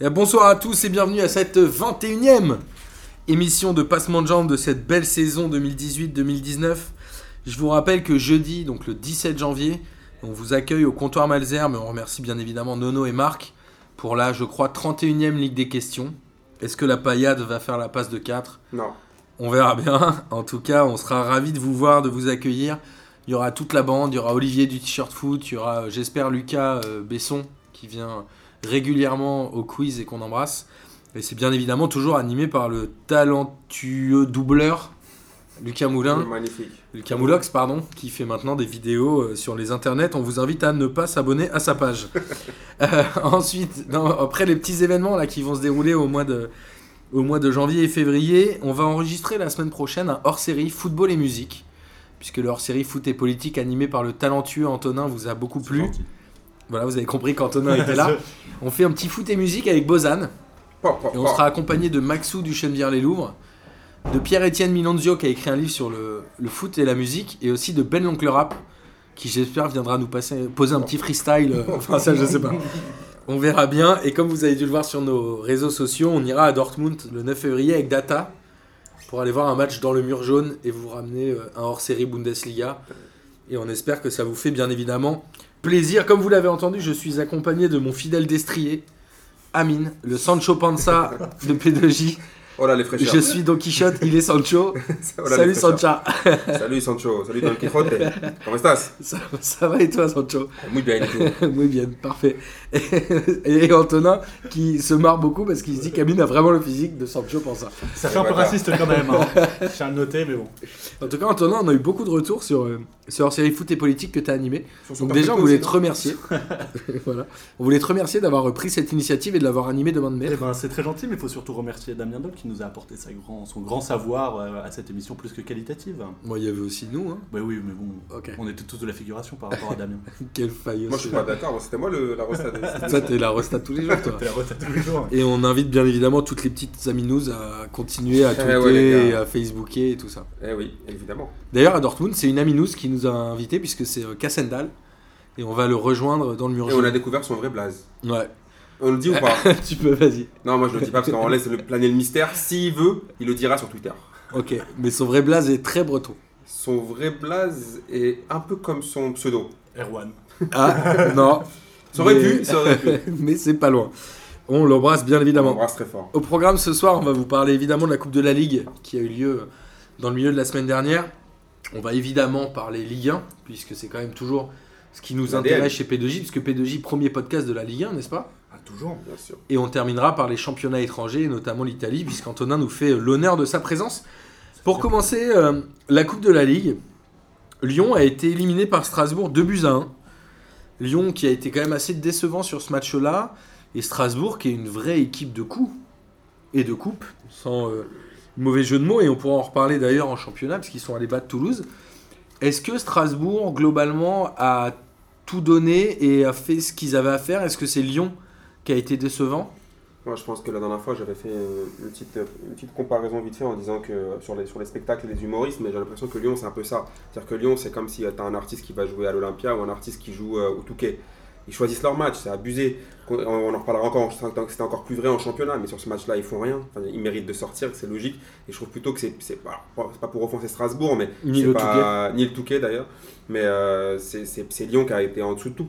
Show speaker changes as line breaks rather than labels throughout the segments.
Et bonsoir à tous et bienvenue à cette 21ème émission de Passement de Jambes de cette belle saison 2018-2019. Je vous rappelle que jeudi, donc le 17 janvier, on vous accueille au comptoir Malzer, mais on remercie bien évidemment Nono et Marc pour la, je crois, 31ème Ligue des questions. Est-ce que la paillade va faire la passe de 4
Non.
On verra bien. En tout cas, on sera ravis de vous voir, de vous accueillir. Il y aura toute la bande, il y aura Olivier du t-shirt foot, il y aura, euh, j'espère, Lucas euh, Besson qui vient régulièrement au quiz et qu'on embrasse. Et c'est bien évidemment toujours animé par le talentueux doubleur Lucas Moulin,
Magnifique.
Lucas Moulox, pardon, qui fait maintenant des vidéos euh, sur les internets. On vous invite à ne pas s'abonner à sa page. Euh, ensuite, dans- après les petits événements là, qui vont se dérouler au mois, de, au mois de janvier et février, on va enregistrer la semaine prochaine un hors-série football et musique. Puisque le hors-série foot et politique animé par le talentueux Antonin vous a beaucoup plu. Voilà, vous avez compris qu'Antonin était là. On fait un petit foot et musique avec Bozan.
Pa, pa,
Et on
pa.
sera accompagné de Maxou du Chenevière les Louvres, de Pierre-Étienne Minonzio qui a écrit un livre sur le, le foot et la musique, et aussi de Ben l'oncle rap qui j'espère viendra nous passer, poser un petit freestyle. euh, enfin ça je sais pas. On verra bien. Et comme vous avez dû le voir sur nos réseaux sociaux, on ira à Dortmund le 9 février avec Data pour aller voir un match dans le mur jaune et vous ramener euh, un hors-série Bundesliga. Et on espère que ça vous fait bien évidemment plaisir. Comme vous l'avez entendu, je suis accompagné de mon fidèle destrier. Amine, le Sancho Panza de P2J.
Oh là les fraîcheurs.
Je suis Don Quichotte, il est Sancho.
Oh là, les
Salut
fraîcheurs.
Sancho.
Salut Sancho. Salut Don Quijote. Comment estás?
Ça, ça va et toi Sancho
Muy bien. et tout.
Oui bien, parfait. Et, et Antonin qui se marre beaucoup parce qu'il se dit qu'Amine a vraiment le physique de Sancho Panza.
Ça fait un peu
Bâtard.
raciste quand même. hein. Je tiens à le noter, mais bon.
En tout cas Antonin, on a eu beaucoup de retours sur, euh, sur hors série foot et politique que tu as animé.
Ils sont
Donc déjà on
parfaits
voulait
aussi,
te remercier. voilà. On voulait te remercier d'avoir repris cette initiative et de l'avoir animée de main de
Eh
maître.
ben, c'est très gentil, mais il faut surtout remercier Damien Doll qui nous a apporté sa grand, son grand savoir euh, à cette émission plus que qualitative.
Moi il y avait aussi nous. Hein.
Bah oui, mais bon,
Ok.
on était tous de la figuration par rapport à Damien.
Quelle faille.
non Moi je suis pas d'accord. Moi, C'était moi le, la rostade.
Ça t'es la resta tous les jours toi.
T'es la rota tous les jours.
Et on invite bien évidemment toutes les petites aminous à continuer à
Eh
tweeter
ouais, les gars.
et à facebooker et tout ça.
eh oui, évidemment.
D'ailleurs, à Dortmund, c'est une aminous qui nous a invités puisque c'est euh, Cassendal. Et on va le rejoindre dans le mur
Et on a
jaune.
découvert son vrai blaze.
Ouais,
On le dit ou pas
tu peux, vas-y.
Non, moi je le dis pas parce qu'on laisse le planer le mystère. S'il veut, il le dira sur Twitter.
Ok, mais son vrai blaze est très breton.
Son vrai blaze est un peu comme son pseudo.
Erwan.
Ah, non.
Ça aurait
Mais-
pu, ça aurait pu.
mais c'est pas loin. On l'embrasse bien
On
évidemment.
l'embrasse très fort.
Au programme ce soir, on va vous parler évidemment de la Coupe de la Ligue qui a eu lieu dans le milieu de la semaine dernière. On va évidemment parler Ligue 1, puisque c'est quand même toujours ce qui nous
La DL.
intéresse chez P2J, puisque P2J, premier podcast de la Ligue 1, n'est-ce pas
Ah, toujours.
Bien sûr.
Et on terminera par les championnats étrangers, et notamment l'Italie, puisqu'Antonin nous fait euh, l'honneur de sa présence. Pour commencer, euh, la Coupe de la Ligue, Lyon a été éliminé par Strasbourg 2 buts à 1. Lyon qui a été quand même assez décevant sur ce match-là, et Strasbourg qui est une vraie équipe de coups et de coupe, sans euh, mauvais jeu de mots, et on pourra en reparler d'ailleurs en championnat, parce qu'ils sont allés battre Toulouse. Est-ce que Strasbourg, globalement, a tout donné et a fait ce qu'ils avaient à faire Est-ce que c'est Lyon qui a été décevant
Moi, je pense que la dernière fois, j'avais fait euh, une petite, une petite comparaison vite fait en disant que euh, sur les, sur les spectacles et les humoristes, mais j'ai l'impression que Lyon, c'est un peu ça. C'est-à-dire que Lyon, c'est comme si tu as un artiste qui va jouer à l'Olympia ou un artiste qui joue euh, au Touquet. Ils choisissent leur match, c'est abusé. On, on en reparlera encore, je sens que c'était encore plus vrai en championnat, mais sur ce match-là, ils font rien. Enfin, ils méritent de sortir, c'est logique. Et je trouve plutôt que c'est c'est pas, c'est pas pour offenser Strasbourg, mais
Ni
c'est
le Touquet.
pas, ni le Touquet d'ailleurs. Mais euh, c'est- c'est c'est Lyon qui a été en dessous de tout,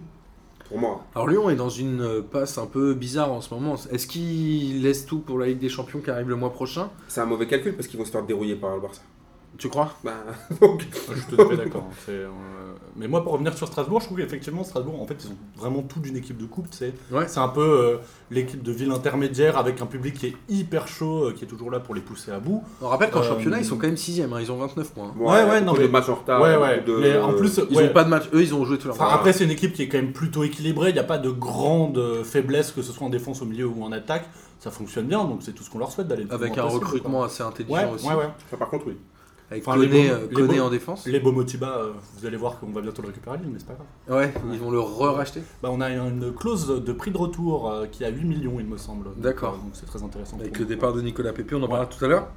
pour moi.
Alors Lyon est dans une euh, passe un peu bizarre en ce moment. Est-ce qu'il laisse tout pour la Ligue des Champions qui arrive le mois prochain
C'est un mauvais calcul parce qu'ils vont se faire dérouiller par le Barça.
Tu crois
Bah, donc,
Je suis tout à fait d'accord. hein. C'est, euh, Mais moi, pour revenir sur Strasbourg, je trouve qu'effectivement, Strasbourg, en fait, ils ont vraiment tout d'une équipe de coupe. C'est
Ouais.
c'est un peu euh, l'équipe de ville intermédiaire avec un public qui est hyper chaud, euh, qui est toujours là pour les pousser à bout.
On rappelle qu'en
Euh,
championnat, ils sont quand même 6 ils ont 29 points. hein.
Bon,
Ouais,
euh,
ouais,
beaucoup
non,
de
mais-
matchs en retard.
ouais, ouais.
beaucoup de-
Mais en plus,
Ils
ouais.
ont pas de match, eux ils ont joué tout leur
Enfin,
match.
après, c'est une équipe qui est quand même plutôt équilibrée. Il n'y a pas de grande euh, faiblesse, que ce soit en défense, au milieu ou en attaque. Ça fonctionne bien, donc c'est tout ce qu'on leur souhaite d'aller le plus
Avec
loin
un
possible,
recrutement
quoi.
assez intelligent
Ouais,
aussi.
ouais, ouais.
Enfin, par contre, oui.
Avec
Enfin, les
Koné,
bons-
euh,
les
Koné
bons-
en défense.
Les Bomotiba, euh, vous allez voir qu'on va bientôt le récupérer à Lille, mais c'est pas grave.
Ouais, ils vont le re-racheter.
Bah, on a une clause de prix de retour euh, qui est à 8 millions, il me semble. Donc,
D'accord.
euh, Donc c'est très intéressant.
Avec
pour
le
nous.
départ de Nicolas Pépé, on en parlera tout à l'heure.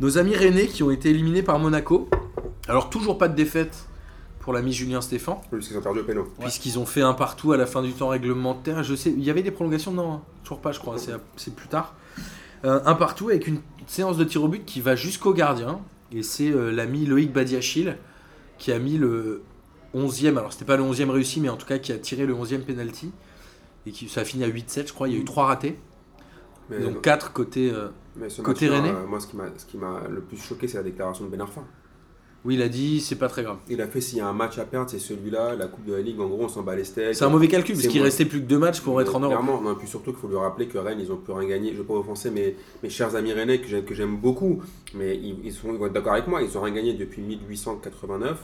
Nos amis rennais qui ont été éliminés par Monaco. Alors toujours pas de défaite pour l'ami Julien Stéphan,
Parce qu'ils ont perdu au péno.
puisqu'ils ont fait un partout à la fin du temps réglementaire. Je sais, il y avait des prolongations, non hein, Toujours pas, je crois. C'est, c'est plus tard. Euh, un partout avec une séance de tir au but qui va jusqu'au gardien. Et c'est euh, l'ami Loïc Badiachil qui a mis le 11e. Alors, c'était pas le 11e réussi, mais en tout cas, qui a tiré le 11e penalty. Et qui, ça a fini à 8-7, je crois. Il y a eu 3 ratés.
Mais,
donc 4 côté. euh,
mais ce
côté
match-là,
rennais
euh, moi, ce qui m'a- ce qui m'a le plus choqué, c'est la déclaration de Ben Arfa.
oui, il a dit, c'est pas très grave.
Il a fait s'il y a un match à perdre, c'est celui-là, la Coupe de la Ligue, en gros, on s'en bat les steaks.
C'est un mauvais calcul,
C'est
parce qu'il
moi.
restait plus que 2 matchs pour être en Europe.
Clairement, non, et puis surtout qu'il faut lui rappeler que Rennes, ils ont plus rien gagné. Je ne veux pas offenser mes, mes chers amis rennais que j'aime- que j'aime beaucoup, mais ils, ils sont, ils vont être d'accord avec moi, ils ont rien gagné depuis 1889.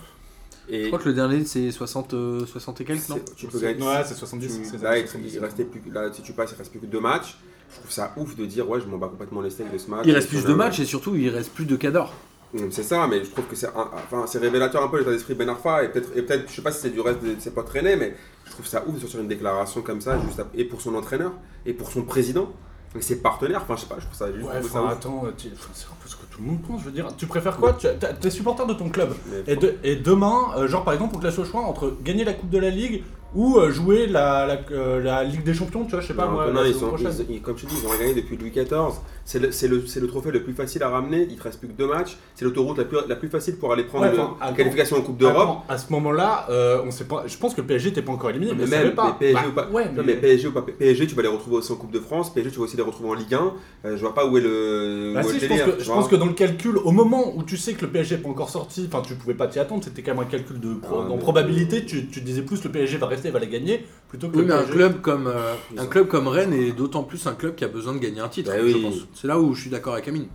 Et
Je crois que le dernier, c'est 60, euh, 60 et quelques, non
c'est- tu peux gagner.
Ouais, c'est
tu-
70. c'est
là,
ça,
il-
70.
il restait plus, là, si tu passes, il reste plus que deux matchs. Je trouve ça ouf de dire, ouais, je m'en bats complètement les steaks de ce match.
Il reste
Et
plus
puis,
de
on a-
matchs et surtout, il reste plus de cadors.
Mm, C'est ça, mais je trouve que c'est un- enfin, c'est révélateur un peu de l'état d'esprit de Ben Arfa et peut-être et peut-être je sais pas si c'est du reste de ses potes rennais, mais je trouve ça ouf de sortir une déclaration comme ça juste à- et pour son entraîneur et pour son président et ses partenaires. Enfin, je sais pas, je trouve ça juste.
Ouais,
je trouve
enfin,
ça ouf.
attends, tu- enfin, c'est un peu ce que tout le monde pense, je veux dire. Tu préfères quoi Tu t'as- T'es supporter de ton club.
Mais-
Et, de- et demain, euh, genre par exemple, on te laisse le choix entre gagner la Coupe de la Ligue ou euh, jouer la, la, euh, la Ligue des Champions, tu vois, je sais pas,
Non,
moi,
Antonin,
la
ils
saison
sont-
prochaine.
ils- ils- comme je te dis, ils ont rien gagné depuis Louis XIV. C'est le, c'est le- c'est le trophée le plus facile à ramener. Il te reste plus que deux matchs. C'est l'autoroute la plus, la plus facile pour aller prendre
Ouais,
une
enfin, attends.
qualification en Coupe d'Europe.
Attends, à ce moment-là, euh, on sait pas. Je pense que le PSG n'était pas encore éliminé, mais,
Mais
ça
même
savait pas.
mais PSG
Bah,
ou pas.
ouais,
non,
mais-
mais PSG ou pas PSG, tu vas les retrouver aussi en Coupe de France. PSG, tu vas aussi les retrouver en Ligue 1. Euh, je vois pas où est le.
Bah
où est
si,
le
je pense,
délire,
que,
tu
je
vois.
pense que dans le calcul, au moment où tu sais que le PSG n'est pas encore sorti, enfin tu pouvais pas t'y attendre, c'était quand même un calcul de pro-
Ah,
dans
mais-
probabilité, tu, tu disais plus le PSG va rester, va la gagner, plutôt que
Oui,
le
mais un
PSG.
club comme, euh,
Ils
un
ont-
club comme Rennes est d'autant plus un club qui a besoin de gagner un titre,
Bah
je
oui.
pense. C'est là où je suis d'accord avec Amine.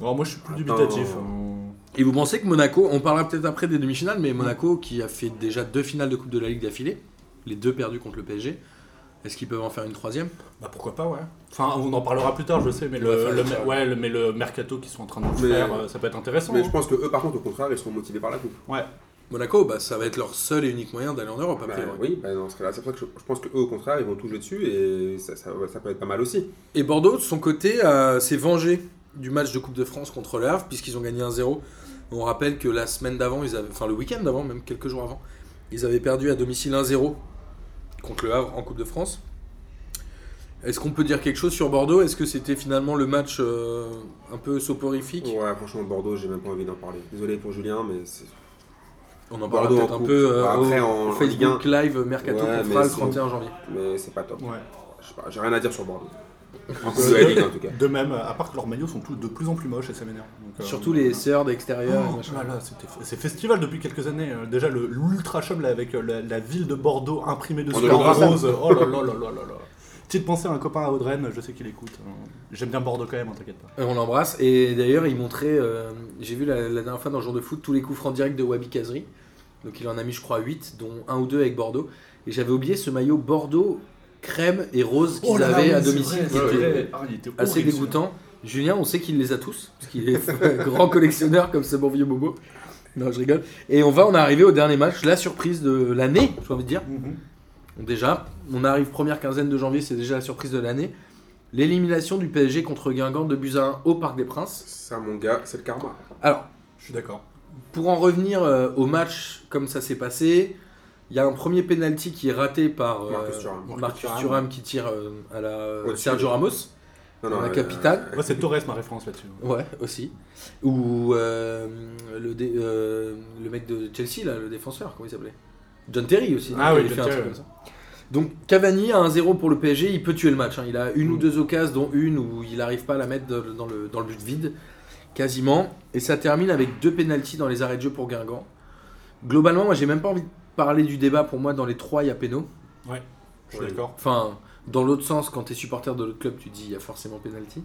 Alors, moi je suis plus
Attends.
dubitatif. hein.
Et vous pensez que Monaco, on parlera peut-être après des demi-finales, mais Monaco qui a fait déjà deux finales de Coupe de la Ligue d'affilée, les deux perdues contre le PSG, est-ce qu'ils peuvent en faire une troisième
Bah pourquoi pas ouais. Enfin on en parlera plus tard je sais mais
va
le,
faire
le-
ça.
ouais, le- mais le mercato qu'ils sont en train de
Mais-
faire euh, ça peut être intéressant.
Mais
hein.
je pense que eux, par contre, au contraire, ils seront motivés par la coupe.
Ouais.
Monaco, bah, ça va être leur seul et unique moyen d'aller en Europe.
Bah,
après, ouais.
oui, bah, dans ce cas-là, c'est pour ça que je, je pense que eux, au contraire, ils vont tout jouer dessus et ça, ça- ça peut être pas mal aussi.
Et Bordeaux, de son côté, euh, s'est vengé du match de Coupe de France contre Le Havre, puisqu'ils ont gagné 1-0. On rappelle que la semaine d'avant, ils avaient, enfin le week-end d'avant, même quelques jours avant, ils avaient perdu à domicile 1-0 contre Le Havre en Coupe de France. Est-ce qu'on peut dire quelque chose sur Bordeaux Est-ce que c'était finalement le match euh, un peu soporifique
Ouais, franchement, Bordeaux, j'ai même pas envie d'en parler. Désolé pour Julien, mais c'est.
On en parlera
Bordeaux en
peut-être un
coupe.
peu euh,
Bah, après,
au,
en-
au
en Ligue
Facebook Live Mercato
Ouais,
qu'on
mais
fera le
c'est-
31 janvier.
Mais c'est pas top.
Ouais.
Je sais pas, J'ai rien à dire sur Bordeaux. En Coupe de la Ligue, en tout cas.
De, de même, à part que leurs maillots sont tous de plus en plus moches et ça m'énerve. Donc, euh,
Surtout
on-
les sœurs d'extérieur. et
Oh
machin.
là là, c'était- c'est festival depuis quelques années. euh, Déjà le l'ultra chum là, avec euh, la, la ville de Bordeaux imprimée de
On
en
deviendra ça.
rose. Oh là là là là là là. Petite pensée à un copain à Audrey, je sais qu'il écoute. hein. J'aime bien Bordeaux quand même, hein, t'inquiète pas.
Et Euh, on l'embrasse. Et d'ailleurs, il montrait, euh, j'ai vu la, la dernière fois dans le jour de foot, tous les coups francs directs de Wabi Kazri. Donc il en a mis, je crois, 8, dont un ou deux avec Bordeaux. Et j'avais oublié ce maillot Bordeaux, crème et rose
Oh
qu'ils avaient à domicile, qui était
Ah,
assez dégoûtant. Julien, on sait qu'il les a tous, parce qu'il est grand collectionneur comme ce bon vieux Bobo. Non, je rigole. Et on va en arriver au dernier match, la surprise de l'année, j'ai envie de dire.
Mm-hmm.
Déjà, on arrive première quinzaine de janvier, c'est déjà la surprise de l'année. L'élimination du PSG contre Guingamp de buts à un au Parc des Princes.
Ça, mon gars, c'est le karma.
Alors,
Je suis d'accord.
pour en revenir euh, au match comme ça s'est passé, il y a un premier penalty qui est raté par euh,
Marcus Thuram.
Marcus
Marcus Thuram.
Thuram qui tire euh, à la euh,
Au-dessus
Sergio
de-
Ramos,
Non, non,
la
euh,
capitale.
Moi, c'est Torres ma référence là-dessus.
Ouais, aussi. Ou euh, le, dé- euh, le mec de Chelsea, là, le défenseur, comment il s'appelait John Terry aussi.
Ah
il
oui,
fait
John
un truc
Terry.
comme ça. Donc Cavani à 1-0 pour le PSG, il peut tuer le match. hein. Il a
Mm.
une ou deux occasions, dont une où il n'arrive pas à la mettre dans le, dans le- dans le but vide, quasiment. Et ça termine avec deux pénalties dans les arrêts de jeu pour Guingamp. Globalement, moi, j'ai même pas envie de parler du débat. Pour moi, dans les trois, il y a péno.
Je suis
Ouais.
d'accord.
Enfin, dans l'autre sens, quand tu es supporter de l'autre club, tu dis il y a forcément penalty.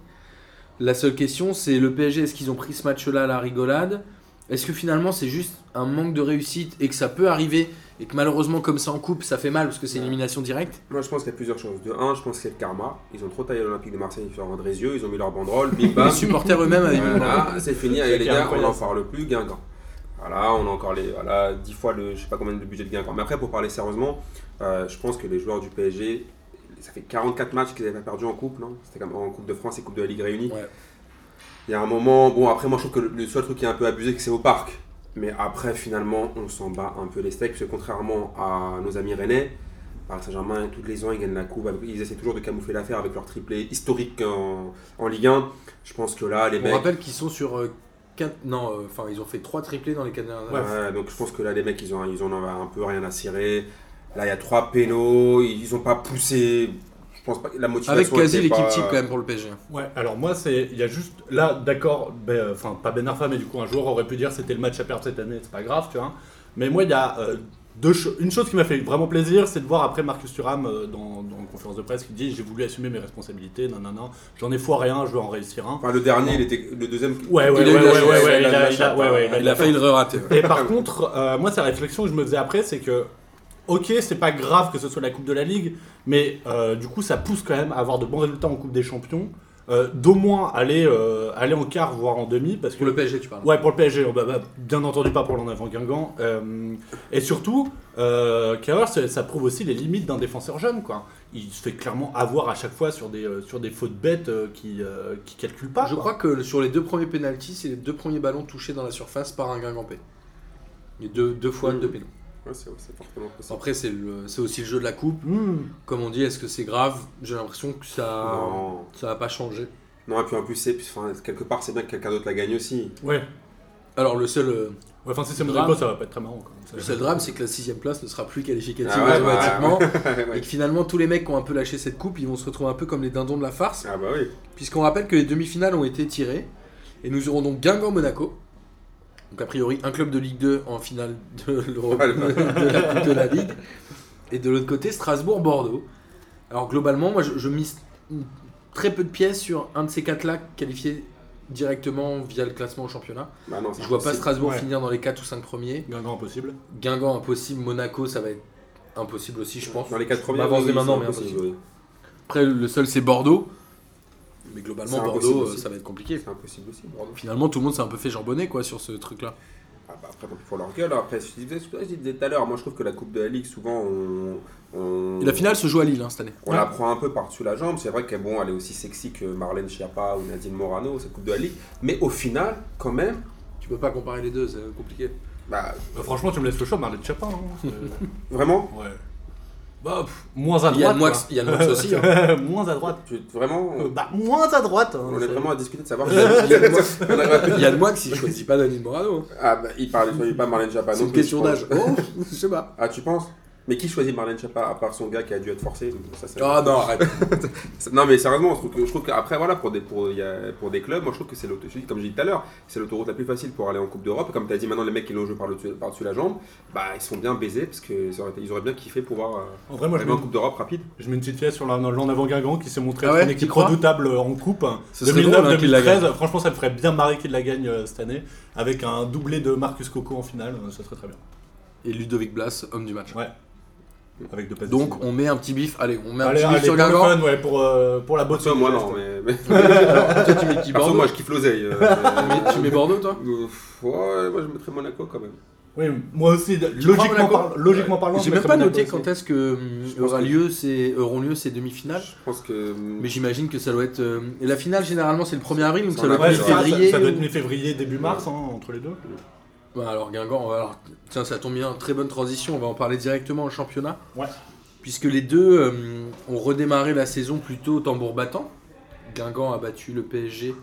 La seule question, c'est le PSG, est-ce qu'ils ont pris ce match-là à la rigolade Est-ce que finalement c'est juste un manque de réussite et que ça peut arriver et que malheureusement, comme ça en coupe, ça fait mal parce que c'est
Ouais.
élimination directe
Moi, je pense qu'il y a plusieurs choses. De un, je pense que c'est le karma. Ils ont trop taillé l'Olympique de Marseille sur un Drézieux, ils ont mis leur banderole, bim bam.
Les supporters eux-mêmes
Ah.
avaient
Voilà, c'est fini, allez les
C'est
gars, on
incroyable.
n'en parle plus, Guingamp. Voilà, on a encore les voilà, 10 fois le je sais pas combien de budget de Guingamp. Mais après, pour parler sérieusement, euh, je pense que les joueurs du PSG, ça fait 44 matchs qu'ils n'avaient pas perdu en coupe, non C'était comme en Coupe de France et Coupe de la Ligue réunie.
Ouais.
Il y a un moment, bon après moi je trouve que le- le seul truc qui est un peu abusé c'est que c'est au parc. Mais après, finalement, on s'en bat un peu les steaks, parce que contrairement à nos amis rennais, Paris Saint-Germain, tous les ans, ils gagnent la coupe. avec- Ils essaient toujours de camoufler l'affaire avec leur triplé historique en, en Ligue 1. Je pense que là, les
On
mecs.
rappelle qu'ils sont sur 4. Non, euh, enfin, ils ont fait 3 triplés dans les 4 dernières années.
Ouais, donc je pense que là, les mecs, ils ont, ils en ont un peu rien à cirer. Là, il y a trois pénaux, ils n'ont pas poussé. Je pense pas que la motivation.
Avec quasi
était
l'équipe
pas-
type quand même pour le PSG.
Ouais, alors moi, c'est il y a juste là, d'accord, ben, enfin, pas Ben Arfa, mais du coup, un joueur aurait pu dire c'était le match à perdre cette année, c'est pas grave, tu vois. Mais moi, il y a euh, deux cho- une chose qui m'a fait vraiment plaisir, c'est de voir après Marcus Thuram euh, dans, dans une conférence de presse qui dit j'ai voulu assumer mes responsabilités, non, non, non, j'en ai foiré un, je veux en réussir un.
Enfin, le dernier, il était le deuxième.
Ouais,
Il a
ouais, ouais,
eu
ouais,
la
ouais,
chance,
il
ouais,
a eu
il
la
a- il a-
chance,
ouais, ouais,
hein.
Il a failli le rater.
et par contre, euh, moi, c'est la réflexion que je me faisais après, c'est que, ok, c'est pas grave que ce soit la Coupe de la Ligue, mais euh, du coup, ça pousse quand même à avoir de bons résultats en Coupe des Champions, euh, d'au moins aller, euh, aller en quart, voire en demi, parce que
Pour le PSG, tu parles.
Ouais, pour le PSG, bah, bah, bien entendu pas pour l'en avant Guingamp. Euh, et surtout, euh, Kjaer, ça, ça prouve aussi les limites d'un défenseur jeune. Quoi. Il se fait clairement avoir à chaque fois sur des, euh, sur des fautes bêtes euh, qui euh, qui calculent pas.
Je
quoi.
crois que sur les deux premiers pénalties, c'est les deux premiers ballons touchés dans la surface par un Guingampé. Il y a deux, deux fois
Hmm.
Mhm.
deux pénaux.
Ouais, c'est c'est fortement possible.
Après, c'est le- c'est aussi le jeu de la coupe.
Hmm.
Comme on dit, est-ce que c'est grave J'ai l'impression que ça
Non.
ça n'a pas changé.
non, et puis en plus, c'est- enfin, quelque part, c'est bien que quelqu'un d'autre la gagne aussi.
Ouais. Ouais,
Alors, le seul, euh,
Enfin, si c'est
Le
Monaco,
drame.
ça va pas être très marrant. Quoi. Ça-
le seul drame, c'est que la sixième place ne sera plus qualificative
Ah ouais, bah,
automatiquement.
Ouais, ouais.
Et que finalement, tous les mecs qui ont un peu lâché cette coupe, ils vont se retrouver un peu comme les dindons de la farce.
Ah bah oui.
Puisqu'on rappelle que les demi-finales ont été tirées. Et nous aurons donc Guingamp-Monaco. Donc a priori un club de Ligue 2 en finale de, l'Euro-
Ouais, le-
de la Coupe de la Ligue. Et de l'autre côté, Strasbourg-Bordeaux. Alors globalement, moi je, je mise une- très peu de pièces sur un de ces quatre-là qualifiés directement via le classement au championnat.
Bah non, c'est
Je vois pas
impossible.
Strasbourg
Ouais.
finir dans les 4 ou 5 premiers.
Guingamp impossible.
Guingamp impossible, Monaco ça va être impossible aussi je pense.
Dans les quatre premiers,
m'avancer
oui,
maintenant,
c'est
mais
impossible,
impossible.
oui.
Après le seul c'est Bordeaux. Mais
C'est
globalement
impossible
Bordeaux
aussi.
euh, ça va être compliqué.
C'est impossible aussi. Bordeaux.
Finalement tout le monde s'est un peu fait jambonner quoi sur ce truc là.
Ah bah après, tant pis pour leur gueule. Après, je disais, je disais tout à l'heure, moi je trouve que la Coupe de la Ligue, souvent, on. on-
Et la finale se joue à Lille hein, cette année.
On
Ouais.
la prend un peu par-dessus la jambe. C'est vrai qu'elle bon, elle est aussi sexy que Marlène Schiappa ou Nadine Morano, cette Coupe de la Ligue. Mais au final, quand même,
Tu peux pas comparer les deux, c'est compliqué.
bah,
Bah, franchement, tu me laisses le choix, Marlène Chapin. hein.
vraiment,
Euh, ouais. Bah, pff, moins à droite.
Yann Moix,
quoi.
Yann Moix aussi. hein.
moins à droite.
tu- vraiment,
Euh, Bah, moins à droite. hein,
on est
c'est-
vraiment à discuter de
Euh,
savoir.
Yann Moix- Yann Moix, il choisit pas Danny Morano. hein.
ah, bah, il parle, il pas Marlène Schiappa.
C'est
non
une
plus,
question
je pense.
d'âge. Oh, Ah, je sais pas.
Ah, tu penses mais qui choisit Marlène Schiappa à part son gars qui a dû être forcé Ça, c'est-
Ah non, arrête.
C'est- Non mais sérieusement, je trouve que, je trouve qu'après voilà pour des pour, il y a- pour des clubs, moi je trouve que c'est l'auto- je dis, comme j'ai dit tout à l'heure, c'est l'autoroute la plus facile pour aller en Coupe d'Europe. Comme tu as dit maintenant les mecs qui l'ont joué par dessus par dessus la jambe, bah ils sont bien baisés parce que ça aurait été- ils auraient bien kiffé pouvoir euh,
En vrai, moi, je
aller
me
en Coupe d'Europe rapide.
Je mets une petite pièce sur l'en l'en avant Guingamp qui s'est montré
Ah
être
ouais,
une
tu
équipe
crois
redoutable euh, en coupe.
Ce serait drôle, hein, qu'il la
2009-2013, franchement, ça me ferait bien marrer qu'il la gagne euh, cette année avec un doublé de Marcus Coco en finale. euh, ça serait très bien.
Et Ludovic Blas, homme du match.
Ouais. Avec deux passes.
Donc
décisives.
on met un petit bif, allez, on met un
allez,
petit bif
allez,
sur
pour le
Guingamp.
fun, ouais, pour, euh, pour la beauté.
Ça,
du
moi
geste.
non, mais, mais-
Toi tu mets qui
perso,
Bordeaux
moi je kiffe l'oseille. euh,
Mais Tu mets Bordeaux toi
euh, pff, ouais, moi je mettrais Monaco quand même.
Oui, moi aussi, de- logiquement,
Monaco
par- logiquement parlant.
J'ai
je
même
mettrais
pas
Monaco
noté
aussi.
quand est-ce que
Je
hum,
pense
aura
que-
lieu ces, auront lieu ces demi-finales.
Je pense que
Mais j'imagine que ça doit être. euh, et la finale généralement c'est le 1er avril, donc
C'est
ça
en
doit
avril,
Ouais,
être
c'est ça, euh,
février.
ça, ça doit être
ou-
mi-février, début mars, hein, entre les deux.
Bah alors Guingamp, alors, tiens, ça tombe bien, très bonne transition, on va en parler directement en championnat.
Ouais.
Puisque les deux euh, ont redémarré la saison plutôt au tambour battant. Guingamp a battu le PSG,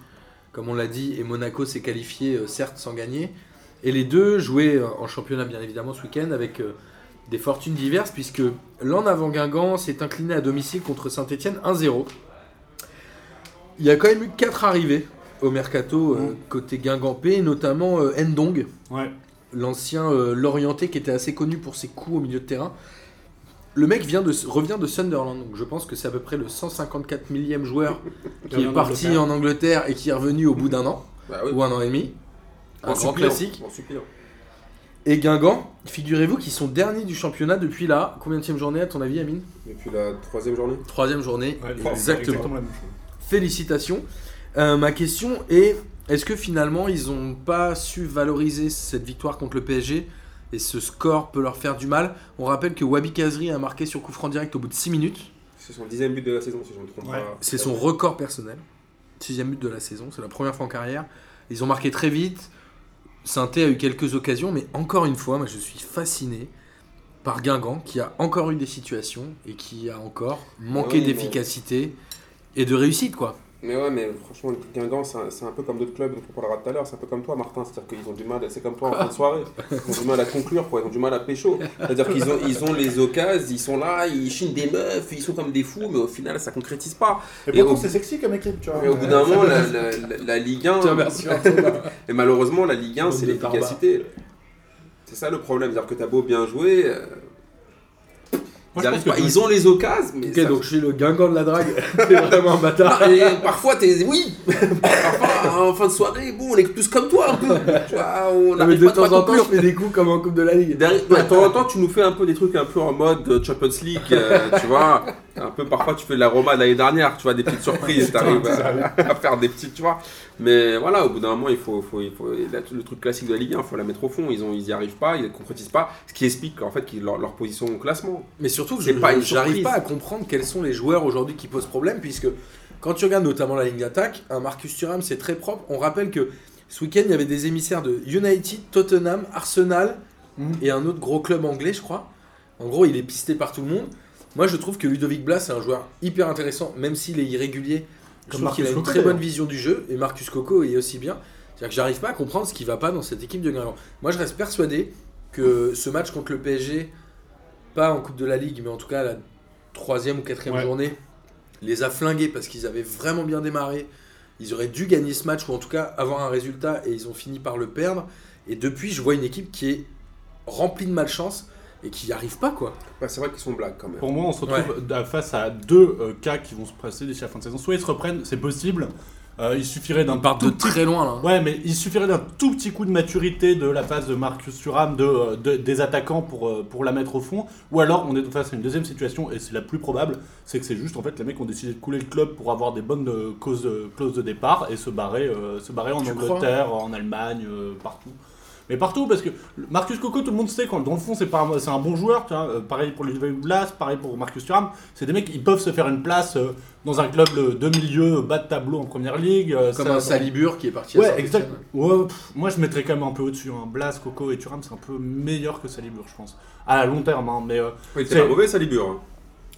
comme on l'a dit, et Monaco s'est qualifié, euh, certes sans gagner. Et les deux jouaient euh, en championnat, bien évidemment, ce week-end, avec euh, des fortunes diverses, puisque l'en avant Guingamp s'est incliné à domicile contre Saint-Etienne 1-0. Il y a quand même eu 4 arrivées au Mercato, euh,
Mhm.
côté Guingampé, et notamment euh, Ndong,
Ouais.
l'ancien euh, Lorientais qui était assez connu pour ses coups au milieu de terrain. Le mec vient de, revient de Sunderland, donc je pense que c'est à peu près le 154 millième joueur qui est parti en Angleterre et qui est revenu au bout d'un an
bah, oui.
ou un an et demi. Un
En
grand
suppliant,
classique.
En suppliant.
Et Guingamp, figurez-vous qu'ils sont derniers du championnat depuis là. Combien de journée à ton avis, Amine
Depuis la troisième journée.
Troisième journée,
Ouais,
exactement.
la même chose.
Félicitations. Euh, ma question est est-ce que finalement ils n'ont pas su valoriser cette victoire contre le PSG et ce score peut leur faire du mal On rappelle que Wabi Kazri a marqué sur coup franc direct au bout de 6 minutes.
C'est son dixième but de la saison si je ne me trompe
Ouais.
pas.
C'est son record personnel. Sixième but de la saison, c'est la première fois en carrière. Ils ont marqué très vite. Sainté a eu quelques occasions, mais encore une fois, moi je suis fasciné par Guingamp qui a encore eu des situations et qui a encore manqué
Oui, mais-
d'efficacité et de réussite quoi.
Mais ouais, mais franchement, Guingamp, c'est un, c'est un peu comme d'autres clubs dont on parlera tout à l'heure, c'est un peu comme toi, Martin, c'est-à-dire qu'ils ont du mal, c'est comme toi en fin de soirée, ils ont du mal à conclure, quoi, ils ont du mal à pécho. C'est-à-dire qu'ils ont, ils ont les occasions, ils sont là, ils chinent des meufs, ils sont comme des fous, mais au final, ça concrétise pas.
Et
Et au-
pourtant, c'est sexy comme équipe, tu vois.
Et au bout
Euh,
d'un moment, la, la- la- la Ligue 1, et malheureusement, la Ligue 1, c'est
Bande de barbares.
l'efficacité. C'est ça le problème, c'est-à-dire que t'as beau bien jouer, euh, ils,
Moi, je
arrivent
pense que
pas. Ils ont les occasions, mais
Ok,
ça-
donc je suis le Guingamp de la drague. T'es vraiment un bâtard.
Ah, et parfois, t'es. Oui Parfois, en fin de soirée, bon, on est tous comme toi un peu. Tu vois, on
Non, mais
n'arrive
de
pas
temps
pas
en temps, je fais
conclure.
des coups comme en Coupe de la Ligue.
Derrière- ouais, De temps en temps, tu nous fais un peu des trucs un peu en mode Champions League, euh, tu vois. Un peu, parfois, tu fais de la Roma de l'année dernière, tu vois, des petites surprises, t'arrives à, à faire des petites, tu vois. Mais voilà, au bout d'un moment, il faut, faut- il faut- la- le truc classique de la Ligue 1, il faut la mettre au fond. Ils n'y arrivent pas, ils ne concrétisent pas, ce qui explique en fait qu'ils- leur, leur position au classement.
Mais surtout, que je
C'est pas une
n'arrive
surprise.
pas à comprendre quels sont les joueurs aujourd'hui qui posent problème, puisque quand tu regardes notamment la ligne d'attaque, un Marcus Thuram, c'est très propre. On rappelle que ce week-end, il y avait des émissaires de United, Tottenham, Arsenal
Mhm.
et un autre gros club anglais, je crois. En gros, il est pisté par tout le monde. Moi, je trouve que Ludovic Blas, c'est un joueur hyper intéressant, même s'il est irrégulier. Je
Comme
trouve qu'il a
Marcus
une
Coco,
très bonne
d'ailleurs.
vision du jeu, et Marcus Coco est aussi bien. C'est-à-dire que j'arrive pas à comprendre ce qui va pas dans cette équipe de Guingamp. Moi, je reste persuadé que ce match contre le PSG, pas en Coupe de la Ligue, mais en tout cas la troisième ou quatrième
Ouais.
journée, les a flingués parce qu'ils avaient vraiment bien démarré. Ils auraient dû gagner ce match ou en tout cas avoir un résultat et ils ont fini par le perdre. Et depuis, je vois une équipe qui est remplie de malchance et qui n'y arrive pas quoi.
Bah, c'est vrai qu'ils sont blagues quand même.
Pour moi, on se retrouve d- face à deux euh, cas qui vont se passer d'ici la fin de saison. Soit ils se reprennent, c'est possible. euh, il suffirait d'un
Ils partent de
tout petit-
très loin là.
Ouais, mais il suffirait d'un tout petit coup de maturité de la phase de Marcus Thuram, de, euh, de- des attaquants pour, euh, pour la mettre au fond. Ou alors, on est face à une deuxième situation, et c'est la plus probable, c'est que c'est juste en fait les mecs ont décidé de couler le club pour avoir des bonnes euh, causes de, clauses de départ et se barrer, euh, se barrer en
Tu
Angleterre, en Allemagne, euh, partout. Mais partout, parce que le- Marcus Coco, tout le monde sait quand dans le fond, c'est pas un- c'est un bon joueur. tu vois, euh, pareil pour Ludovic Blas, pareil pour Marcus Thuram. C'est des mecs qui peuvent se faire une place euh, dans un club euh, de milieu, euh, bas de tableau en première ligue. euh,
Comme
ça-
un Salibur qui est parti à
Ouais,
Saint-Étienne.
exact. Ouais, pff, moi, je mettrais quand même un peu au-dessus. Hein. Blas, Coco et Thuram, c'est un peu meilleur que Salibur, je pense. À long terme, hein, mais. euh,
Oui,
C'est-
c'est pas mauvais, Salibur. hein.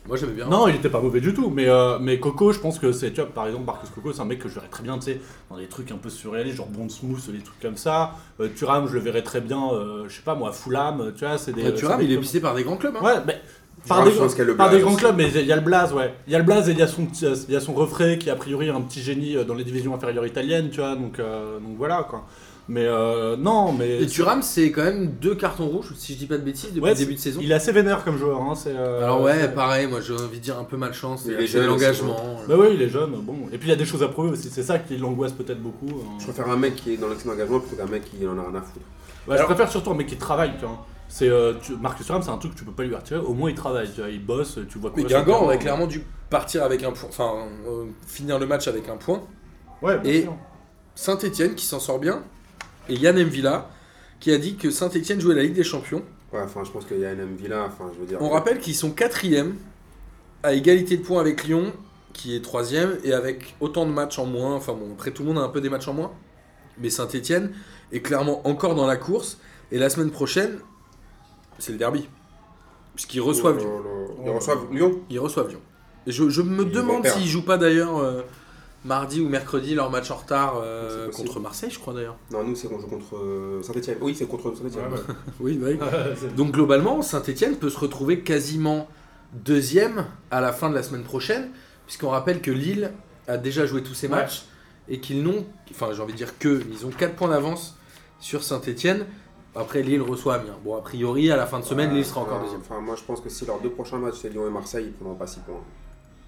Moi j'aimais bien.
Non, il était pas mauvais du tout, mais, euh, mais Coco, je pense que c'est. Tu vois, par exemple, Marcus Coco, c'est un mec que je verrais très bien, tu sais, dans des trucs un peu surréalistes, genre Bond Smooth, des trucs comme ça. Euh, Thuram, je le verrais très bien, euh, je sais pas moi, à Fulham, euh, tu vois, c'est des.
Mais Thuram,
c'est des
il est
clubs-
pisté par des grands clubs. hein.
Ouais, mais. Par
Thuram,
des,
je pense qu'il y a le
par
Blaze
des grands
aussi.
clubs, mais il y a le Blaze, ouais. Il y a le Blaze et il y a son, petit- il y a son refrain qui est a priori un petit génie euh, dans les divisions inférieures italiennes, tu vois, donc, euh, donc voilà quoi. Mais euh, non, mais.
Et Thuram, c'est quand même deux cartons rouges, si je dis pas de bêtises, depuis
Ouais,
le début de saison.
Il est assez vénère comme joueur, hein, c'est. euh,
Alors ouais,
c'est-
pareil, moi j'ai envie de dire un peu malchance,
Il est
c'est
jeune
l'engagement. euh.
Bah ouais, il est jeune, bon. Et puis il y a des choses à prouver aussi, c'est ça qui l'angoisse peut-être beaucoup. hein.
Je préfère un mec qui est dans l'action d'engagement plutôt qu'un mec qui en a rien à foutre.
Ouais, je préfère surtout un mec qui travaille, tu vois. C'est, euh, tu- Marcus Thuram, c'est un truc que tu peux pas lui retirer. Au moins, il travaille, tu vois, il bosse, tu vois.
Mais
courir sur le
Guingamp
terrain.
aurait clairement dû partir avec un point, enfin euh, finir le match avec un point.
Ouais, bien
Et-
sûr.
Saint-Etienne qui s'en sort bien, et Yann Mvila qui a dit que Saint-Etienne jouait la Ligue des Champions.
Ouais, enfin, je pense qu'il y a une Villa, enfin, je veux dire.
On rappelle qu'ils sont quatrième, à égalité de points avec Lyon, qui est troisième, et avec autant de matchs en moins. Enfin bon, après tout le monde a un peu des matchs en moins. Mais Saint-Etienne est clairement encore dans la course. Et la semaine prochaine, c'est le derby. Puisqu'ils reçoivent,
Oh
Lyon.
là là. Ils reçoivent Lyon.
Ils reçoivent Lyon. Et je, je me
Ils vont
demande
perdre.
s'ils jouent pas d'ailleurs euh, mardi ou mercredi leur match en retard euh,
C'est possible.
contre Marseille, je crois d'ailleurs.
Non, nous, c'est qu'on joue contre euh, Saint-Etienne. Oui, c'est contre Saint-Etienne.
Ouais, ouais.
Oui,
bah
oui. Donc globalement, Saint-Etienne peut se retrouver quasiment deuxième à la fin de la semaine prochaine, puisqu'on rappelle que Lille a déjà joué tous ses
Ouais.
matchs et qu'ils n'ont, enfin j'ai envie de dire que, ils ont 4 points d'avance sur Saint-Etienne. Après, Lille reçoit Amiens. Bon, a priori, à la fin de semaine, Lille sera encore
Enfin,
deuxième.
Enfin, moi, je pense que si leurs deux prochains matchs, c'est Lyon et Marseille, ils prendront pas 6 points.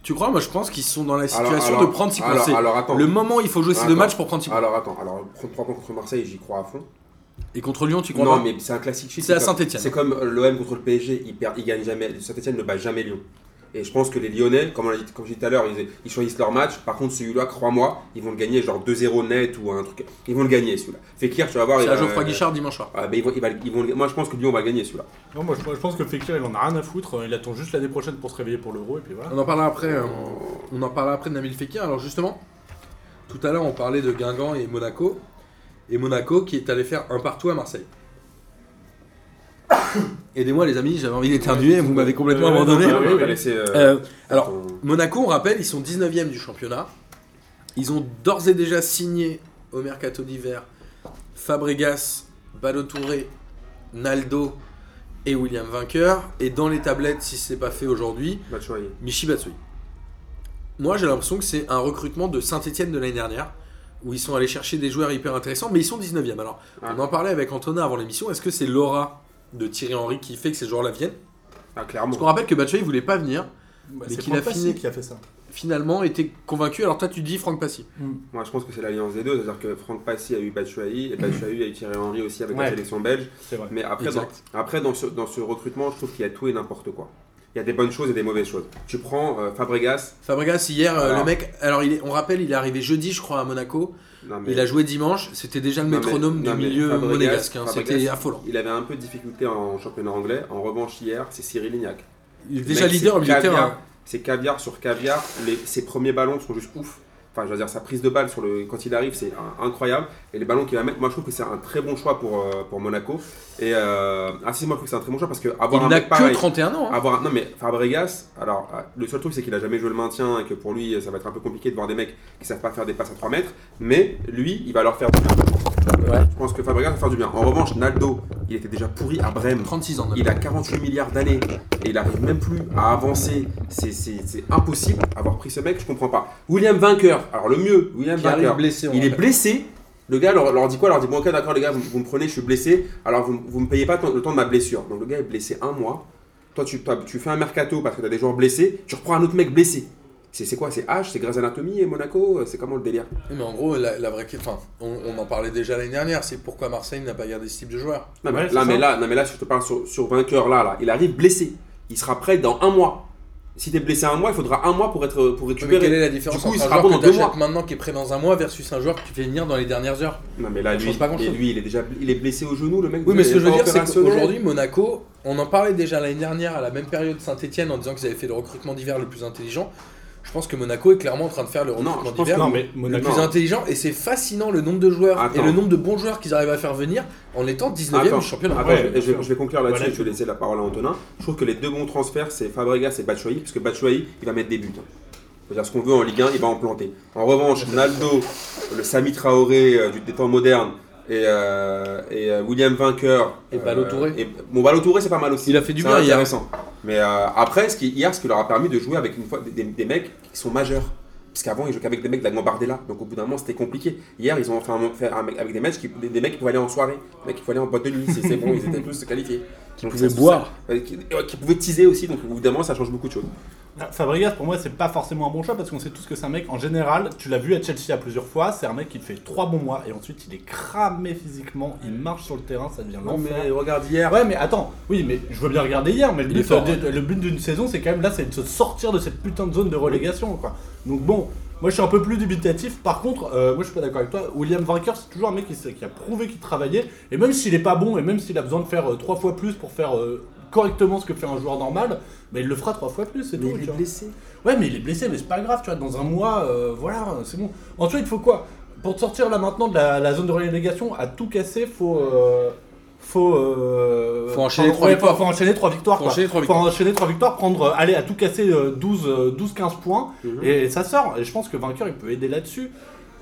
Tu crois Moi, je pense qu'ils sont dans la situation
Alors,
de
alors,
prendre 6 points.
Alors,
C'est
alors, attends.
le moment, il faut jouer ces deux
Attends.
matchs pour prendre 6 points.
Alors, attends. Alors, prendre 3 points contre Marseille, j'y crois à fond.
Et contre Lyon, tu crois
Non,
pas
mais c'est un classique shit.
C'est à
comme-
Saint-Etienne.
C'est comme l'OM contre le PSG, ils, perdent, ils gagnent jamais. Saint-Etienne ne bat jamais Lyon. Et je pense que les Lyonnais, comme, on l'a dit, comme je disais tout à l'heure, ils, ils choisissent leur match. Par contre, celui-là, crois-moi, ils vont le gagner genre 2-0 net ou un truc. Ils vont le gagner celui-là. Fekir, tu vas voir.
C'est
il
à
va-
Geoffroy Guichard dimanche soir.
Ah, ben, ils vont- ils va- ils vont le- moi, je pense que Lyon va le gagner celui-là.
Non, moi, je, moi, je pense que Fekir, il en a rien à foutre. euh, Il attend juste l'année prochaine pour se réveiller pour l'euro, et puis voilà.
On en parlera après. euh, On en parlera après de Nabil Fekir. Alors justement, tout à l'heure on parlait de Guingamp et Monaco. et Monaco qui est allé faire un partout à Marseille. Aidez-moi les amis, j'avais envie d'éternuer, vous m'avez complètement
Ouais, ouais,
abandonné.
non, bah,
on
oui,
va
oui.
laisser, euh,
Euh, alors,
ton-
Monaco, on rappelle, ils sont 19e du championnat. Ils ont d'ores et déjà signé au mercato d'hiver Fabregas, Balotouré, Naldo et William Vainqueur. Et dans les tablettes, si c'est pas fait aujourd'hui,
Batshuayi.
Michi Batsui. Moi, j'ai l'impression que c'est un recrutement de Saint-Etienne de l'année dernière, où ils sont allés chercher des joueurs hyper intéressants, mais ils sont 19e. Alors,
Ah.
on en parlait avec Antonin avant l'émission. Est-ce que c'est l'aura de Thierry Henry qui fait que ces joueurs-là viennent
Ah,
Parce
clairement.
qu'on rappelle que Batshuayi voulait pas venir,
Bah,
Mais
c'est
qu'il a
Franck Passy
fini.
qui a fait ça.
finalement était convaincu. Alors, toi, tu dis Franck Passy.
Moi, je pense que c'est l'alliance des deux. C'est-à-dire que Franck Passy a eu Batshuayi et Batshuayi a eu Thierry Henry aussi avec
Ouais.
la sélection belge.
C'est vrai.
Mais après, dans,
Exact.
après dans, ce, dans ce recrutement, je trouve qu'il y a tout et n'importe quoi. Il y a des bonnes choses et des mauvaises choses. Tu prends euh, Fabregas.
Fabregas, hier, euh,
Alors.
le mec, alors il est- on rappelle, il est arrivé jeudi, je crois, à Monaco.
Non, mais-
Il a joué dimanche. C'était déjà le
Non, mais-
métronome
non,
du
mais
milieu
Fabregas-
monégasque. hein.
Fabregas-
C'était affolant.
Il avait un peu de difficulté en championnat anglais. En revanche, hier, c'est Cyril Lignac.
Il est
Le
déjà
mec,
leader hein. au
c'est
milieu de
caviar.
terrain.
C'est caviar sur caviar. Les- ses premiers ballons sont juste ouf. Enfin, je veux dire, sa prise de balle sur le, quand il arrive, c'est un- incroyable. Et les ballons qu'il va mettre, moi je trouve que c'est un très bon choix pour, euh, pour Monaco. Et euh, ah, si, moi je trouve que c'est un très bon choix parce que avoir
Il
un
n'a
mec
que
pareil.
31 ans. hein.
Avoir, non mais Fabregas, alors euh, le seul truc c'est qu'il a jamais joué le maintien et que pour lui ça va être un peu compliqué de voir des mecs qui savent pas faire des passes à 3 mètres, mais lui il va leur faire du bien. Ah,
Ouais.
Je pense que Fabregas va faire du bien. En revanche, Naldo, il était déjà pourri à Brême.
36 ans.
Il a 48 milliards d'années et il arrive même plus à avancer. C'est- C'est c'est impossible. Avoir pris ce mec, je comprends pas. William Vainqueur, alors le mieux, William
Qui arrive
Vainqueur,
blessé. on
il est
rappelle.
blessé. Le gars leur, leur dit quoi Leur dit Bon, ok, d'accord, les gars, vous, vous me prenez, je suis blessé. Alors, vous, vous me payez pas tant- le temps de ma blessure. Donc, le gars est blessé un mois. Toi, tu, toi, tu fais un mercato parce que t'as des joueurs blessés. Tu reprends un autre mec blessé. C'est c'est quoi C'est H C'est Grâce Anatomy et Monaco C'est comment le délire
Mais en gros, la, la vraie question, enfin, on, on en parlait déjà l'année dernière, c'est pourquoi Marseille n'a pas gardé ce type de joueur.
non, mais
Ouais, c'est
là, mais
ça.
là, non, mais là, je te parle sur, sur vainqueur là, là. Il arrive blessé. Il sera prêt dans un mois. Si t'es blessé un mois, il faudra un mois pour être pour
Mais quelle
récupérer.
est la différence
Du coup, il
entre un
sera
joueur
bon
que
dans deux
t'achètes
mois.
maintenant qui est prêt dans un mois versus un joueur que tu fais venir dans les dernières heures
Non, mais là,
Ça
lui,
change pas
et
grand-chose.
lui, il est déjà, il est blessé au genou, le mec.
Oui, mais ce que je veux
il est
dire,
pas
c'est
opérationnel.
qu'aujourd'hui, Monaco, on en parlait déjà l'année dernière à la même période Saint-Etienne en disant qu'ils avaient fait le recrutement d'hiver le plus intelligent. Je pense que Monaco est clairement en train de faire le
Non,
recrutement
je pense
d'hiver
Non, mais
le
Monaco.
plus
non.
intelligent et c'est fascinant le nombre de joueurs et
Attends.
le nombre de bons joueurs qu'ils arrivent à faire venir en étant 19 e
Attends,
du championnat.
attends,
Ouais,
je vais-
bien
je, vais,
sûr.
je vais conclure là-dessus
Voilà,
et je vais laisser la parole à Antonin. Je trouve que les deux bons transferts, c'est Fabregas et Batshuayi, parce que Batshuayi, il va mettre des buts. hein. C'est-à-dire ce qu'on veut en Ligue 1, il va en planter. En revanche, Naldo, le Sami Traoré euh, du des temps modernes, et, euh, et, euh, William Vainqueur.
Et
euh,
Balotouré.
et- Bon, Balotouré, c'est pas mal aussi.
Il a fait du
C'est
bien hier.
intéressant. Mais euh, après, ce qui, hier, ce qui leur a permis de jouer avec une fois, des, des- des mecs qui sont majeurs. Parce qu'avant, ils jouaient avec des mecs de la Gambardella. Donc au bout d'un moment, c'était compliqué. Hier, ils ont fait, un- fait un mec- avec des, mecs qui, des, des mecs qui pouvaient aller en soirée. Des mecs qui pouvaient aller en boîte de nuit. C'est c'est bon, ils étaient tous qualifiés. Qui
pouvaient boire.
euh, qui, ouais, qui pouvaient teaser aussi. Donc au bout d'un moment, ça change beaucoup de choses.
Ah, Fabregas, pour moi, c'est pas forcément un bon choix parce qu'on sait tous que c'est un mec, en général, tu l'as vu à Chelsea à plusieurs fois, c'est un mec qui te fait trois bons mois et ensuite il est cramé physiquement, il marche sur le terrain, ça devient l'enfer.
regarde hier.
Ouais, mais attends, oui, mais je veux bien regarder hier, mais le
Il est
but,
fort,
euh, le but d'une saison, c'est quand même là, c'est de se sortir de cette putain de zone de relégation, quoi. Donc bon, moi je suis un peu plus dubitatif. Par contre, euh, moi je suis pas d'accord avec toi. William Vainqueur, c'est toujours un mec qui, s'est- qui a prouvé qu'il travaillait, et même s'il est pas bon, et même s'il a besoin de faire euh, trois fois plus pour faire euh, correctement ce que fait un joueur normal, bah, il le fera trois fois plus, c'est tout. tu vois.
blessé.
Ouais, mais il est blessé, mais c'est pas grave, tu vois, dans un mois, euh, voilà, c'est bon. Ensuite, il faut quoi Pour te sortir là maintenant de la, la zone de relégation, à tout casser, faut. euh, faut. euh,
Faut enchaîner
prendre-
trois
ouais,
victoires.
Faut, faut enchaîner trois victoires.
Faut
quoi.
enchaîner trois
Faut
victoires.
enchaîner trois victoires, prendre. euh, allez, à tout casser euh, 12, euh, 12 15 points,
Mhm.
et, ça sort. Et je pense que vainqueur, il peut aider là-dessus.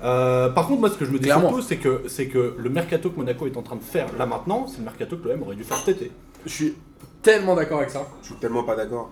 Euh, par contre, moi, ce que je me dis
Clairement.
surtout, c'est que, c'est que le mercato que Monaco est en train de faire là maintenant, c'est le mercato que l'OM aurait dû faire cet été.
Je suis tellement d'accord avec ça.
Je suis tellement pas d'accord.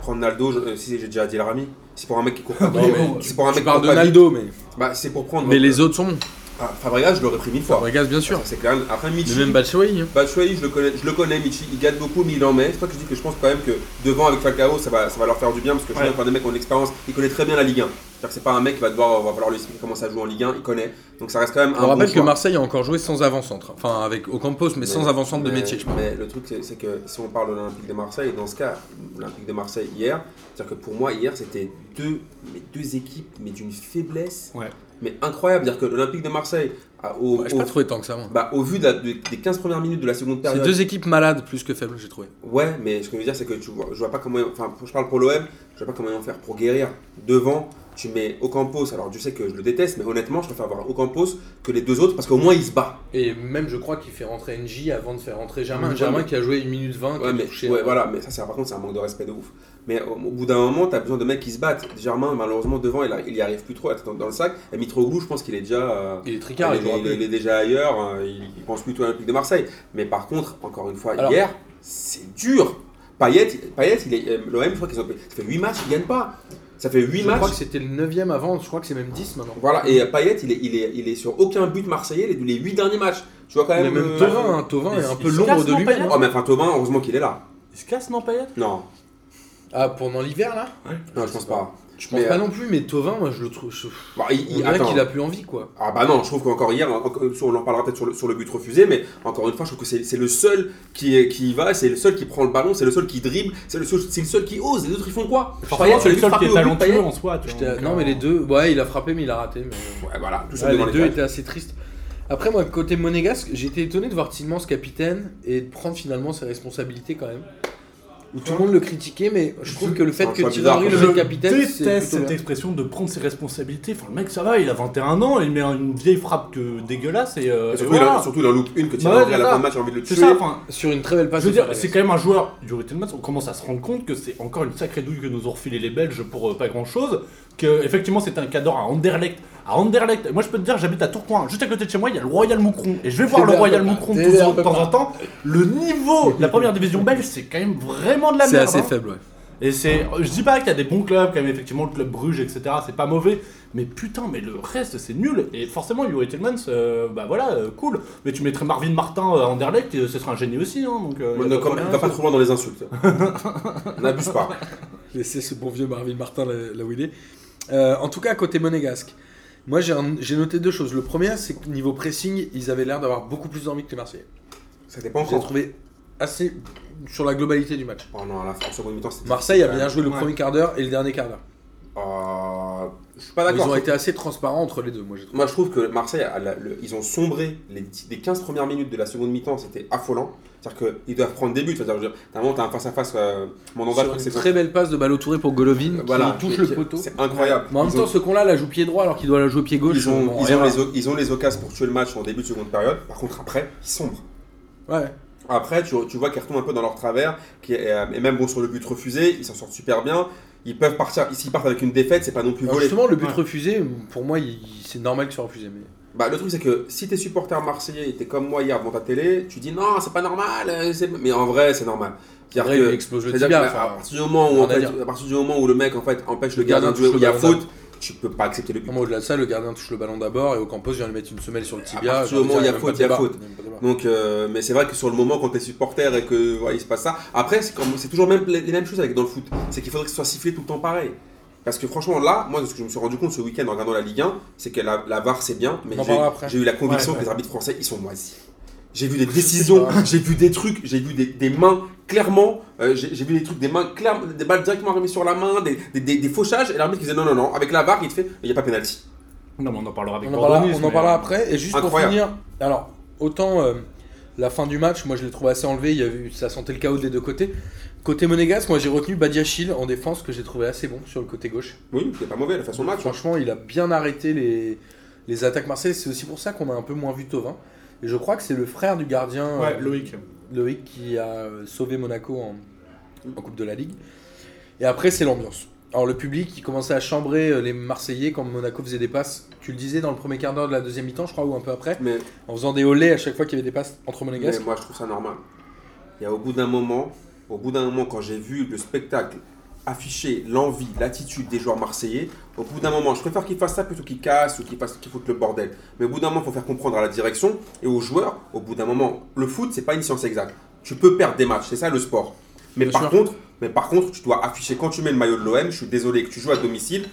Prendre Naldo, je- euh, si j'ai déjà dit le Rami. C'est pour un mec qui court pas
Non,
vite.
mais
C'est pour un mec
Tu
qui
parles
court
de
pas vite.
Naldo, mais,
Bah, c'est pour prendre.
mais les autres sont bons.
Ah, Fabregas, je l'aurais pris mille fois.
Fabregas, bien
Ça,
sûr.
C'est quand même. Après Michi.
Mais même Batshuayi. hein.
Batshuayi, je le connais, je le connais, Michi, il gagne beaucoup, mais il en met. C'est pour ça que je dis que je pense quand même que devant avec Falcao, ça va, ça va leur faire du bien parce que je
Ouais.
viens par des mecs qui ont de l'expérience. Il connaît très bien la Ligue 1. C'est-à-dire que c'est pas un mec qui va devoir, on va falloir lui expliquer comment ça joue en Ligue 1. Il connaît. Donc ça reste quand même un.
On rappelle
bon
que
choix.
Marseille a encore joué sans avant-centre. Enfin, avec Ocampos, mais, sans avant-centre de
mais-
métier, je pense.
Mais le truc, c'est c'est que si on parle de l'Olympique de Marseille, dans ce cas, l'Olympique de Marseille hier, c'est-à-dire que pour moi, hier, c'était deux, mais deux équipes, mais d'une faiblesse,
Ouais.
mais incroyable. C'est-à-dire que l'Olympique de Marseille, a- au,
Ouais, J'ai
au-
pas trouvé tant que ça, moi.
bah, au vu de la- de- des 15 premières minutes de la seconde
C'est
période,
deux équipes malades plus que faibles, j'ai trouvé.
Ouais, mais ce que je veux dire, c'est que tu vois, je vois pas comment. Enfin, je parle pour l'OM, je vois pas comment ils vont faire pour guérir devant. tu mets Ocampos, alors je sais que je le déteste, mais honnêtement, je préfère avoir Ocampos que les deux autres parce qu'au moins il se bat.
Et même, je crois qu'il fait rentrer NJ avant de faire rentrer Germain.
Ouais,
Germain
mais-
qui a joué 1 minute 20, qui
Ouais,
a
mais, hein.
touché-
ouais, voilà, mais ça, c'est- par contre, c'est un manque de respect de ouf. Mais au, au bout d'un moment, t'as besoin de mecs qui se battent. Germain, malheureusement, devant, il, a- il y arrive plus trop à être dans, dans le sac. Et Mitroglou, je pense qu'il est déjà. euh,
Il est tricard, il
il,
jouera
il-
plus.
il est déjà ailleurs, euh, il, il pense plutôt à l'Olympique de Marseille. Mais par contre, encore une fois,
Alors-
hier, c'est dur. Payet, Payet il est, euh, l'OM, je crois qu'ils ont Ça fait 8 matchs, il gagne pas. Ça fait 8
Je
matchs.
crois que c'était le 9ème avant, je crois que c'est même 10 maintenant.
Voilà, et euh, Payet, il est, il, est, il est sur aucun but marseillais les, les 8 derniers matchs. Tu vois quand
Mais
même.
même
euh,
Tovin, hein, Thauvin
il-
est un
il
peu
se
l'ombre
casse,
de
non,
lui-même.
Oh, mais enfin, Thauvin, heureusement qu'il est là.
Il se casse, non, Payet
Non,
Ah, pendant l'hiver là
non, je pense pas.
Je pense
Mais,
pas
euh,
non plus, mais Tovin, moi je le trouve. Je...
Bon,
On
il, il-
dirait
attends.
qu'il a plus envie quoi.
Ah bah non, je trouve qu'encore hier, en- en- on en parlera peut-être sur le, sur le but refusé, mais encore une fois, je trouve que c'est c'est le seul qui, est- qui y va, c'est le seul qui prend le ballon, c'est le seul qui dribble, c'est le, seul- c'est le seul qui ose, les autres ils font quoi
Forcément,
Payet,
c'est le
tu
seul
l'as
qui
vu
est
frapper au but,
talentueux
Payet
en soi. tu
J'étais-
vois, donc,
Non, mais
euh,
les deux, ouais, il a frappé, mais il a raté. mais-
Ouais, voilà, tout ça
Ouais,
devant
les
les
deux
cages.
étaient assez tristes. Après, moi, côté monégasque, j'étais étonné de voir Tillmans capitaine et de prendre finalement ses responsabilités quand même. Où tout le monde le critiquait, mais je trouve que le fait
un
que
choix
Thierry
bizarre,
Henry
quand
le
même.
mette capitaine, c'est
déteste
plutôt
cette
bien.
expression de prendre ses responsabilités. Enfin, le mec, ça va, il a 21 ans, il met une vieille frappe que dégueulasse et. euh,
Et
et
Surtout, il
voilà.
en, surtout, il en loupe une que tu
Bah ouais,
vas à
c'est
la fin
ça.
de match, j'ai envie de le
C'est
tuer.
ça, enfin,
Sur une très belle passe.
Je veux
de
dire,
Fernandes.
c'est quand même un joueur du Real match. On commence à se rendre compte que c'est encore une sacrée douille que nous ont refilé les Belges pour euh, pas grand chose. Que effectivement c'est un cador à Anderlecht. À Anderlecht, moi je peux te dire, j'habite à Tourcoing, juste à côté de chez moi, il y a le Royal Moucron. Et je vais voir
T'es
le
là,
Royal
papa.
Moucron
T'es
de
là,
temps, de temps
papa.
en temps. Le niveau de la première division belge, c'est quand même vraiment de la
C'est
merde.
assez
hein.
faible, ouais.
Et c'est, je dis pas qu'il y a des bons clubs, quand même effectivement le club Bruges, etc. C'est pas mauvais, mais putain, mais le reste c'est nul. Et forcément, Yuri Tillmans, euh, bah voilà, euh, cool. Mais tu mettrais Marvin Martin euh, à Anderlecht, euh, ce serait un génie aussi, hein. Donc, euh,
On
y
ne
a pas de
quand même-
problème.
va pas trop loin dans les insultes. N'abuse pas.
Laissez ce bon vieux Marvin Martin là, là où il est. Euh, en tout cas, côté monégasque, moi j'ai un- j'ai noté deux choses. Le premier, c'est que niveau pressing, ils avaient l'air d'avoir beaucoup plus d'envie que les Marseillais.
Ça dépend
J'ai
quand.
trouvé assez sur la globalité du match.
Oh non, à la fin, en seconde mi-temps, c'était.
Marseille a bien joué le
Ouais.
premier quart d'heure et le dernier quart d'heure.
Euh, je suis pas
Ils
d'accord.
ont été assez transparents entre les deux, moi j'ai trouvé.
Moi, je trouve que Marseille, a la- le- ils ont sombré les, dix- les 15 premières minutes de la seconde mi-temps, c'était affolant. C'est-à-dire qu'ils doivent prendre des buts. C'est-à-dire, je veux dire, t'as un moment, t'as un face-à-face. euh, mon
Sur
endroit, je crois que
une
c'est
très belle passe de Balotouré pour Golovin qui
Euh, Voilà,
touche
qui-
le
qui-
poteau.
C'est incroyable.
Mais en même
Ils
temps,
ont-
ce con-là la joue pied droit alors qu'il doit la jouer pied gauche. euh,
ils ont,
Bon,
ils, ont
rien.
les, o- ils ont les occasions pour tuer le match en début de seconde période. Par contre, après, ils sombrent.
Ouais.
Après, tu, tu vois qu'ils retombent un peu dans leur travers. qui est, euh, et même bon, sur le but refusé, ils s'en sortent super bien. Ils peuvent partir. S'ils partent avec une défaite, c'est pas non plus
Alors
volé.
Euh, Bah, justement, le but
Ouais.
refusé, pour moi, il- il- c'est normal qu'il soit refusé. Mais...
Bah, le truc, c'est que si t'es supporter marseillais et t'es comme moi hier devant ta télé, tu dis non, c'est pas normal. euh, c'est- Mais en vrai, c'est normal. C'est-à-dire
Après, il
que- Ah,
lui explose le
C'est-à-dire
tibia.
qu'à- à
enfin,
partir du moment où
rien
en
à
fait,
dire.
à partir du moment où le mec en fait empêche le
Le gardien
gardien de jouer
touche
où
le
il y a
ballon
faute, tu peux pas accepter le but.
Moi, au-delà de ça, le gardien touche le ballon d'abord et Ocampos vient lui mettre une semelle sur le tibia.
partir du
genre,
moment où il y a
même
faute,
pas de
il y a
débat.
faute.
Même pas de débat.
Donc, euh, mais c'est vrai que sur le moment, quand t'es supporter et que voilà, il se passe ça, après c'est comme- c'est toujours même les, les mêmes choses avec dans le foot. C'est qu'il faudrait que ce soit sifflé tout le temps pareil. Parce que franchement là, moi ce que je me suis rendu compte ce week-end en regardant la Ligue 1, c'est que la, la VAR c'est bien, mais
On en
j'ai-
parlera après.
j'ai eu la conviction
bah, Ouais,
que les arbitres français ils sont moisis. J'ai vu des décisions, j'ai vu des trucs, j'ai vu des, des mains clairement, euh, j'ai j'ai vu des trucs, des mains clairement, des balles directement remises sur la main, des, des, des- des fauchages, et l'arbitre qui disait non, non, non, avec la VAR il te fait, il n'y a pas pénalty.
Non, mais on en parlera avec
On en parlera,
Bordonis,
on en
mais- euh,
parlera après. Et juste pour
Incroyable.
finir, alors, autant euh, la fin du match, moi je l'ai trouvé assez enlevé, il y avait, ça sentait le chaos des deux côtés. Côté monégasque, moi j'ai retenu Badiachil en défense que j'ai trouvé assez bon sur le côté gauche.
Oui, c'est pas mauvais la façon de match.
Franchement, il a bien arrêté les, les attaques marseillaises. C'est aussi pour ça qu'on a un peu moins vu Tovin. Et je crois que c'est le frère du gardien
Ouais,
euh,
Loïc.
Loïc qui a euh, sauvé Monaco en, en Coupe de la Ligue. Et après, c'est l'ambiance. Alors, le public, il commençait à chambrer euh, les Marseillais quand Monaco faisait des passes. Tu le disais dans le premier quart d'heure de la deuxième mi-temps, je crois, ou un peu après,
Mais
en faisant des olés à chaque fois qu'il y avait des passes entre
Mais
Monégasques.
moi, je trouve ça normal. Et au bout d'un moment, au bout d'un moment, quand j'ai vu le spectacle afficher l'envie, l'attitude des joueurs marseillais, au bout d'un moment, je préfère qu'ils fassent ça plutôt qu'ils cassent ou qu'ils fassent qu'ils foutent le bordel. Mais au bout d'un moment, il faut faire comprendre à la direction et aux joueurs, au bout d'un moment, le foot, c'est pas une science exacte. Tu peux perdre des matchs, c'est ça le sport. Mais
Bien sûr.
par contre, mais par contre, tu dois afficher quand tu mets le maillot de l'OM, je suis désolé que tu joues à domicile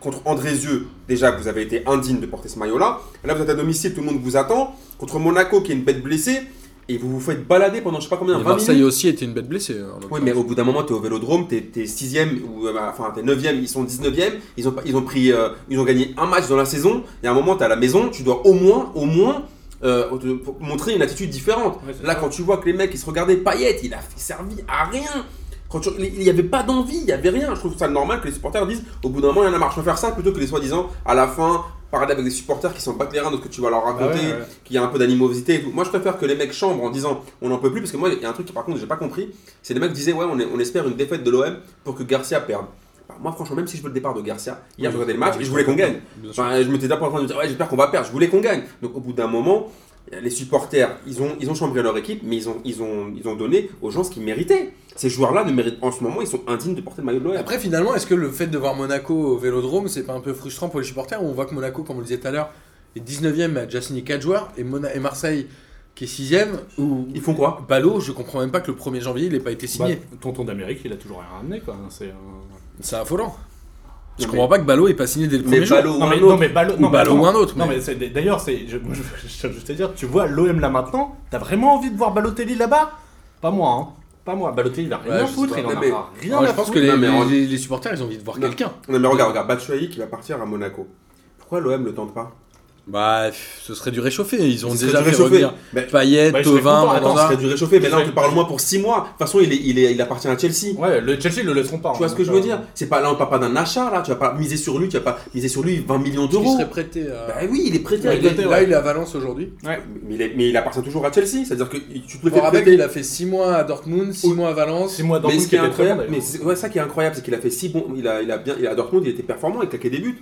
contre Andrézieux, déjà que vous avez été indigne de porter ce maillot-là. Là, vous êtes à domicile, tout le monde vous attend. Contre Monaco, qui est une bête blessée, et vous vous faites balader pendant je sais pas combien, 20 minutes.
aussi était une bête blessée. hein,
Oui, mais au bout d'un moment, t'es au vélodrome, t'es es 6ème, ou, euh, enfin t'es 9ème, ils sont 19ème, ils ont, pas- ils, ont pris, euh, ils ont gagné un match dans la saison, et à un moment, t'es à la maison, tu dois au moins, au moins. euh, te- pour montrer une attitude différente.
Ouais, c'est
Là, quand tu vois que les mecs ils se regardaient, Payet, il a servi à rien. Quand tu- Il n'y avait pas d'envie, il n'y avait rien. Je trouve ça normal que les supporters disent au bout d'un moment, il y en a marre. Je préfère ça plutôt que les soi-disant à la fin parler avec des supporters qui sont pas clairs de ce que tu vas leur raconter,
Ah ouais, ouais.
qu'il y a un peu d'animosité et tout. Moi, je préfère que les mecs chambrent en disant on n'en peut plus, parce que moi, il y a un truc que par contre, j'ai pas compris. C'est les mecs qui disaient ouais, on, est- on espère une défaite de l'OM pour que Garcia perde. Bah, moi, franchement, même si je veux le départ de Garcia, hier, je regardais le match et je voulais qu'on gagne.
Bien sûr.
Enfin, je m'étais déjà pas en train de me dire, ouais, j'espère qu'on va perdre, je voulais qu'on gagne. Donc, au bout d'un moment, les supporters, ils ont, ils ont chambré leur équipe, mais ils ont, ils, ont, ils ont donné aux gens ce qu'ils méritaient. Ces joueurs-là, ne méritent, en ce moment, ils sont indignes de porter le maillot de l'OM.
Après, finalement, est-ce que le fait de voir Monaco au vélodrome, c'est pas un peu frustrant pour les supporters On voit que Monaco, comme on le disait tout à l'heure, est 19ème, mais a déjà signé 4 joueurs, et, Mona- et Marseille, qui est 6ème, ou
Ils font quoi
Ballot, je comprends même pas que le 1er janvier, il n'ait pas été signé.
Bah, tonton d'Amérique, il a toujours rien ramené, quoi. hein, C'est un-
C'est affolant. Je
Non,
comprends pas que Ballot n'ait pas signé dès le
Mais
premier jour.
Ballot ou
Non, mais,
un
non,
autre.
mais Ballot,
Ou
non, mais
Ballot
attends.
ou un autre,
Non,
mais-
mais c'est- d'ailleurs, c'est, je, moi, je, je tiens juste à dire, tu vois l'OM là maintenant, t'as vraiment envie de voir Balotelli là-bas Pas moi, hein. Pas moi. Balotelli, il a rien
Ouais,
à
je sais
foutre,
pas.
il en
Mais-
a
mais-
rien
Ouais,
à
je pense
foutre.
que les,
non, mais on-
les- les supporters, ils ont envie de voir
Non.
quelqu'un.
Non, mais regarde, regarde, Batshuayi qui va partir à Monaco. Pourquoi l'OM le tente pas
Bah, pff, ce serait du réchauffé. Ils ont
Ce serait
déjà
du
fait
réchauffé.
revenir
Mais-
Payet,
Bah, ils seraient
Thauvin,
contents. Attends,
Attends, ce
Mandanda.
serait du réchauffé, mais là on te parle au moins pour 6 mois. De toute façon, il, est, il, est, il appartient à Chelsea.
Ouais, le Chelsea le laisseront pas. hein, euh,
Tu vois ce que je veux dire C'est pas là on parle pas d'un achat là, tu vas pas miser sur lui, tu vas pas miser sur lui 20 millions
qui
d'euros.
serait prêté à...
Bah oui, il est prêté à
Là, il est-
Angleterre.
Là, il est à Valence aujourd'hui.
Mais il, est- mais il appartient toujours à Chelsea, c'est-à-dire que tu te le
Pour
fais
rappel,
prêter.
il a fait 6 mois à Dortmund, 6
Oui.
mois à Valence.
6 mois
Mais
d'embrouille
ce qui est
était très bon,
incroyable,
d'ailleurs.
mais c'est ouais, ça qui est incroyable, c'est qu'il a fait si bon, il a, il a bien, il a à Dortmund, il était performant, il claquait des buts,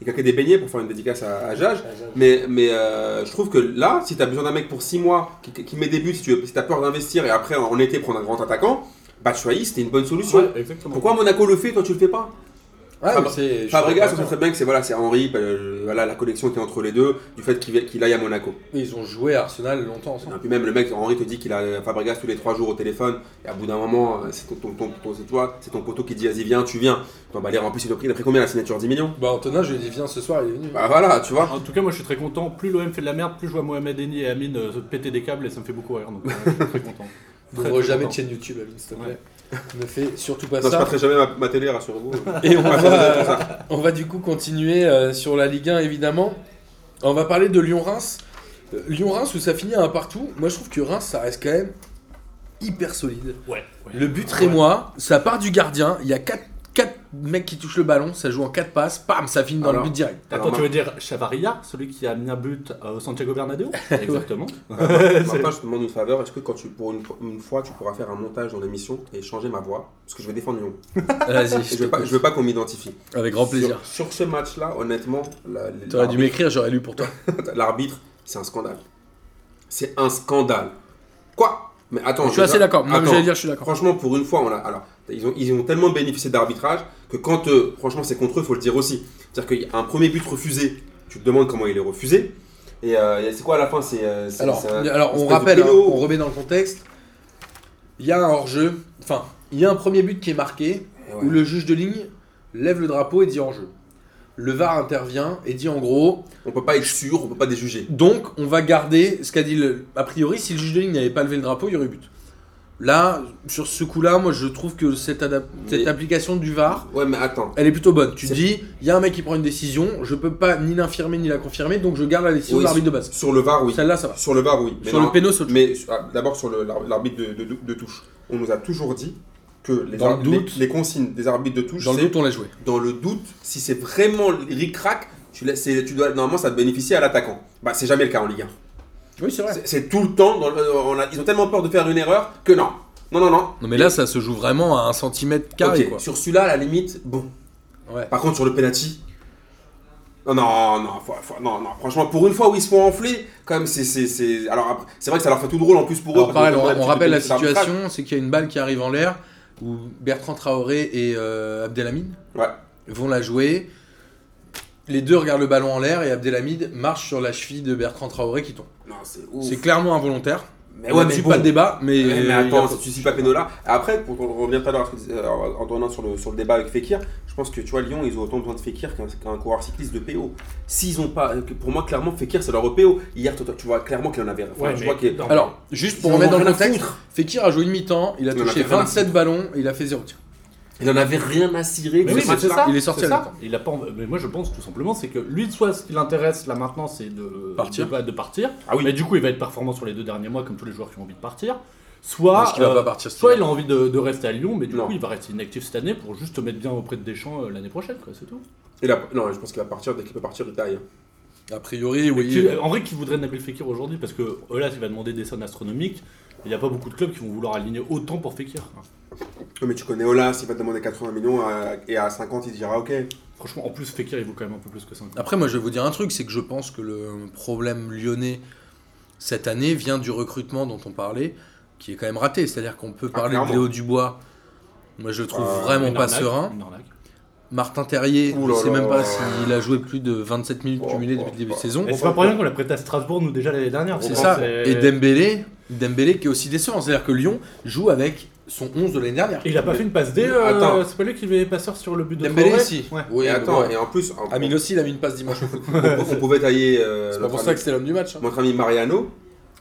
il claquait des beignets pour faire une dédicace à, à Jage. Mais, mais euh, je trouve que là, si t'as besoin d'un mec pour 6 mois qui, qui met des buts, si tu as peur d'investir et après en été prendre un grand attaquant, Batshuayi c'était une bonne solution.
Ouais, exactement.
Pourquoi Monaco le fait, toi tu le fais pas
Ouais,
Fabri-
mais c'est- je
Fabregas,
suis
on sait
d'accord.
très bien que c'est voilà, c'est Henry, euh, voilà, la connexion était entre les deux, du fait qu'il qu'il aille à Monaco.
Ils ont joué à Arsenal longtemps
Et
ensemble.
puis même le mec, Henri te dit qu'il a Fabregas tous les trois jours au téléphone, et à bout d'un moment, euh, c'est ton, ton, ton- ton- c'est toi, c'est ton poteau qui dit vas-y viens, tu viens. Bon, bah, les remplis, il a pris, il a pris combien la signature 10 millions
Bah, Antonin, je lui ai dit, viens ce soir, il est venu.
Bah voilà, tu vois.
En tout cas, moi je suis très content. Plus l'OM fait de la merde, plus je vois Mohamed Eni et Amine euh, péter des câbles et ça me fait beaucoup rire. Donc, ouais, je suis très content. Très,
N'ouvre
très
jamais de
content.
chaîne YouTube, Amine, s'il te plaît.
Ouais.
Ne fais surtout pas
Non, je
ça.
passerai jamais ma, ma télé, rassurez-vous.
Et on
Ah,
va-
c'est pour ça.
On va du coup continuer euh, sur la Ligue 1 évidemment. On va parler de Lyon-Reims. Euh, Lyon-Reims où ça finit à un partout. Moi je trouve que Reims ça reste quand même hyper solide.
Ouais, ouais.
Le but rémois, ça part du gardien. Il y a 4, mecs qui touchent le ballon, ça joue en 4 passes, pam, ça finit dans
Alors.
le but direct.
Attends,
Alors,
tu veux dire Chavarria, celui qui a mis un but euh, au Santiago Bernabéu Exactement.
Maintenant, je te demande une faveur, est-ce que quand tu, pour une, une fois, tu pourras faire un montage dans l'émission et changer ma voix Parce que je vais défendre Lyon.
Vas-y,
Et
je
Je veux
te
pas, je veux pas qu'on m'identifie.
coupe. avec grand plaisir.
Sur, sur ce match-là, honnêtement, la-
T'aurais dû m'écrire, j'aurais lu pour toi.
L'arbitre, c'est un scandale. C'est un scandale. Quoi Mais attends,
je suis assez
déjà-
d'accord. Moi
attends.
j'allais dire je suis d'accord.
Franchement, pour une fois, on a. Alors, ils ont, ils ont tellement bénéficié d'arbitrage que quand, euh, franchement, c'est contre eux, faut le dire aussi. C'est-à-dire qu'il y a un premier but refusé. Tu te demandes comment il est refusé. Et euh, et c'est quoi à la fin C'est. euh, c'est-
Alors,
c'est un-
alors
espèce
on
de
rappelle, hein,
pédo.
on remet dans le contexte. Il y a un hors-jeu, enfin, il y a un premier but qui est marqué.
Et
où
ouais.
le juge de ligne lève le drapeau et dit en jeu. Le VAR intervient et dit en gros,
On peut pas être sûr, on peut pas déjuger.
donc on va garder ce qu'a dit le. A priori, si le juge de ligne n'avait pas levé le drapeau, il y aurait but. Là, sur ce coup-là, moi je trouve que cette, adap-
Mais-
cette application du VAR,
Ouais, mais attends.
elle est plutôt bonne. Tu te
C'est-
dis, il y a un mec qui prend une décision, je peux pas ni l'infirmer ni la confirmer, donc je garde la décision
Oui,
de l'arbitre de base.
Sur le VAR, oui.
Celle-là, ça va.
Sur le VAR, oui. Mais
sur
non,
le péno, c'est autre chose.
Mais ah, d'abord sur le- l'ar- l'arbitre de, de- de touche. On nous a toujours dit que les,
Dans le
ar-
doute.
les- les consignes des arbitres de touche,
Dans le
c'est-
doute, on l'a joué.
dans le doute, si c'est vraiment ric-rac, tu, laisses- c'est- tu dois, normalement ça te bénéficie à l'attaquant. Bah, c'est jamais le cas en Ligue 1.
Oui, c'est vrai.
C'est- C'est tout le temps, dans le- on a- ils ont tellement peur de faire une erreur que non. Non, non, non.
Non, mais là, ça se joue vraiment à un centimètre carré,
Ok,
quoi.
Sur celui-là, à la limite, bon.
Ouais.
Par contre, sur le penalty. Non, non, non, faut- faut- non, non, franchement, pour une fois où ils se font enfler, quand même, c'est. c'est- c'est- Alors, après, c'est vrai que ça leur fait tout drôle en plus pour
Alors
eux. parce
pareil,
que
on,
comme
on
d'habitude,
rappelle la
depuis l'arbitrage-
situation, c'est qu'il y a une balle qui arrive en l'air où Bertrand Traoré et euh, Abdelhamid
Ouais.
vont la jouer. Les deux regardent le ballon en l'air et Abdelhamid marche sur la cheville de Bertrand Traoré qui tombe.
Non, c'est ouf.
C'est clairement involontaire.
Mais
Mais
ouais, mais
Là-dessus,
bon.
pas de débat, mais, euh,
Ouais, mais
il y a
attends,
pas-
si tu suis pas Penola. Après, pour on revient tout à l'heure à ce que disait- euh, en tournant sur le, sur le débat avec Fekir, je pense que tu vois, Lyon, ils ont autant besoin de Fekir qu'un qu'un coureur cycliste de PO. S'ils ont pas. que Pour moi, clairement, Fekir, c'est leur PO. Hier, toi, toi, tu vois clairement qu'il en avait. Enfin,
Ouais,
tu
mais-
vois qu'il.
non,
Alors, juste pour
Ils en
remettre
ont
dans le
rien à
contexte,
foutre.
Fekir a joué une mi-temps, il a
Il en a
touché
fait rien à
27 ballons et il a fait 0 tir.
Il en avait rien à cirer
Mais
de
oui,
ce
mais c'est
match-là.
ça.
Il est sorti
c'est
à
ça.
mi-temps.
Il a pas envie- Mais moi, je pense tout simplement, c'est que lui, soit ce qui l'intéresse là maintenant, c'est de
Partir.
de, de partir.
Ah oui.
Mais du coup, il va être performant sur les deux derniers mois, comme tous les joueurs qui ont envie de partir. Soit,
Ah,
Parce qu'il va
euh,
pas partir cet
soit il
hiver.
a envie de, de rester à Lyon, mais du
Non.
coup il va rester inactif cette année pour juste te mettre bien auprès de Deschamps euh, l'année prochaine, quoi, c'est tout.
Et là, non, je pense qu'il va partir dès qu'il peut partir, il taille. hein.
A priori, oui.
Qui- en vrai, qui voudrait Nabil Fekir aujourd'hui Parce que Olas il va demander des sommes astronomiques. Il n'y a pas beaucoup de clubs qui vont vouloir aligner autant pour Fekir. hein.
Mais tu connais Olas, il va te demander 80 millions à- et à 50, il dira ok.
Franchement, en plus, Fekir il vaut quand même un peu plus que 5.
Après, moi, je vais vous dire un truc, c'est que je pense que le problème lyonnais cette année vient du recrutement dont on parlait, qui est quand même raté. C'est-à-dire qu'on peut
Ah,
parler de
clairement.
Léo Dubois, moi je le trouve
Euh,
vraiment pas serein. Martin Terrier,
Ouh
je
là
sais même
là.
pas s'il a joué plus de 27 minutes
Oh,
cumulées
oh,
depuis le début de
oh.
saison.
Et c'est pas pour rien qu'on l'a prêté à Strasbourg, nous, déjà l'année dernière.
C'est
on
ça.
C'est-
Et Dembélé, Dembélé qui est aussi décevant. C'est-à-dire que Lyon joue avec son 11 de l'année dernière.
Et il a pas fait une passe D,
Mais
euh,
attends.
c'est pas lui qui met passeur sur le but de
Dembélé
Traoré
si.
Ouais.
Oui,
et
mais
attends,
bon.
et en plus, on,
Amine aussi, il a mis une passe dimanche au foot.
on- on pouvait tailler euh,
C'est pas
notre
pour
ami-
ça que c'était l'homme du match. hein.
notre ami Mariano.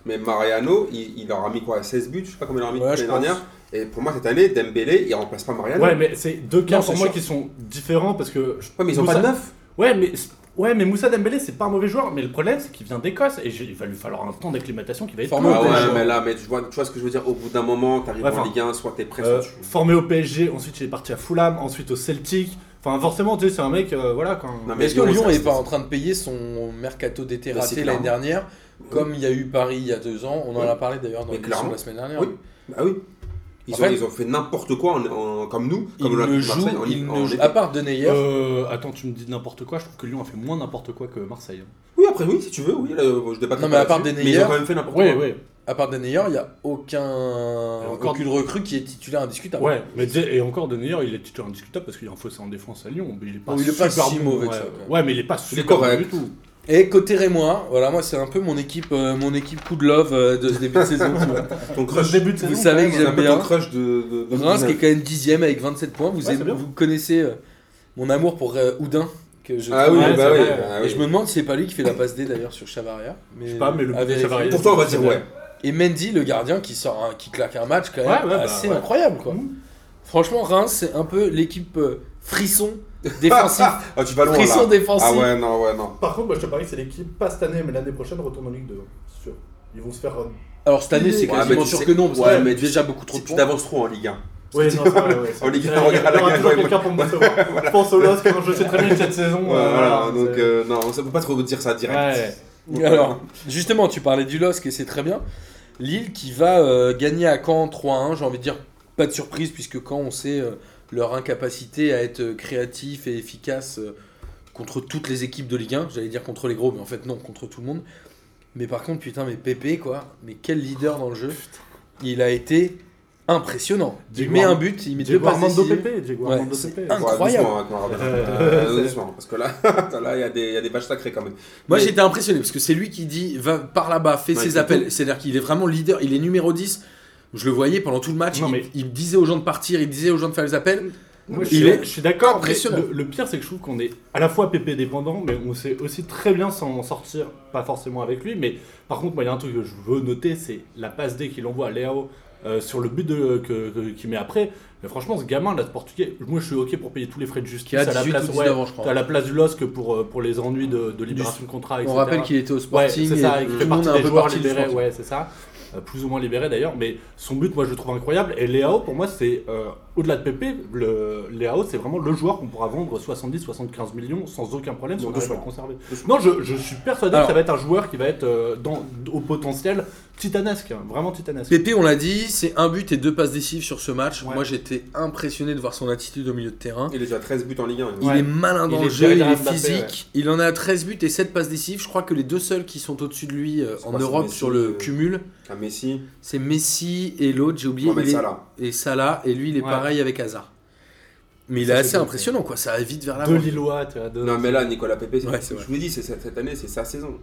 Mais Mariano, il, il leur a mis quoi 16 buts, je sais pas combien il leur a mis
Ouais, je
l'année
pense.
dernière. Et pour moi, cette année, Dembélé, il remplace pas Mariano.
Ouais, mais c'est deux cas
Non,
pour
c'est
moi
sûr.
qui sont différents parce que. je-
Ouais, mais ils ont
Moussa-
pas de neuf.
Ouais, mais. Ouais, mais Moussa Dembélé, c'est pas un mauvais joueur, mais le problème, c'est qu'il vient d'Écosse et j'ai- il va lui falloir un temps d'acclimatation qui va être
Formé
Ah
au
long.
ouais,
PSG.
mais là, mais tu vois, tu vois ce que je veux dire Au bout d'un moment, t'arrives
Ouais,
en
enfin,
Ligue 1, soit t'es prêt,
Euh,
soit tu.
formé au PSG, ensuite il est parti à Fulham, ensuite au Celtic. Enfin, forcément, tu sais, c'est un mec, euh, voilà, quand.
Non,
Mais est-ce que Lyon
Ah, ça,
est
c'est-
pas en train de payer son mercato d'été
Bah, c'est
raté
clairement.
l'année dernière, comme il y a eu Paris il y a deux ans On en
Oui.
a parlé d'ailleurs dans
Mais
l'émission de la
clairement.
semaine dernière.
Oui. Bah oui. Ils,
En
ont,
fait-
ils ont fait n'importe quoi en- en- comme nous,
Il
comme
ne
l'Olympique de
joue,
Marseille en-
il
en
ne joue-
été.
à part Denayer,
Euh, attends, tu me dis n'importe quoi, je trouve que Lyon a fait moins n'importe quoi que Marseille.
Oui, après, oui, si tu veux, oui, là, je débatte
Non,
pas
mais à part hein.
là-dessus,
Denayer-
Mais ils ont quand même fait n'importe
Ouais,
quoi.
ouais,
à part Denayer, il n'y a aucun,
Euh,
Et encore-
aucune recrue qui est titulaire indiscutable.
ouais. Mais tu sais, et encore, De Neuer, il est titulaire indiscutable parce qu'il y a un fossé en défense à Lyon. Mais il est pas,
Bon, il est pas
super
si
bon,
mauvais
ouais.
que ça, quand même.
Ouais, mais il est pas super
correct.
bon du tout.
Et côté Rémois, voilà, moi c'est un peu mon équipe, euh, mon équipe coup de love euh, de ce début de saison. tu vois.
Ton
Le
crush,
début de
Vous
saison,
savez que
c'est un
j'aime
peu
bien
ton crush de. de- de
Reims qui est
2019.
quand même dixième avec 27 points. Vous,
Ouais,
aimez-
c'est bien.
vous connaissez euh, mon amour pour euh, Oudin que je
Ah
trouve- euh,
oui,
Ouais,
bah
c'est
oui.
vrai.
bah
Et
oui.
je me demande si c'est pas lui qui fait la passe D d'ailleurs sur Chavaria.
Je sais pas, mais le
à vérifier.
Chavarria-
Pourtant, on va dire ouais.
Et Mendy, le gardien qui sort, un- qui claque un match quand même
Ouais, ouais, bah,
assez
ouais.
incroyable quoi.
Mhm.
Franchement, Reims c'est un peu l'équipe euh, frisson défensif,
Ah, tu vas loin
frisson
là.
défensif.
Ah ouais, non, ouais, non.
Par contre, moi, je te parie que c'est l'équipe, pas cette année, mais l'année prochaine, retourne en Ligue 2. C'est sûr. Ils vont se faire. euh,
Alors cette année c'est
Ouais, mais
quasiment
tu
sûr
sais-
que non parce
ouais,
qu'il y a
mais tu
déjà beaucoup trop
Tu
de
tu
points.
t'avances trop en Ligue 1.
Ouais, non, ça, ouais, ouais, ça.
En Ligue un,
Il y aura- il y
regarde,
aura toujours
regarde,
quelqu'un pour me décevoir. Je pense au LOSC, je sais très bien que cette saison.
Ouais,
euh,
voilà, donc
c'est-
euh, non, ça peut pas trop dire ça
Ouais.
direct.
Alors justement, tu parlais du LOSC et c'est très bien. Lille qui va euh, gagner à Caen 3-1, j'ai envie de dire pas de surprise puisque Caen on sait euh, leur incapacité à être euh, créatif et efficace euh, contre toutes les équipes de Ligue 1, j'allais dire contre les gros mais en fait non, contre tout le monde. Mais par contre putain mais Pépé quoi, mais quel leader dans le jeu. Il a été impressionnant. Il
Diego
met un
Armando-
but, il met deux
Diego
passes
Armando
décisives.
Pepe, Diego
Ouais,
Armando
c'est
Pepe.
un- Incroyable.
Ouais, doucement, hein, avec Marabat.
Euh,
Euh,
c'est-
doucement, parce que là, là, il y, a des- il y a des vaches sacrées quand même.
Moi
Mais-
j'étais impressionné parce que c'est lui qui dit va par là-bas, fait
Ouais,
ses
c'est
appels. C'est-à-dire qu'il est vraiment leader, il est numéro 10. Je le voyais pendant tout le match,
Non,
il,
mais-
il disait aux gens de partir, il disait aux gens de faire les appels.
Moi, je
Il
suis,
est
je suis d'accord. mais
impressionnant.
Le, le pire, c'est que je trouve qu'on est à la fois PP dépendant, mais on sait aussi très bien s'en sortir, pas forcément avec lui. Mais par contre, moi, il y a un truc que je veux noter, c'est la passe D qu'il envoie à Léo euh, sur le but de- que- que- qu'il met après. Mais franchement, ce gamin, là, ce portugais, moi, je suis OK pour payer tous les frais de
Qui
justice
a
à la
18 ou
place,
19
ouais,
ans, je
à
crois.
la place du LOSC pour, euh, pour les ennuis de, de libération de contrat,
On
etc.
rappelle qu'il était au
Ouais,
Sporting
c'est ça,
et
il
tout
fait
le monde
partie
a
des
un peu
joueurs
parti du
libérés,
Sporting.
ouais, c'est ça. Euh, plus ou moins libérés d'ailleurs, mais son but, moi, je le trouve incroyable. Et Léao, pour moi, c'est euh, au-delà de Pépé, le Léao, c'est vraiment le joueur qu'on pourra vendre 70-75 millions sans aucun problème si
Bon,
on arrive à
doucement.
le conserver. Non, je, je suis persuadé
Alors.
que ça va être un joueur qui va être euh, dans, au potentiel titanesque, hein, vraiment titanesque.
Pépé, on l'a dit, c'est un but et deux passes décisives sur ce match.
Ouais.
Moi j'étais impressionné de voir son attitude au milieu de terrain.
Il est déjà 13 buts en Ligue 1.
Il
Ouais.
est malin dans
Il
le
est
jeu, il
derrière
est
Mbappé,
physique. Il en a 13 buts et 7 passes décisives. Je crois que les deux seuls qui sont au-dessus de lui euh,
C'est
en
quoi, c'est
Europe
Messi,
sur le
euh,
cumul,
Un Messi,
c'est Messi et l'autre, j'ai oublié.
Mohamed
il est-
Salah.
et Salah, et lui il est
Ouais.
pareil avec Hazard. Mais il
Ça,
est
c'est
assez
bien.
impressionnant quoi, ça va vite vers
De
l'avant.
Lillois, tu vois, de-
Non, mais là, Nicolas Pepe, c'est-
Ouais, c'est vrai.
je vous dis, c'est cette cette année, c'est sa saison.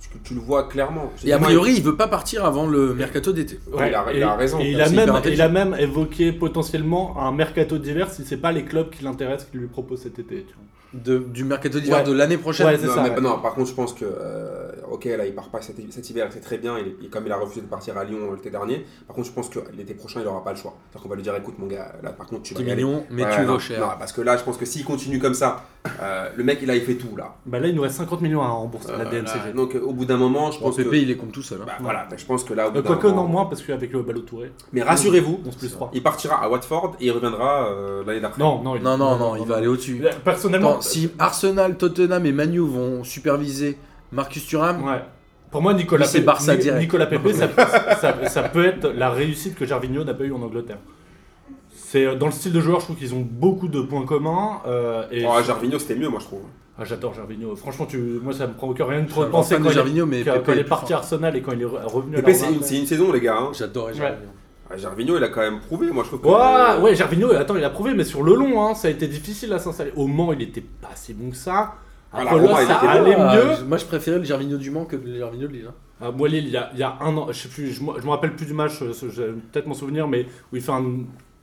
Tu, tu le vois clairement. Je
Et a
dis, moi,
priori, il veut pas partir avant le mercato d'été.
Ouais, il a- il
et-
a raison,
et il,
c'est
a
hyper
même, il
intelligent.
a même évoqué potentiellement un mercato d'hiver si c'est pas les clubs qui l'intéressent qui lui proposent cet été. tu vois.
de- du mercato d'hiver
Ouais.
de l'année prochaine.
Ouais, c'est
non,
ça,
mais non, par contre, je pense que, euh, ok, là, il part pas cet, cet hiver, c'est très bien, il, il- comme il a refusé de partir à Lyon euh, l'été dernier, par contre, je pense que l'été prochain, il aura pas le choix. cest qu'on va lui dire, écoute, mon gars, là, par contre, tu vas
10
y aller.
millions, mais
Ouais,
tu
non,
vaux cher.
Non, parce que là, je pense que s'il continue comme ça, euh, le mec, il a il fait tout, là.
Bah là, il nous reste 50 millions à rembourser
Ah,
à
Euh,
la DNCG.
là, Donc, euh, au bout d'un moment, je
Bon,
pense que.
PP, il les compte tout seul. hein.
bah, voilà, bah, je pense que là, au bout
Euh,
d'un
Quoique,
moment-
non, moins, parce qu'avec le ballot touré,
Mais rassurez-vous,
11 plus 3.
il partira à Watford et il reviendra euh, l'année d'après.
Non, non, il-
non, non, non, il va aller au-dessus.
Là, Personnellement,
Attends, si Arsenal, Tottenham et Manu vont superviser Marcus Thuram,
euh, Ouais. Pour moi, Nicolas
Lui, c'est
Pepe,
Barça
Ni-
direct.
Nicolas Pepe, ça, ça- ça peut être la réussite que Gervinho n'a pas eu en Angleterre. C'est euh, dans le style de joueur, je trouve qu'ils ont beaucoup de points communs. euh, et
Oh, Gervinho, c'était mieux, moi, je trouve.
Ah, j'adore Gervinho. Franchement, tu... moi, ça me provoque rien de
je
trop
suis un
de penser
fan
quand,
de
il...
Gervinho, mais
quand- quand
PP
il
est
est
plus
parti à
fort.
Arsenal et quand il est re- revenu à
PP,
la
c'est
Roma.
une, c'est une saison, les gars. hein.
j'adorais
Ouais.
Gervinho.
Ah, Gervinho, il a quand même prouvé, moi, je trouve. que- euh,
Ouais, ouais, Gervinho, attends, il a prouvé, mais sur le long, hein, ça a été difficile à s'installer. Au Mans, il était pas si bon que ça.
Ah,
À
la
Pologne,
Roma, il
ça
était bon.
allait
Ah,
mieux.
je- Moi, je préférais le Gervinho du Mans que le Gervinho de Lille. hein.
À Moilil, il y a, il y a un an, je sais plus, je, me- je me rappelle plus du match, euh, ce- j'ai peut-être mon souvenir, mais où il fait un,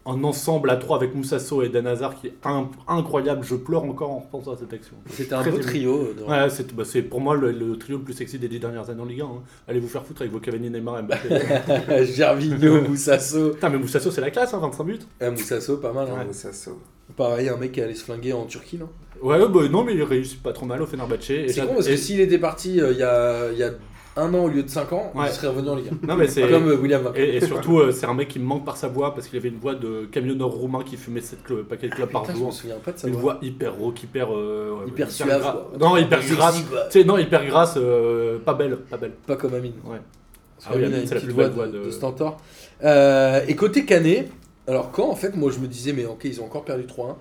un ensemble à trois avec Moussasso et Dan Hazard qui est in- incroyable. Je pleure encore en repensant à cette action.
C'était un
Très
beau
aimé.
trio. euh, dans-
Ouais, c'est bah, c'est pour moi le, le trio le plus sexy des dix dernières années en Ligue 1. hein. Allez vous faire foutre avec vos Cavani, Neymar et Mbappé.
Gervinho, Moussasso.
Putain, mais Moussasso, c'est la classe, hein, 25 buts.
Ah, Moussasso, pas mal. hein.
Ouais, ça, ça.
Pareil, un mec qui allait se flinguer en Turquie. là.
Ouais, ouais, bah, non, mais il réussit pas trop mal au Fenerbahce. et
C'est
j'a-
con parce
et-
que s'il était parti euh, il y, a, il y a un an au lieu de 5 ans,
Ouais.
il serait revenu en Ligue
Non, mais
1.
c'est.
Comme euh, William. Vapo.
Et, et surtout, euh, c'est un mec qui me manque par sa voix parce qu'il avait une voix de camionneur roumain qui fumait 7 paquets de clopes par
Putain, je
jour.
me souviens pas de ça.
Une
moi.
voix hyper rock, hyper. euh, ouais,
Hyper suave,
gra-
quoi.
Non, hyper
Sexy,
grasse.
quoi.
Tu sais, non, hyper grasse, euh, pas belle, pas belle.
Pas comme Amine.
Ouais.
Parce
Ah oui,
qu'Amine
Amine,
a une
c'est la
petite
plus belle
voix de,
voix de-
de Stentor. Euh, et côté Canet, alors quand en fait, moi je me disais, mais ok, ils ont encore perdu 3-1.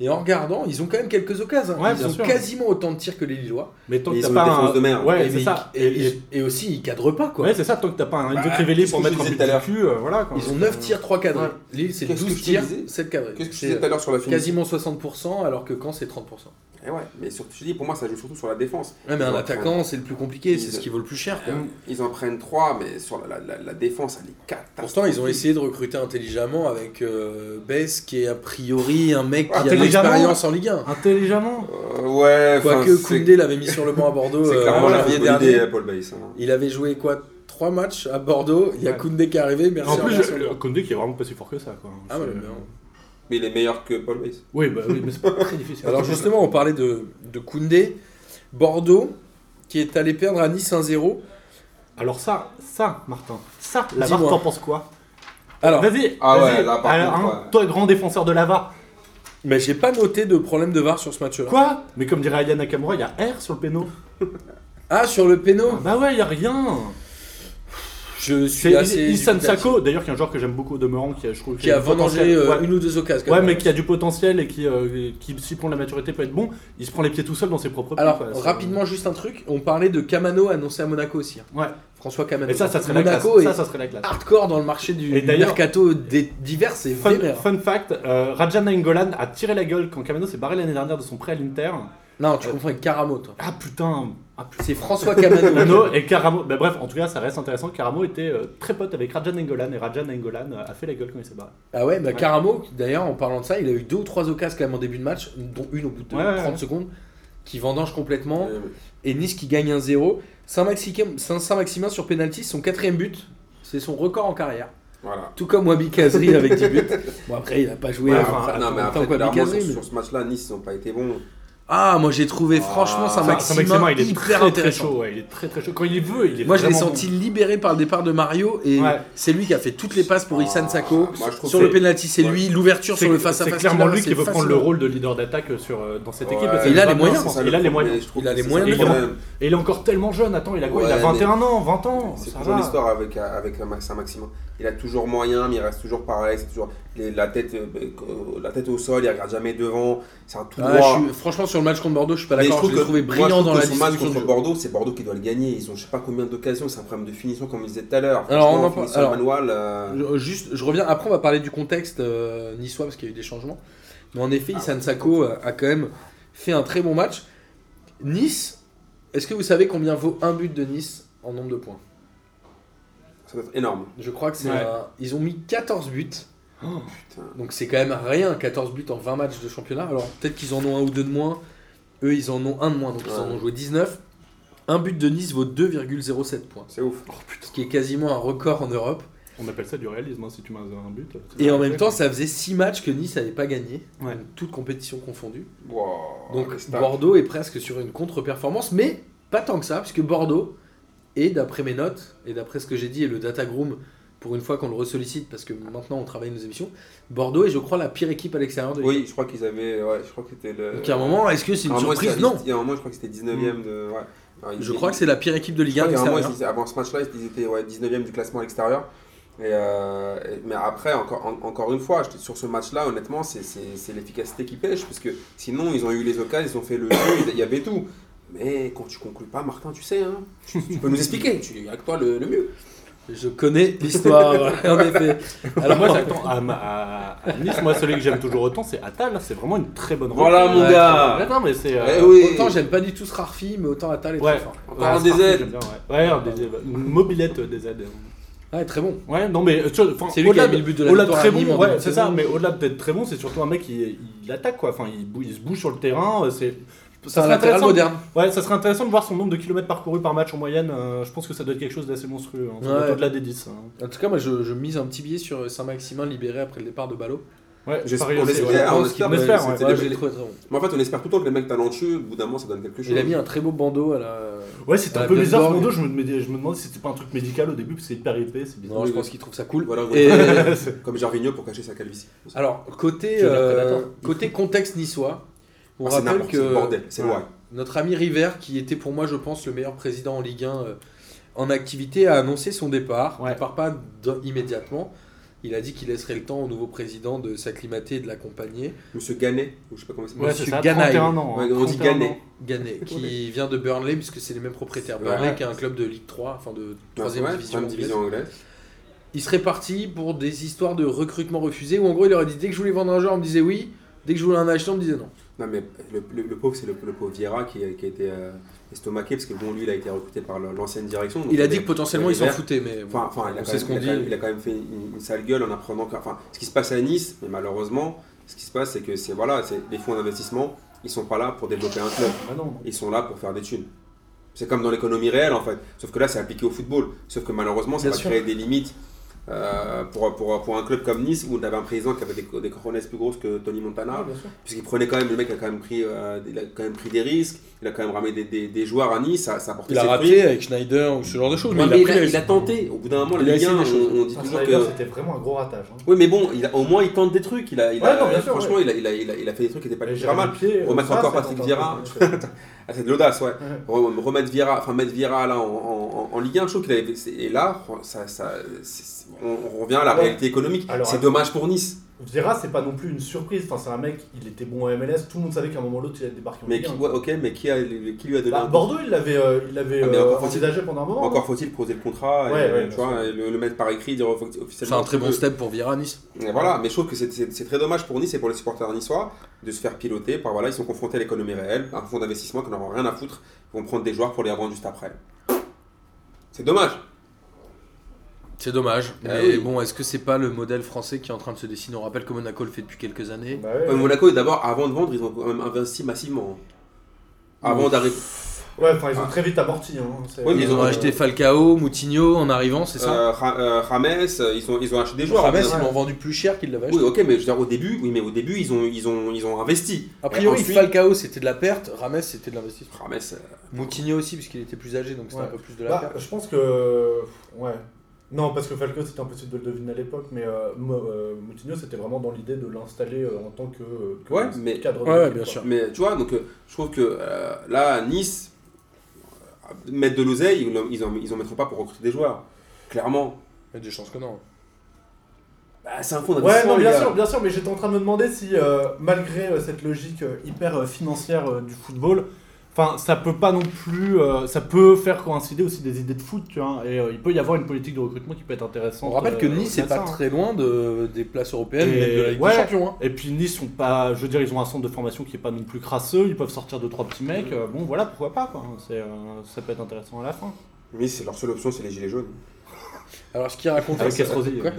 Et en regardant, ils ont quand même quelques occasions.
Ouais,
ils
bien
ont
sûr.
quasiment autant de tirs que les Lillois.
Mais tant
Mais
que
ils
t'as
ont
pas
une défense
un.
de merde.
Ouais,
Et
c'est
ils-
ça.
Et,
Et- et-
et aussi, ils cadrent pas quoi.
Ouais, c'est ça, tant que t'as pas un Enzo
Bah,
Crivelli
qu'est-ce
pour
que je
mettre un
disais
but
tout à
de
l'heure
cul, euh, voilà quoi.
ils ont 9 tirs, 3 cadrés.
Ouais.
Lille, c'est
Qu'est-ce que
12
je te
tirs,
disais
7 cadrés.
Qu'est-ce que tu
C'est,
disais tout à l'heure sur la
euh,
finition
Quasiment 60%, alors que quand c'est 30%.
Eh ouais, mais surtout, je dis, pour moi, ça joue surtout sur la défense.
Ouais, mais
Ils
un
en
attaquant, c'est le plus compliqué, c'est
Ils-
ce qui vaut le plus cher. quoi.
prennent- Ils en prennent 3, mais sur la, la- la- la défense, elle est catastrophique.
Pourtant, ils ont essayé de recruter intelligemment avec euh, Bess, qui est a priori un mec qui a de
Intelligemment
l'expérience en Ligue 1.
Intelligemment
Euh, ouais, enfin,
Quoique
c'est-
Koundé l'avait mis sur le banc à Bordeaux
C'est
euh,
clairement
en
la
janvier
fausse bonne
dernier.
idée, Paul Bass. hein.
Il avait joué quoi Trois matchs à Bordeaux. Il y a
Ouais.
Koundé qui est arrivé. Merci.
En
au
plus,
revoir, sur le
je-
banc.
Koundé qui est vraiment pas si fort que ça quoi.
Ah ouais,
C'est-
mais non.
Mais il est meilleur que Paul Bass.
Oui, bah oui, mais c'est pas très difficile.
Alors justement, on parlait de, de Koundé. Bordeaux qui est allé perdre à Nice 1-0.
Alors ça, ça, Martin, ça, la VAR,
Dis-moi.
t'en penses quoi
Alors,
Vas-y,
Ah ouais,
vas-y,
là, par
alors,
contre,
hein,
ouais.
toi grand défenseur de la VAR.
mais j'ai pas noté de problème de VAR sur ce match-là.
Quoi Mais comme dirait Aya Nakamura, il y a R sur le péno.
Ah, sur le péno
Bah ouais, il y a rien.
Je
C'est
suis assez...
Issan
dubitatif.
Sako, d'ailleurs, qui est un joueur que j'aime beaucoup au demeurant, qui a, je trouve,
Qui a
du potentiel.
vendangé euh,
ouais.
une ou deux occasions. quand
Ouais,
même.
mais qui a du potentiel et qui, euh, qui, s'il prend la maturité, peut être bon. Il se prend les pieds tout seul dans ses propres pieds,
Alors,
quoi. C'est-
rapidement, juste un truc. On parlait de Camano annoncé à Monaco aussi. hein.
Ouais.
François Camano.
Et ça, ça serait la classe.
Monaco est Ah,
Ça, ça serait la classe.
hardcore dans le marché du
Et
du
d'ailleurs-
mercato des divers, c'est
Fun,
vénère.
fun fact, euh, Rajan Nainggolan a tiré la gueule quand Camano s'est barré l'année dernière de son prêt à l'Inter.
Non, tu confonds avec Caramo, toi.
Ah putain, ah putain.
C'est François Camano.
Camano et Caramo, bah bref, en tout cas, ça reste intéressant. Caramo était euh, très pote avec Rajan Nainggolan et Rajan Nainggolan a fait la gueule quand il s'est barré.
Ah ouais, bah Caramo, d'ailleurs, en parlant de ça, il a eu deux ou trois occasions quand même en début de match, dont une au bout de
Ouais, ouais,
30
ouais.
secondes, qui vendange complètement.
Euh,
Et Nice qui gagne 1-0. Saint-Maximin Saint- Saint-Maximin sur penalty, son quatrième but. C'est son record en carrière.
Voilà.
Tout comme Wabi Kazri avec 10 buts. Bon, après, il a pas joué
Ouais,
enfin,
après- non, mais
en
après,
tant que Wabi
clairement,
Kazri.
sur,
mais-
sur ce match-là, Nice, ils n'ont pas été bons.
Ah, moi j'ai trouvé,
Ah,
franchement, Saint-Maximin
Saint-Maximin, il est
hyper
très très
intéressant.
chaud. ouais, il est très très chaud. Quand il veut, il est
Moi, je l'ai
vraiment
senti libéré par le départ de Mario et
Ouais.
c'est lui qui a fait toutes les passes pour Issan Sako.
Ah, moi, je trouve
sur
que-
le penalty, c'est
Ouais.
lui. L'ouverture sur le
C'est
face-à-face.
clairement
qu'il a,
lui
c'est
qui veut prendre
fascinant.
le rôle de leader d'attaque sur, euh, dans cette
Ouais,
équipe.
c'est
parce
il a
que
les
maintenant,
moyens,
c'est ça
Il a
le
les
problème,
moyens.
je trouve
Il a
que
les
c'est
moyens
ça le
de le
problème.
Et il est encore tellement jeune. Attends, il a quoi Il a
Ouais,
21 ans, 20 ans.
C'est
ça
toujours
va.
l'histoire avec, euh, avec un Saint-Maximin. Il a toujours moyen, mais il reste toujours pareil. C'est toujours les- la, tête, euh, euh, la tête au sol, il regarde jamais devant. C'est un tout
Ah,
droit.
je suis- Franchement, sur le match contre Bordeaux, je suis pas
Mais je
d'accord.
trouve
Je l'ai
que-
trouvé
moi,
brillant
je trouve
dans
que
la
ce match
distribution
contre
du jeu.
Bordeaux, c'est Bordeaux qui doit le gagner. Ils ont je sais pas combien d'occasions, c'est un problème de finition comme ils disaient tout à l'heure.
Alors, on en
Franchement,
par-
finition
alors-
manual, euh,
Je- Juste, je reviens. Après, on va parler du contexte euh, niçois parce qu'il y a eu des changements. Mais en effet,
Ah,
Issan Sako a- a quand même fait un très bon match. Nice, est-ce que vous savez combien vaut un but de Nice en nombre de points
ça doit être énorme.
Je crois que c'est.
Ouais.
un- Ils ont mis 14 buts.
Putain.
Oh.
Donc c'est quand même rien, 14 buts en 20 matchs de championnat. Alors peut-être qu'ils en ont un ou deux de moins, Eux, ils en ont un de moins, donc ils en
Ouais.
ont joué 19. Un but de Nice vaut 2,07 points,
C'est ouf.
ce qui est quasiment un record en Europe.
On appelle ça du réalisme hein, si tu mets un but. c'est
Et en
un
même
réalisme.
temps, ça faisait 6 matchs que Nice n'avait pas gagné,
Ouais.
donc toutes compétitions confondues.
Oh,
Wow,
Donc
les stats.
Bordeaux est presque sur une contre-performance, mais pas tant que ça, puisque Bordeaux est, d'après mes notes, et d'après ce que j'ai dit, et le Data Groom, pour une fois qu'on le ressollicite, parce que maintenant on travaille nos émissions, Bordeaux est, je crois, la pire équipe à l'extérieur de
Oui, Ah, je crois qu'ils avaient. Ouais, je crois que c'était le.
Donc à un moment, est-ce que c'est
À
une
un moment,
surprise
c'était-
Non. Mm.
Il y a un moment, je crois que c'était 19ème de. Ouais. Enfin, ils-
Je crois que c'est la pire équipe de Ligue 1 à
Je crois qu'à un moment,
l'extérieur.
ils étaient- avant ce match-là, ils étaient ouais, 19e du classement à l'extérieur. Et, euh, et- mais après, encore, en- encore une fois, je- sur ce match-là, honnêtement, c'est- c'est c'est l'efficacité qui pêche, parce que sinon, ils ont eu les occasions, ils ont fait le jeu, il y avait tout. Mais quand tu conclus pas, Martin, tu sais, hein, tu, tu peux nous expliquer, tu avec toi le, le mieux.
Je connais l'histoire, en effet. Alors,
moi, j'attends, à, ma- à- à Nice, moi, celui que j'aime toujours autant, c'est Atal. là, C'est vraiment une très bonne
Voilà,
recrue.
mon
Ouais,
gars.
très bonne- Non, mais c'est.
Eh
euh,
oui.
autant Ah, j'aime pas du tout ce Rarfi, mais autant Atal est
Ouais.
très fort.
On parle des
Sparky,
aides.
j'aime bien, ouais. Ouais, alors, des aides. Une mobilette euh, des aides.
Ouais, Ah, très bon.
Ouais, non, mais. euh, tu vois, enfin,
C'est lui qui
au-delà
a mis
de-
le but de la
au-delà de
victoire
très
à Nîmes
bon,
en
ouais,
début de
c'est
saison.
ça, mais au-delà d'être très bon, c'est surtout un mec qui il attaque, quoi. Enfin, il, bou- il se bouge sur le terrain. euh, C'est.
C'est
ça
un
serait
latéral
intéressant-
moderne.
Ouais, ça serait intéressant de voir son nombre de kilomètres parcourus par match en moyenne. euh, je pense que ça doit être quelque chose d'assez monstrueux. hein. Ça doit être
Ouais.
Au-delà des 10. hein.
En tout cas, moi, je, je mise un petit billet sur Saint-Maximin libéré après le départ de Ballot.
Ouais,
J'espère-
pareil
on
aussi,
espère,
ouais.
on
Je pense qu'il-
espère,
on
mais
espère,
c'était-
ouais.
C'est
Ouais,
des-
je l'ai trouvé très bon.
Mais en fait, on espère tout le temps que les mecs talentueux, au bout d'un moment, ça donne quelque chose.
Il a mis un très beau bandeau à la.
Ouais, c'était
Ouais,
un peu bizarre ce
Bloomberg.
bandeau, je me, demandais- je me demandais si c'était pas un truc médical au début, parce que c'est hyper épais, c'est bizarre.
Non, je pense qu'il trouve ça cool.
Voilà,
Et-
voilà. Comme Gervinho pour cacher sa calvitie.
Alors, côté,
Je veux dire,
euh,
prédateur.
côté contexte niçois, on
Ah, c'est
rappelle
n'importe
que
quel bordel, c'est
voilà,
loin.
notre ami River, qui était pour moi, je pense, le meilleur président en Ligue 1 euh, en activité, a annoncé son départ.
Ouais.
Il ne part pas d- immédiatement. Il a dit qu'il laisserait le temps au nouveau président de s'acclimater et de l'accompagner.
Monsieur Gannet, ou je sais pas comment il s'appelle.
Ouais, c'est ça,
Ganaï.
31 ans. hein,
Ouais, on dit
31
Ganaï.
ans.
Gannet, qui vient de Burnley, puisque c'est les mêmes propriétaires.
Ouais.
Burnley, qui est un club de Ligue 3, enfin de 3
Ouais,
division.
troisième division
anglaise.
anglaise.
Il serait parti pour des histoires de recrutement refusé, où en gros, il aurait dit dès que je voulais vendre un joueur, on me disait oui. Dès que je voulais un acheteur, on me disait non.
Non, mais le, le- le pauvre, c'est le, le pauvre Vieira qui, a- qui a été euh, estomaqué, parce que bon, lui, il a été recruté par le- l'ancienne direction. donc
Il a
est-
dit que potentiellement
il
ils
est
s'en
vert.
foutaient, mais bon,
Enfin, enfin, il, a
on
quand
sait
même,
ce qu'on
il a
dit.
quand même- il a quand même fait une, une sale gueule en apprenant que. Enfin, ce qui se passe à Nice, mais malheureusement, ce qui se passe, c'est que c'est voilà, c'est les fonds d'investissement, ils sont pas là pour développer un club.
Ah non.
Ils sont là pour faire des thunes. C'est comme dans l'économie réelle en fait, sauf que là c'est appliqué au football. Sauf que malheureusement, ça
Bien
va
sûr.
créer des limites euh, pour, pour, pour un club comme Nice où on avait un président qui avait des, des cojones plus grosses que Tony Montana, puisqu'il prenait quand même, le mec a quand même, pris, euh, il a quand même pris des risques, il a quand même ramené des, des, des joueurs à Nice, ça, ça a porté ses fruits.
avec Schneider ou ce genre de choses,
Ouais, mais il, a, il a tenté, au bout d'un moment,
Il a
la Ligue
essayé
1,
des choses.
on, on dit
Ça,
toujours
Snyder,
que.
C'était vraiment un gros ratage. hein.
Oui, mais bon, il a- au moins il tente des trucs. Il a, il a-
Ouais, non, bien sûr,
franchement, il, a, il, a, il, a, il a fait des trucs qui étaient pas,
Mais
pas
Jérémy
mal.
Pied,
On
euh,
remettre
ça,
encore
ça
Patrick
compte
Vieira.
un peu.
Ah, c'est de l'audace, ouais.
Ouais.
Re- Remettre Vieira, enfin mettre Vieira là en, en, en- en Ligue 1, je trouve qu'il avait. c'est- Et là, ça, ça, c'est- on, on revient à la
Ouais.
réalité économique.
Alors,
C'est
attends.
dommage pour Nice.
Vieira, c'est pas non plus une surprise. Enfin, c'est un mec, il était bon à MLS, tout le monde savait qu'à un moment ou l'autre, il allait débarquer en
Mais
Ligue
qui,
un.
ouais, ok, mais qui, a, qui lui a donné
Bah,
un coup
Bordeaux, il l'avait euh, il l'avait
Ah, mais
euh,
encore faut-il-
envisagé pendant un moment. hein.
Encore faut-il poser le contrat, et,
Ouais, ouais,
tu
bien
vois,
sûr.
et le, le mettre par écrit, dire offi-
C'est
officiellement.
un très bon
que-
step pour Vira Nice.
Et voilà, mais je trouve que c'est- c'est c'est très dommage pour Nice et pour les supporters niçois de se faire piloter par voilà, ils sont confrontés à l'économie réelle, à un fonds d'investissement qui n'en aura rien à foutre, ils vont prendre des joueurs pour les revendre juste après. C'est dommage.
C'est dommage.
Ah
mais
oui.
bon, est-ce que c'est pas le modèle français qui est en train de se dessiner On rappelle que Monaco le fait depuis quelques années.
Bah ouais,
Euh,
ouais.
Monaco, d'abord, avant de vendre, ils ont quand même investi massivement. hein. Avant d'arriver.
Ouais, enfin, ils ont
Ah.
très vite amorti. Hein. C'est-
Oui, mais
Ils
ils
ont
ont-
acheté Falcao, Moutinho en arrivant, c'est ça
euh, Ra- euh, Rames, euh, ils ont, ils ont acheté des joueurs.
Rames, ils
Au bout d'un
l'ont vendu plus cher qu'ils l'avaient
moment.
acheté.
Oui, ok, mais je veux dire, au début, oui, mais au début, ils ont, ils ont, ils ont investi.
A priori,
Et ensuite-
Falcao c'était de la perte, Rames c'était de l'investissement.
Rames, euh,
Moutinho aussi, puisqu'il était plus âgé, donc c'était
Ouais.
un peu plus de la
Bah,
perte.
je pense que. Ouais. Non, parce que Falco, c'était impossible de le deviner à l'époque, mais euh, Mo- euh, Moutinho, c'était vraiment dans l'idée de l'installer euh, en tant que, euh, que
Ouais, mais-
cadre
Ouais,
l'équipe,
bien
quoi.
sûr.
mais tu vois, donc euh, je trouve que euh, là, à Nice, euh, mettre de l'oseille, ils n'en ils en, ils en mettront pas pour recruter des joueurs. Clairement.
Il y a des chances que non.
Bah, c'est un fonds
Ouais,
d'investissement.
non,
les
bien
gars.
sûr, bien sûr, mais j'étais en train de me demander si, euh, malgré euh, cette logique euh, hyper euh, financière euh, du football, enfin, ça peut pas non plus, euh, ça peut faire coïncider aussi des idées de foot, tu vois, et euh, il peut y avoir une politique de recrutement qui peut être intéressante.
On rappelle que
euh,
Nice n'est
au-delà de
pas
ça, hein.
très loin de, des places européennes,
Et-
même de la Ligue
ouais.
des Champions. hein.
Et puis Nice sont pas, je veux dire, ils ont un centre de formation qui est pas non plus crasseux, ils peuvent sortir deux trois petits mecs, euh, bon voilà, pourquoi pas quoi, C'est, euh, ça peut être intéressant à la fin.
Mais c'est leur seule option, c'est les gilets jaunes.
Alors, ce qu'il racontait,
Avec
c'est-
Estrosi.
Quoi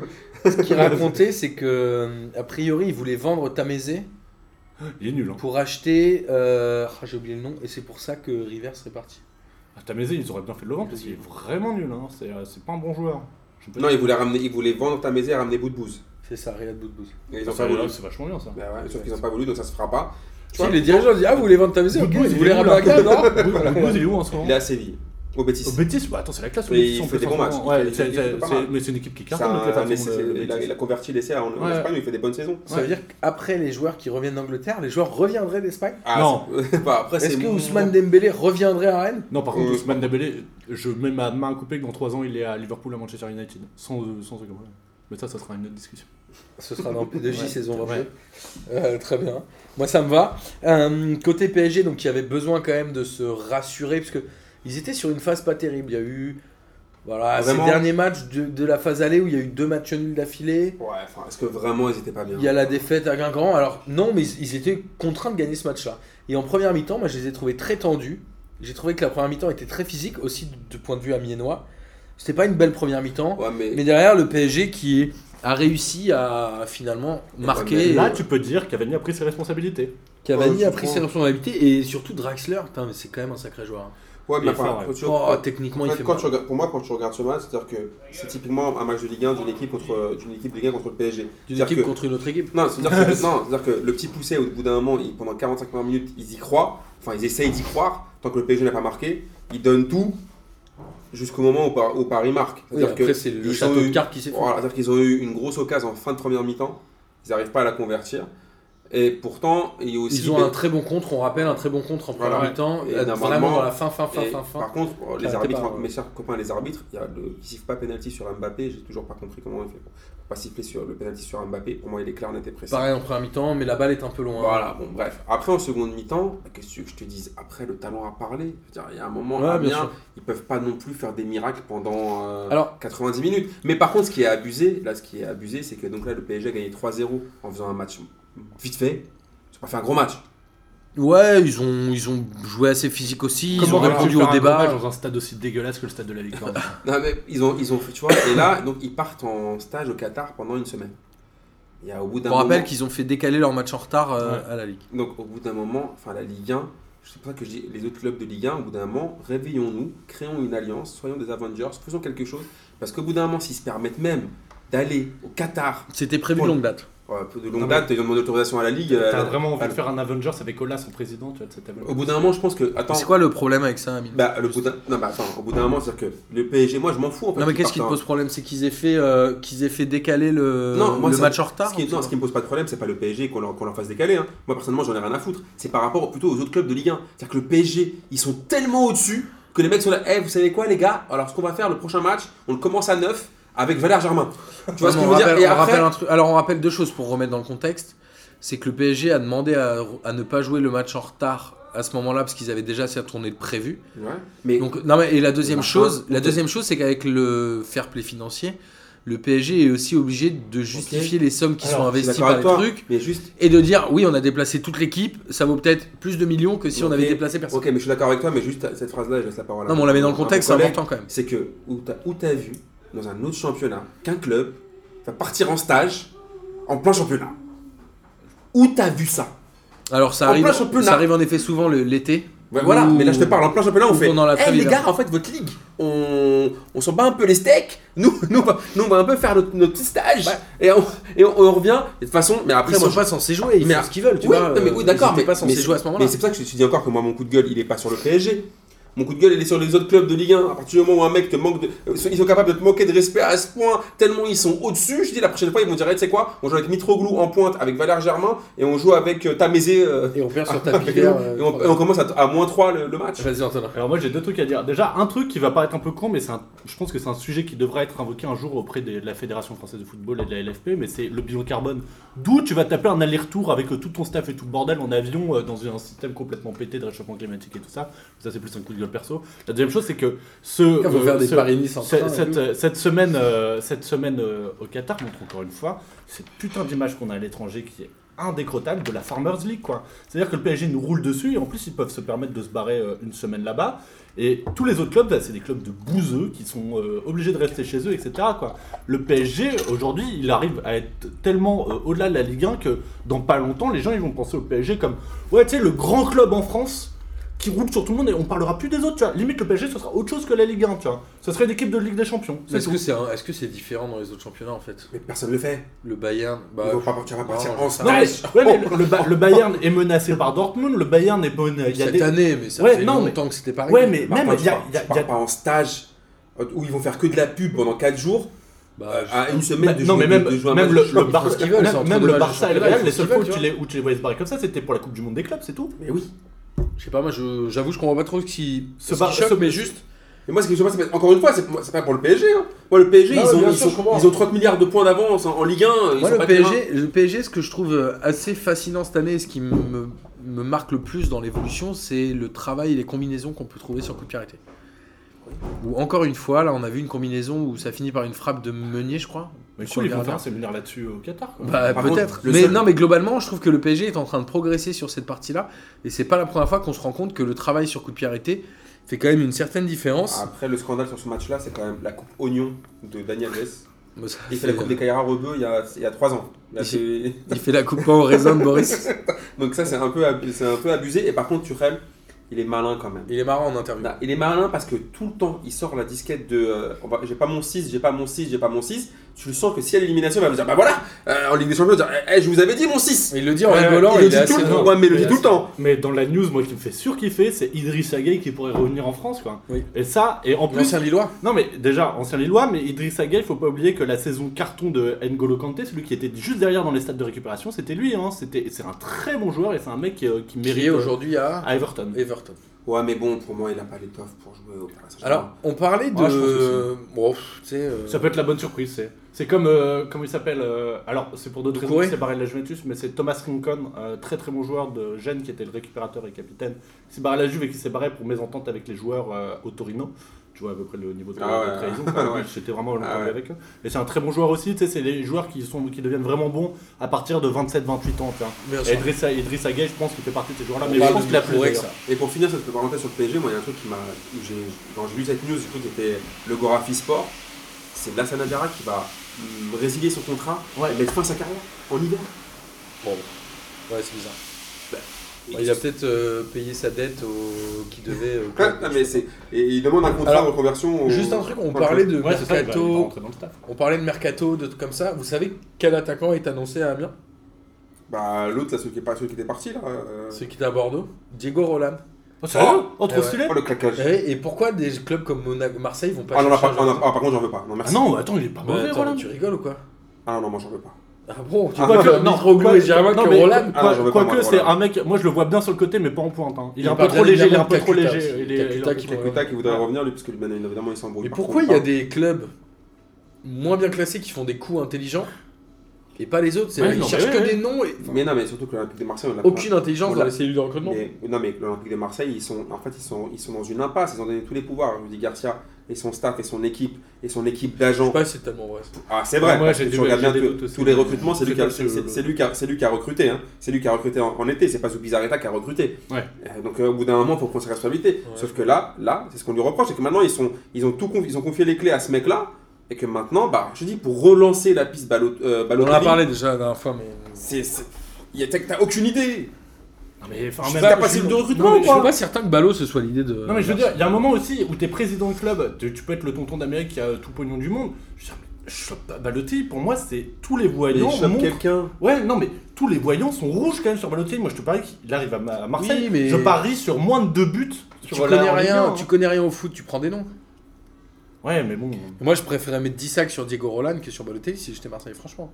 euh, ce qu'il racontait, c'est que a priori, il voulait vendre Tamézé
Il est nul. Hein.
pour acheter. euh, ah, J'ai oublié le nom, et c'est pour ça que River serait parti.
À Tamézé, ils auraient bien fait de le vendre parce qu'il est vraiment nul. Hein. C'est euh, c'est pas un bon joueur. Je peux
Non,
dire.
ils voulaient, ramener, ils voulaient vendre ta et ramener bout de bouse.
C'est ça, Riyad Boudbouz.
Et ils
Ça,
ont pas
c'est
voulu.
c'est vachement bien ça.
Bah ouais, sauf qu'ils n'ont pas voulu, donc ça se fera pas.
Si, les dirigeants disent Ah, vous voulez vendre ta maison
Boudbouz,
Vous
il
voulez
est où, là
ramener un non
Boudbouz, il est où en ce moment
Il est à Séville, au Bétis.
Au Betis, bah, attends, c'est la classe. au
Mais
Betis,
il
on
fait
peut
des
faire
bons
vraiment-
matchs.
ouais,
Il fait-
c'est-
il fait
c'est-
pas
c'est-
mal.
Mais c'est une équipe qui
C'est
cartonne.
un-
donc, la
mais
façon,
c'est-
le-
il,
le
a,
Betis.
il a converti l'essai en, en
Ouais.
Espagne, il fait des bonnes saisons.
Ça veut dire qu'après les joueurs qui reviennent d'Angleterre, les joueurs reviendraient d'Espagne
Ah,
Non.
c'est- bah, après,
Est-ce
c'est
que
mon-
Ousmane Dembélé reviendrait à Rennes
Non, par contre,
Euh,
Ousmane Dembélé, je mets ma main à couper que dans 3 ans, il est à Liverpool, à Manchester United. Sans, euh, sans aucun problème. Mais ça, ça sera une autre discussion.
Ce sera dans P2J
Ouais.
saison 22.
Ouais.
Euh, très bien. Moi, ça me va. Euh, côté PSG, donc, il y avait besoin quand même de se rassurer, parce que ils étaient sur une phase pas terrible. Il y a eu voilà,
Vraiment
ces derniers matchs de, de la phase aller où il y a eu deux matchs nuls d'affilée.
Ouais, enfin, est-ce que vraiment ils étaient pas bien
Il y a la défaite à Guingamp. Alors, non, mais ils, ils étaient contraints de gagner ce match-là. Et en première mi-temps, moi, je les ai trouvés très tendus. J'ai trouvé que la première mi-temps était très physique, aussi de- de point de vue amiénois. C'était pas une belle première mi-temps.
Ouais, mais,
Mais derrière, le PSG qui a réussi à finalement marquer.
Et- bah, euh,
Là, tu peux dire qu'Avani a pris ses responsabilités.
Cavani
Ouais,
a
je
pris
crois.
ses responsabilités et surtout Draxler, putain, mais c'est quand même un sacré joueur. hein.
ouais,
il
mais
est
enfin,
fort, ouais.
quand tu-
Oh, techniquement, il
quand-
fait
quand
mal.
tu regardes- pour moi, quand tu regardes ce match, c'est-à-dire que c'est typiquement un match de Ligue 1 d'une équipe, contre, d'une équipe de Ligue 1 contre le PSG.
D'une
C'est-à-dire
équipe
que-
contre une autre équipe.
Non, c'est-à-dire que, non, c'est-à-dire que le petit poussé, au bout d'un moment, il- pendant 45 premières minutes, ils y croient. Enfin, ils essayent d'y croire. Tant que le PSG n'a pas marqué, ils donnent tout jusqu'au moment où, Par- où Paris marque.
Oui,
C'est-à-dire que
après, c'est le
ils
château
ont
de
eu-
cartes qui s'est fait.
Voilà, c'est-à-dire qu'ils ont eu une grosse occasion en fin de première mi-temps. Ils n'arrivent pas à la convertir. Et pourtant, il y a aussi.
Ils ont un très bon contre, on rappelle, un très bon contre en première
Voilà.
mi-temps.
Et
euh,
normalement-
Vraiment dans la fin, fin, fin,
Et
fin, fin.
Par contre, oh, les
Arrêtez
arbitres,
pas, euh, ouais.
mes chers copains, les arbitres, il y a le, ils sifflent pas pénalty sur Mbappé. J'ai toujours pas compris comment il fait pour pas siffler sur le pénalty sur Mbappé. Pour moi, il est clair, n'était précis.
Pareil en première mi-temps, mais la balle est un peu loin.
Voilà, bon, bref. Après, en seconde mi-temps, bah, qu'est-ce que tu veux que je te dise Après, le talent a parlé. Je veux dire, Il y a un moment,
Ouais, bien
Amiens,
sûr.
ils peuvent pas non plus faire des miracles pendant euh,
Alors-
90 minutes. Mais par contre, ce qui est abusé, là, ce qui est abusé, c'est que donc là, le PSG a gagné 3-0 en faisant un match vite fait. C'est pas fait un gros match.
Ouais, ils ont, ils ont joué assez physique aussi. ils ont
aurais-tu
répondu
faire
au
un match
débat.
dans un stade aussi dégueulasse que le stade de la hein. Victoire
Non, mais ils ont, ils ont fait, tu vois, et là, donc ils partent en stage au Qatar pendant une semaine. Il y a au bout d'un
On rappelle
moment.
qu'ils ont fait décaler leur match en retard euh,
Ouais.
à la Ligue.
Donc, au bout d'un moment, enfin, la Ligue 1, c'est pour ça que je dis les autres clubs de Ligue 1, au bout d'un moment, réveillons-nous, créons une alliance, soyons des Avengers, faisons quelque chose. Parce qu'au bout d'un moment, s'ils se permettent même d'aller au Qatar,
C'était prévu de
Pour le-
longue date.
euh, peu de
Non,
longue
mais-
date, ils ont demandé autorisation à la Ligue. euh,
T'as vraiment envie
euh,
de faire un Avengers avec Ola, son président, tu vois, de cette table
Au bout d'un moment, je pense que. Attends.
C'est quoi le problème avec ça, Amine
bah, le bout d'un- non, bah, attends, au bout d'un moment, c'est-à-dire que le PSG, moi, je m'en fous. En fait,
Non mais
qu'ils
qu'est-ce qui te
partent en-
pose problème C'est qu'ils aient fait euh, qu'ils aient fait décaler le,
Non, moi,
le
ça-
match en retard.
Ce qui, non, ce qui me pose pas de problème, c'est pas le PSG qu'on leur, qu'on leur fasse décaler. hein. Moi personnellement, j'en ai rien à foutre. C'est par rapport plutôt aux autres clubs de Ligue 1. C'est-à-dire que le PSG, ils sont tellement au-dessus que les mecs sont là. Eh, vous savez quoi, les gars Alors, ce qu'on va faire, le prochain match, on le commence à 9 avec Valère Germain. Tu vois ce que
Non, on
je veux dire
rappelle-
Et
on
après,
rappelle un truc- Alors on rappelle deux choses pour remettre dans le contexte. C'est que le PSG a demandé à, à ne pas jouer le match en retard à ce moment-là parce qu'ils avaient déjà sa tournée de prévu.
Ouais, mais
Donc non mais et la deuxième
Martin,
chose, la
ok.
deuxième chose c'est qu'avec le fair play financier, le PSG est aussi obligé de justifier les sommes qui
Alors,
sont
je suis
investies
d'accord
par les
avec toi,
trucs
Mais juste.
et de dire oui on a déplacé toute l'équipe, ça vaut peut-être plus de millions que si on avait
Ok.
déplacé personne.
Ok, mais je suis d'accord avec toi, mais juste cette phrase-là, je laisse la parole. à-
Non mais on la met dans le
à mon
contexte, c'est
collègue.
important quand même.
c'est que où t'as où t'as vu dans un autre championnat qu'un club va partir en stage en plein championnat Où t'as vu ça
Alors ça
En
arrive,
plein championnat.
ça arrive en effet souvent le- l'été.
Ouais, voilà,
Ou-
mais là je te parle en plein championnat, on
ou
fait.
pendant la
Eh,
trêve
les
hivernale.
gars, en fait, votre ligue, on, on s'en bat un peu les steaks. Nous, nous, on va- nous, on va un peu faire notre, notre petit stage.
Ouais.
Et, on, et on, on revient. Et de toute façon, mais après,
Ils
moi,
sont pas censés jouer, ils
Mais-
font ce qu'ils veulent,
je-
tu
oui,
vois.
non, mais oui,
euh,
d'accord,
ils
mais
étaient pas censés
mais-
jouer à ce
Mais
moment-là.
c'est pour ça que je te dis encore que moi, mon coup de gueule, il est pas sur le PSG. Mon coup de gueule, il est sur les autres clubs de Ligue 1. À partir du moment où un mec te manque de. euh, Ils sont capables de te manquer de respect à ce point, tellement ils sont au-dessus. Je dis la prochaine fois, ils vont dire, Eh, tu sais quoi, on joue avec Mitroglou en pointe, avec Valère Germain, et on joue avec euh, Tamézé. euh,
Et on perd sur tapis
avec nous.
vert. euh,
et, on, et on commence à, à moins 3 le, le match.
Vas-y Antonin.
Alors moi j'ai deux trucs à dire. Déjà un truc qui va paraître un peu con mais c'est un- je pense que c'est un sujet qui devra être invoqué un jour auprès des- de la Fédération française de football et de la LFP mais c'est le bilan carbone. D'où tu vas taper un aller-retour avec euh, tout ton staff et tout le bordel en avion euh, dans un système complètement pété de réchauffement climatique et tout ça. Ça c'est plus un coup de gueule perso. La deuxième chose c'est que ce
On va
euh,
faire des
ce-
Paris-Nice en
cette,
train,
cette,
et
euh, cette semaine, euh, cette semaine euh, au Qatar montre encore une fois cette putain d'image qu'on a à l'étranger qui est indécrottable de la Farmers League. quoi. C'est-à-dire que le PSG nous roule dessus et en plus ils peuvent se permettre de se barrer euh, une semaine là-bas. Et tous les autres clubs, bah, c'est des clubs de bouseux qui sont euh, obligés de rester chez eux, etc. Quoi. Le PSG, aujourd'hui, il arrive à être tellement euh, au-delà de la Ligue 1 que dans pas longtemps, les gens ils vont penser au PSG comme Ouais, tu sais, le grand club en France qui roule sur tout le monde et on parlera plus des autres, tu vois. Limite, le PSG, ce sera autre chose que la Ligue 1, tu vois. Ce serait une équipe de Ligue des Champions. c'est
Est-ce
tout.
que c'est un- est-ce que c'est différent dans les autres championnats en fait
Mais personne ne le fait.
Le Bayern, bah,
Ils vont pas partir, on va partir
non,
ensemble.
Non, mais- ouais, mais le,
Oh.
le Ba- le Bayern est menacé par Dortmund, le Bayern est menacé. il y a
cette
des-
année, mais ça
Ouais,
fait
non, mais-
longtemps que c'était pareil.
Ouais, mais
Par
même,
contre,
il y a.
tu
il y a-
pars-
il
tu
y a-
pars pas en stage euh, où ils vont faire que de la pub pendant 4 jours
Bah,
euh, à une semaine de
Bah, non, mais
jouer-
même,
de jouer un
même
match
le,
de
le
champion.
font
Barça,
ce qu'ils veulent,
même-
c'est entre
même
deux
le
matchs de
Barça et le
championnat,
Real,
ils
les
font ce
seules
qu'ils
fois où
veulent,
tu les, où tu les voyais se barrer comme ça, c'était pour la Coupe du Monde des clubs, c'est tout.
Mais oui.
je sais pas, moi je- j'avoue, je comprends pas trop ce qui
Ce
ce qui
bar-
choque,
ce-
mais juste.
Mais moi, ce qui me surprend, c'est que- encore une fois, c'est moi, c'est pas pour le PSG. hein. Moi, le PSG,
Non,
ils,
mais
ont,
bien
ils,
sûr, je
sont,
comprends.
ils ont 30 milliards de points d'avance en, en Ligue 1. Ils
Moi,
sont
le
pas
PSG, le PSG, ce que je trouve euh, assez fascinant cette année, et ce qui me, me marque le plus dans l'évolution, c'est le travail et les combinaisons qu'on peut trouver sur coup de pied arrêté. Où encore une fois, là, on a vu une combinaison où ça finit par une frappe de Meunier, je crois.
Mais
sur
cool, ils
le
vont
gardien.
faire un séminaire là-dessus au Qatar. quoi.
Bah,
Par
peut-être.
contre, le
Mais
seul-
non, mais globalement, je trouve que le PSG est en train de progresser sur cette partie-là, et c'est pas la première fois qu'on se rend compte que le travail sur coup de pied arrêté fait quand même une certaine différence.
Après, le scandale sur ce match-là, c'est quand même la coupe oignon de Daniel Vess.
Moi, ça
Il fait
fait-
la coupe des Caillera Rebeu il y a, il y a 3 ans. Il a fait-
il fait la coupe pas au raisin de Boris.
Donc ça, c'est un, peu abu- c'est un peu abusé. Et par contre, Tuchel, il est malin quand même.
Il est marrant en interview.
Non, il est malin parce que tout le temps, il sort la disquette de euh, on va- j'ai pas mon 6, j'ai pas mon 6, j'ai pas mon 6. Tu le sens que si à l'élimination, il va me dire bah voilà, euh, en Ligue des Champions, il va dire, Eh, eh, je vous avais dit mon 6.
Il le dit en
Ouais,
rigolant,
il le
il,
dit
est
tout
assez
le
drôle.
temps. Ouais, mais il le
Il
dit
est
tout le
assez-
temps.
Mais dans la news, moi qui me fait surkiffer, c'est Idriss Gueye qui pourrait revenir en France. Quoi.
Oui.
Et ça, et en plus.
L'ancien Lillois.
Non, mais déjà, ancien Lillois, mais Idriss Gueye, il faut pas oublier que la saison carton de N'Golo Kanté, celui qui était juste derrière dans les stades de récupération, c'était lui. Hein. C'était, c'est un très bon joueur et c'est un mec qui, euh, qui mérite.
Mérié
euh,
aujourd'hui à
À Everton.
Everton.
Ouais, mais bon, pour moi, il a pas l'étoffe pour jouer au Paris Saint-Germain.
Alors, on parlait de.
Ouais, je pense que
bon, pff, tu sais. euh,
Ça peut être la bonne surprise, c'est. C'est comme. euh, comment il s'appelle euh, Alors, c'est pour d'autres raisons
Doucouré
qu'il s'est barré de la Juventus, mais c'est Thomas Rincon, euh, très très bon joueur de Gênes, qui était le récupérateur et capitaine, qui s'est barré de la Juve et qui s'est barré pour mésentente avec les joueurs euh, au Torino. Tu vois à peu près le niveau de,
Ah
de
ouais.
trahison. quoi.
Ouais.
J'étais vraiment longtemps
Ah ouais.
avec eux. Et c'est un très bon joueur aussi, tu sais, c'est les joueurs qui, sont, qui deviennent vraiment bons à partir de 27-28 ans. tu vois.
bien
Et
sûr.
Idrissa, Idrissa Gueye, je pense qu'il fait partie de ces joueurs-là,
On
mais je
parle
pense
de
qu'il a
Doucouré,
plus d'ailleurs.
ça.
Et pour finir cette parenthèse sur le PSG, moi, il y a un truc qui m'a. où j'ai- Quand j'ai lu cette news, j'ai cru qu'il était le Gorafi Sport. C'est Blassana Diarra qui va mm, résilier son contrat
Ouais.
et mettre fin à sa carrière en hiver.
Bon. Ouais, c'est bizarre.
Et
il a peut-être euh, payé sa dette au... qui devait. euh, au
Ouais,
club.
non, mais c'est- et il demande un contrat
Alors,
de reconversion. au-
Juste un truc, on
Ouais,
parlait de
Ouais, c'est ça, il va- il va
mercato,
rentrer dans le staff.
on parlait de mercato, de trucs comme ça. Vous savez quel attaquant est annoncé à Amiens
Bah, l'autre, là, celui qui, est pas, celui qui était parti, là. euh,
Celui qui était à Bordeaux Diego Roland.
Oh, sérieux Oh,
Ah
trop
ouais.
stylé
Oh, le claquage.
Et et pourquoi des clubs comme Monaco, Marseille vont Eh, pas
Ah non, là,
chercher
par,
un
ah,
joueur
non, ah, par contre, j'en veux pas. Non,
Ah
merci.
non, attends, il est pas
Bah,
mauvais,
attends,
Roland.
mais tu rigoles ou quoi
Ah non, moi, j'en veux pas.
Ah bon Tu
Ah,
vois
non,
que
non,
Mitroglou
quoi-
et Germain
non,
que
mais-
Roland
Ah non, j'en veux pas,
Quoique,
moi,
que
le
c'est
Roland.
un mec, moi je le vois bien sur le côté, mais pas en pointe. hein. Il,
Il
est un
est pas
peu trop
bien
léger, il est un peu
évidemment
trop
Kakuta,
léger.
parce que
il est- il est
Kakuta
un peu
qui
trop-
Ouais.
Kakuta qui voudrait revenir, lui, parce que bien évidemment, il s'embrouille.
Mais
par
pourquoi il
contre,
y a
hein.
des clubs moins bien classés qui font des coups intelligents et pas les autres C'est
Ouais,
vrai, ils
non, mais
cherchent que
ouais, ouais.
des noms et
Mais non, mais surtout que l'Olympique de Marseille, on l'a
aucune intelligence
on
dans
l'a-
les cellules de recrutement.
Mais- non, mais l'Olympique de Marseille, ils sont, en fait, ils sont, ils sont dans une impasse. Ils ont donné tous les pouvoirs. Rudy Garcia et son staff et son équipe et son équipe
Je sais
d'agents.
pas si c'est tellement vrai. ça.
Ah, c'est vrai.
Moi,
parce que
j'ai
tu
des-
regardes
j'ai
bien
des
tous-
doutes aussi.
tous les recrutements, c'est
C'est
lui, qui a-
pas
c'est-
sûr.
c'est- c'est lui qui a- c'est lui qui a recruté. hein. C'est lui qui a recruté en, en été. C'est pas Zubizarreta qui a recruté.
Ouais.
Euh, donc, euh, au bout d'un moment, il faut prendre ses responsabilités.
Ouais.
Sauf que là, là, c'est ce qu'on lui reproche, c'est que maintenant ils sont, ils ont tout, confi- ils ont confié les clés à ce mec-là. Et que maintenant, bah, je dis pour relancer la piste Ballot, euh,
On en
Balotelli,
a parlé déjà la dernière fois, mais.
c'est- c'est- il y a- t'as- T'as aucune idée.
Non, mais enfin,
Tu
même-
sais, T'as pas cible de
Non,
recrutement
mais
ou
Je suis
quoi
pas certain que Ballot ce soit l'idée de.
Non, mais je veux dire, il y a un moment aussi où t'es président de club, tu, tu peux être le tonton d'Amérique qui a tout pognon du monde. Je veux dire, mais chope pas Balotelli, pour moi, c'est tous les
Mais
voyants.
il chope
montrent-
quelqu'un.
Ouais, non, mais tous les voyants sont rouges quand même sur Balotelli. Moi, je te parie qu'il arrive à, Ma- à Marseille.
Oui, mais-
Je parie sur moins de deux buts.
Tu
sur la-
connais
en Ligue un,
rien,
hein.
tu connais rien au foot, tu prends des noms.
Ouais, mais bon,
Moi, je préférais mettre 10 sacs sur Diego Roland que sur Balotelli si j'étais Marseille, franchement.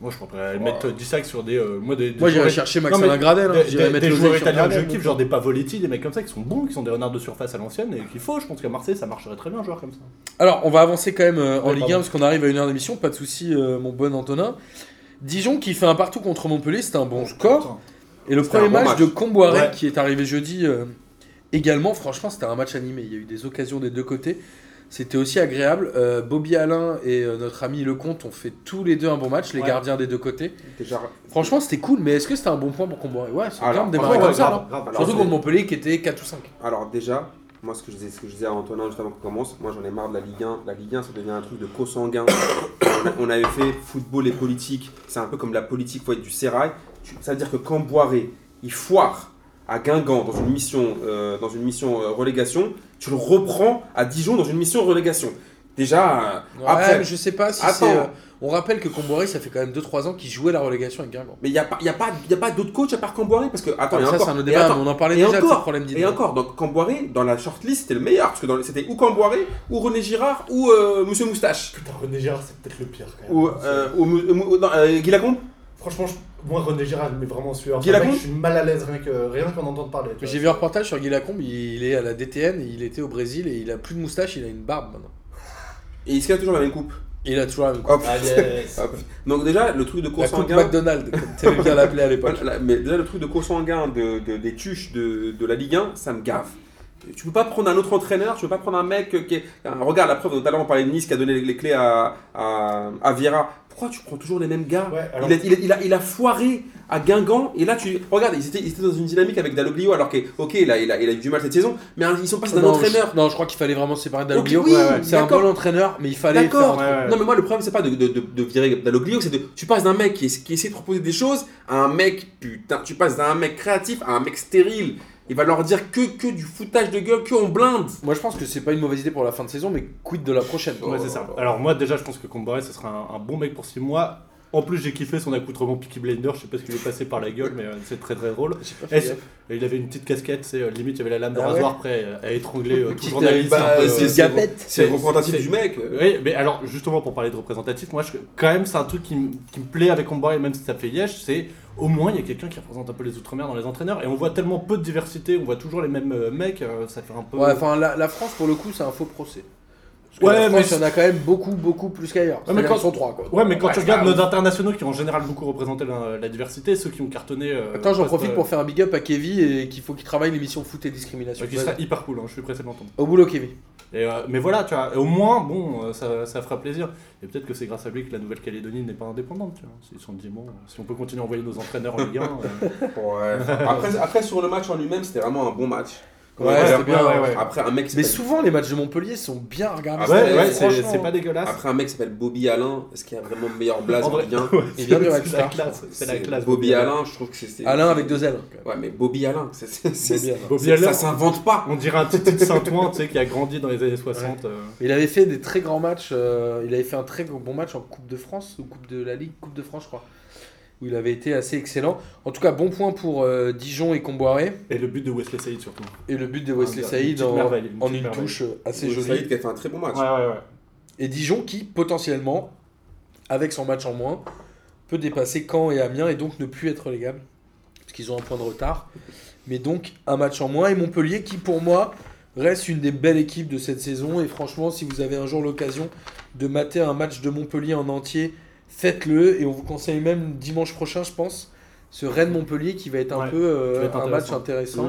moi, je pourrais mettre euh, 10 sacs sur des. euh, moi, des, des
Moi, j'irais
joueurs-
chercher
Non, mais
Maxime Gradel, hein.
Des,
j'irais
des-
mettre
des
Lozé
joueurs
sur
italiens que je
Gradel.
kiffe, genre des Pavoletti, des mecs comme ça qui sont bons, qui sont des renards de surface à l'ancienne et qu'il faut. Je pense qu'à Marseille, ça marcherait très bien, un joueur comme ça.
Alors, on va avancer quand même euh, en
Ouais,
Ligue 1
pardon.
parce qu'on arrive à une heure d'émission, pas de souci, euh, mon bon Antonin. Dijon qui fait un partout contre Montpellier, c'est un bon score. Et le
C'était
premier
un bon
match,
match.
de Comboiré
Ouais.
qui est arrivé jeudi euh, également, franchement, c'était un match animé. Il y a eu des occasions des deux côtés. C'était aussi agréable. Euh, Bobby Alain et euh, notre ami Lecomte ont fait tous les deux un bon match, les
Ouais.
gardiens des deux côtés.
Déjà,
Franchement, c'était cool, mais est-ce que c'était un bon point pour Comboiré Ouais, c'est
Alors,
bien de
franchement,
démarrer
ouais,
comme ça,
grave,
non
grave.
alors,
Surtout
c'est-
contre Montpellier qui était 4 ou 5.
Alors déjà, moi ce que je disais, ce que je disais à Antonin juste avant qu'on commence, moi j'en ai marre de la Ligue 1. La Ligue 1 ça devient un truc de consanguin. on, a- on avait fait football et politique, c'est un peu comme la politique faut être du sérail. Tu- Ça veut dire que quand Boiré, il foire à Guingamp dans une mission, euh, dans une mission euh, relégation, tu le reprends à Dijon dans une mission relégation. Déjà, euh,
Ouais,
après,
mais je sais pas si
Attends.
c'est. euh, on rappelle que Comboiré, ça fait quand même 2-3 ans qu'il jouait la relégation avec Guingamp.
mais il n'y a pas, y a pas, y a pas d'autres coachs à part Camboiré parce que attends,
Ah,
il y a
ça,
encore,
c'est un autre
et
débat,
attends,
mais on en parlait
et
déjà de
encore,
ce problème d'idées.
Et encore, donc Camboiré, dans la shortlist, c'était le meilleur, parce que dans- c'était ou Camboiré, ou René Girard, ou euh, Monsieur Moustache,
Putain, René Gérard, c'est peut-être le pire quand même.
ou, euh, ou Mou- euh, Mou- non, euh, Guy Lacombe.
Franchement, je- moi, René Gérard, mais vraiment sueur.
Guy
Enfin, mec,
Lacombe
Je suis mal à l'aise rien que rien qu'en entendre parler. tu
Mais
vois,
J'ai
c'est-
vu un reportage sur Guy Lacombe, il, il est à la DTN, il était au Brésil et il a plus de moustache, il a une barbe maintenant.
Et il se cache toujours la même coupe.
Et il a toujours la même coupe.
Hop.
Ah, yes.
Hop. Donc déjà, le truc de
La coupe
consanguin...
McDonald's, comme t'aimais bien l'appeler à l'époque.
Voilà, la- mais déjà, le truc de consanguin de, de- des tuches de, de la Ligue 1, ça me gave. Tu peux pas prendre un autre entraîneur, tu peux pas prendre un mec qui est... ah, Regarde, la preuve, tout à l'heure, on parlait de Nice qui a donné les- les clés à, à, à Vieira. Pourquoi tu prends toujours les mêmes gars
Ouais, alors-
il, a, il, a, il a- il a foiré à Guingamp et là tu regarde ils étaient, ils étaient dans une dynamique avec Daloglio alors que ok il a, il a, il a eu du mal cette saison mais ils sont passés d'un
Non,
entraîneur
je- non, je crois qu'il fallait vraiment se séparer d'Aloglio.
Ok, oui,
Ouais, ouais. C'est un
d'accord.
bon entraîneur, mais il fallait.
d'accord
faire un-
Ouais, ouais.
non mais moi le problème c'est pas de, de, de, de virer Daloglio c'est de tu passes d'un mec qui, essa- qui essaie de proposer des choses à un mec putain tu passes d'un mec créatif à un mec stérile il va leur dire que, que du foutage de gueule que on blinde
Moi, je pense que c'est pas une mauvaise idée pour la fin de saison, mais quid de la prochaine quoi.
Ouais, c'est ça. Alors, moi, déjà, je pense que Comboiré, ce sera un, un bon mec pour 6 mois. En plus, j'ai kiffé son accoutrement Peaky Blender. Je sais pas ce qu'il lui est passé par la gueule, mais euh, c'est très très drôle.
J'ai pas fait
Est-ce-
gaffe.
Et il avait une petite casquette, c'est euh, limite, il y avait la lame de
Ah ouais
rasoir prêt euh, à étrangler euh, tout
Petite,
journaliste.
euh, bah,
un peu,
c'est-
euh,
Diabète.
c'est
c'est-
représentatif
c'est-
du mec
Oui, mais alors justement pour parler de représentatif, moi je, quand même c'est un truc qui, me- qui me plaît avec Comboiré, même si ça fait liège, c'est au moins il y a quelqu'un qui représente un peu les outre-mer dans les entraîneurs et on voit tellement peu de diversité, on voit toujours les mêmes euh, mecs, euh, ça fait un peu.
Ouais, enfin, la, la France, pour le coup, c'est un faux procès. Parce que
Ouais,
la
mais
France, il y en a quand même beaucoup, beaucoup plus qu'ailleurs.
mais
mais
quand-
quand ils sont trois, quoi.
Ouais, mais quand
Ouais,
tu regardes
bah,
nos internationaux qui ont en général beaucoup représenté la, la diversité, ceux qui ont cartonné. euh,
Attends, j'en
poste,
profite
euh,
pour faire un big up à Kevin et qu'il faut qu'il travaille l'émission Foot et Discrimination.
qui sera hyper cool, hein, je suis pressé de l'entendre.
Au boulot, Kevin.
Et, euh, mais voilà, tu vois, et au moins, bon, euh, ça, ça fera plaisir. Et peut-être que c'est grâce à lui que la Nouvelle-Calédonie n'est pas indépendante. Tu vois. Ils se sont dit, bon, euh, si on peut continuer à envoyer nos entraîneurs en Ligue 1. euh,
Ouais. Après, après, sur le match en lui-même, c'était vraiment un bon match.
Ouais,
Après,
c'était bien, hein.
ouais, ouais.
Après, un mec qui
Mais
s'appelle-
souvent, les matchs de Montpellier sont bien regardés.
Ah ouais, ouais,
c'est
Franchement.
c'est pas dégueulasse.
après un mec qui s'appelle Bobby Alain, est-ce qu'il y a vraiment meilleur blaze
En
en
vrai,
Ligue 1
ouais,
Il vient de
c'est-
Red
c'est la
Star.
classe. C'est la
C'est
classe.
Bobby Alain, je trouve que c'est. c'est-
Alain avec deux hein, ailes.
Ouais, mais Bobby Alain, c'est- c'est- c'est-
Bobby Alain.
Bobby
c'est-
Alain.
ça s'invente pas.
On dirait un petit de Saint-Ouen, tu sais, qui a grandi dans les années 60. euh.
Il avait fait des très grands matchs. euh, il avait fait un très bon match en Coupe de France ou Coupe de la Ligue, Coupe de France, je crois. Où il avait été assez excellent. En tout cas, bon point pour euh, Dijon et Comboiré.
Et le but de Wesley Saïd surtout.
Et le but de
Ah, Une
Wesley
petite
Saïd en,
merveille, une
en
petite
une
merveille.
touche assez
Saïd
jolie.
qui a fait un très bon match.
ouais, ouais.
Et Dijon qui, potentiellement, avec son match en moins, peut dépasser Caen et Amiens et donc ne plus être légable. Parce qu'ils ont un point de retard. Mais donc, un match en moins. Et Montpellier qui, pour moi, reste une des belles équipes de cette saison. Et franchement, si vous avez un jour l'occasion de mater un match de Montpellier en entier, faites-le. Et on vous conseille même dimanche prochain, je pense, ce Rennes-Montpellier qui va être un
Ouais,
peu euh,
ça va être
un match
intéressant.
intéressant.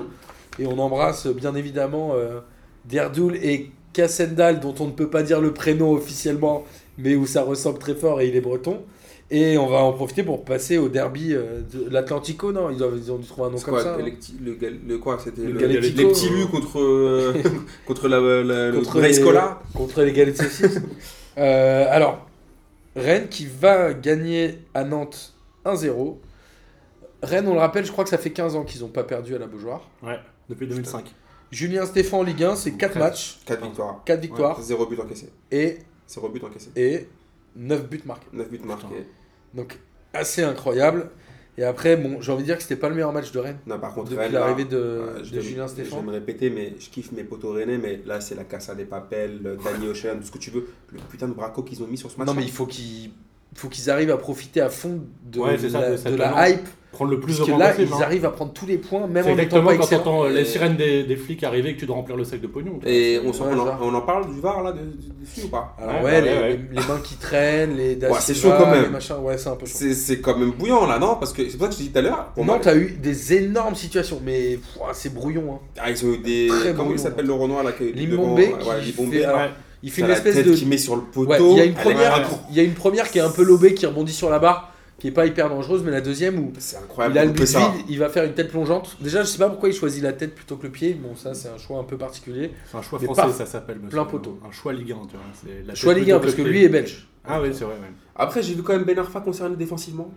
Mhm.
Et on embrasse euh, bien évidemment euh, Derdoul et Kassendal, dont on ne peut pas dire le prénom officiellement, mais où ça ressemble très fort et il est breton. Et on va en profiter pour passer au derby euh, de l'Atlantico, non ils, doivent- ils ont dû trouver un nom
C'est
comme
quoi,
ça.
le,
hein.
lecti- le gal- le quoi C'était
Le
le-
Galactico.
les petits lus contre, euh, contre la, la, le Grace
les,
Cola.
contre les galettes saucisses. Euh, alors, Rennes qui va gagner à Nantes 1-0. Rennes, on le rappelle, je crois que ça fait 15 ans qu'ils n'ont pas perdu à la Beaujoire.
Ouais, depuis 2005.
Julien Stéphane en Ligue 1, c'est 4
Presque.
matchs,
4 victoires.
4 victoires
0 but encaissé.
et,
0 but encaissé.
et 9 buts marqués.
9 buts marqués.
Donc assez incroyable. Et après, bon, j'ai envie de dire que c'était pas le meilleur match de Rennes
Non, par contre,
depuis
Rennes, là,
l'arrivée de,
Ouais,
de
je vais-
Julien
Je
Stéphane.
vais me répéter, mais je kiffe mes potos rennais, mais là, c'est la casse à des papels, le Danny Ocean, tout ce que tu veux. Le putain de braco qu'ils ont mis sur ce match.
Non, mais il faut qu'ils faut qu'ils arrivent à profiter à fond de
Ouais, c'est ça,
la,
de cette
de la
balance.
hype.
Prendre le plus
parce
de
que
points
là,
possible,
ils
hein.
arrivent à prendre tous les points, même
C'est
en n'étant pas
exactement quand
excellent.
t'entends euh, les
Et-
sirènes des, des flics arriver et que tu te remplir le sac de pognon. tu vois.
Et on, s'en-
Ouais,
on,
ça.
en, on en parle du VAR là de- de- dessus ou pas
Alors ouais,
Ouais, ouais,
les,
ouais.
les- les mains qui traînent, les Da
Ouais, c'est
Silva,
chaud quand même.
les machins, ouais, c'est un peu chaud.
C'est c'est quand même bouillant là, non Parce que c'est pour ça que je te dis tout à l'heure, pour
Non,
moi,
t'as eu des énormes situations, mais pff, c'est brouillon. hein.
ah, ils ont eu des.
Très
Comment
brouillon.
il s'appelle le Renoir là qui est
Limbombe
devant, ouais,
qui
Limbombe.
fait- alors,
Ouais.
Il fait
T'as
une
la
espèce
tête
de.
qui met sur le poteau.
Ouais, il y a une
elle est
première,
accro-
il y a une première qui est un peu lobée, qui rebondit sur la barre, qui est pas hyper dangereuse, mais la deuxième où
C'est incroyable.
il a le
on
but
peut ça.
vide, il va faire une tête plongeante. Déjà, je sais pas pourquoi il choisit la tête plutôt que le pied. Bon, ça c'est un choix un peu particulier.
C'est un choix
Mais
français,
pas-
ça s'appelle. parce
plein
que-
poteau.
Un choix Ligue 1, tu vois. c'est la
Choix
tête
Ligue 1
plutôt
parce que
le
lui
pied.
est belge.
Ah oui, c'est vrai, ouais.
Après, j'ai vu quand même Ben Arfa concerné défensivement.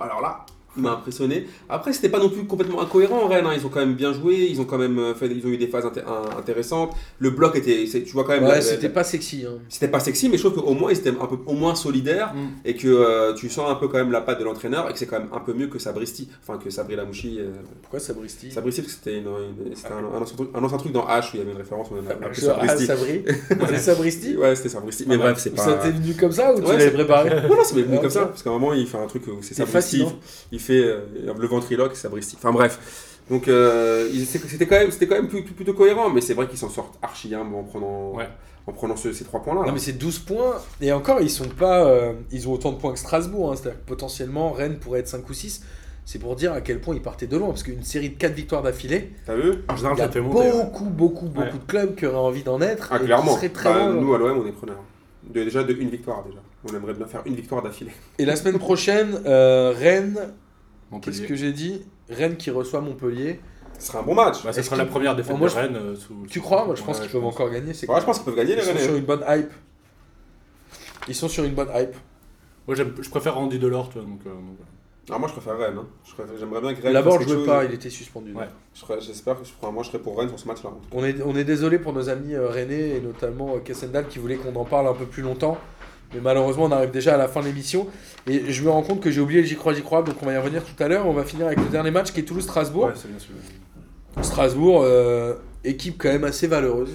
Alors là, il m'a impressionné. Après, c'était pas non plus complètement incohérent, Rennes. hein. Ils ont quand même bien joué. Ils ont quand même euh, fait, ils ont eu des phases inté- un- intéressantes. Le bloc était, c'est- tu vois quand même. la-
Ouais,
la-
c'était
la-
pas sexy. hein.
c'était pas sexy, mais je trouve qu'au moins ils étaient un peu au moins solidaires
Mm.
et que euh, tu sens un peu quand même la patte de l'entraîneur et que c'est quand même un peu mieux que Sabristi, enfin que Sabri Lamouchi. euh,
Pourquoi Sabristi
Sabristi, parce que c'était une- une- c'était un, un ancien truc, un ancien truc dans H où il y avait une référence, on a appelé
Je- ah,
Sabristi.
Sabri. C'est Sabristi.
Ouais, c'était Sabristi, mais
Ah,
bref, c'est pas.
Ça t'est venu comme ça ou tu
Ouais,
l'avais
c'est-
préparé
Non, non, c'est venu
Ah,
comme ça,
ok.
parce qu'à un moment, il fait un truc où c'est
C'est
Sabristi,
fascinant.
il fait euh, le ventriloque, Sabristi. Enfin bref. Donc, euh, il- c'est- c'était quand même, c'était quand même plus- plus- plutôt cohérent, mais c'est vrai qu'ils s'en sortent archi humbles en prenant,
Ouais.
en prenant ce- ces trois points-là.
Non mais c'est 12 points et encore ils sont pas euh, ils ont autant de points que Strasbourg hein. c'est-à-dire que potentiellement Rennes pourrait être 5 ou 6 c'est pour dire à quel point ils partaient de loin parce qu'une série de 4 victoires d'affilée
T'as vu
En général,
il y a
ça fait monter. hein, ouais.
beaucoup beaucoup beaucoup
Ouais.
de clubs qui auraient envie d'en être
hein. Ah,
et qui
clairement.
seraient très
Bah,
loin.
nous, à l'OM, on est preneurs. De- déjà, de une victoire, déjà. On aimerait bien faire une victoire d'affilée.
et la semaine prochaine euh, Rennes qu'est-ce
Montpellier.
que j'ai dit Rennes qui reçoit Montpellier
Ce serait un bon match.
Bah, ça
Est-ce
sera
que-
la première défaite
Bon, moi,
de
je-
Rennes. euh, sous-
tu crois moi je pense
Ouais,
qu'ils peuvent encore gagner c'est
Ouais, je pense qu'ils peuvent gagner,
ils
les
sont sur
Rennais.
une bonne hype ils sont sur une bonne hype
Moi, j'aime- je préfère Randy Delors, tu vois. Donc, euh, donc, voilà.
Alors, moi, je préfère Rennes. hein. Je préfère- J'aimerais bien que Rennes.
Laborde
fasse
je
quelque
jouait
chose.
pas il était suspendu
Ouais.
Je serais- J'espère que je prends. Moi, je serais pour Rennes sur ce match-là.
On est, on est désolé pour nos amis euh, René et notamment euh, Kessendal qui voulaient qu'on en parle un peu plus longtemps. Mais malheureusement, on arrive déjà à la fin de l'émission. Et je me rends compte que j'ai oublié le J'y crois, J'y crois. Donc on va y revenir tout à l'heure. On va finir avec le dernier match qui est Toulouse-Strasbourg.
c'est bien sûr.
Strasbourg, euh, équipe quand même assez valeureuse.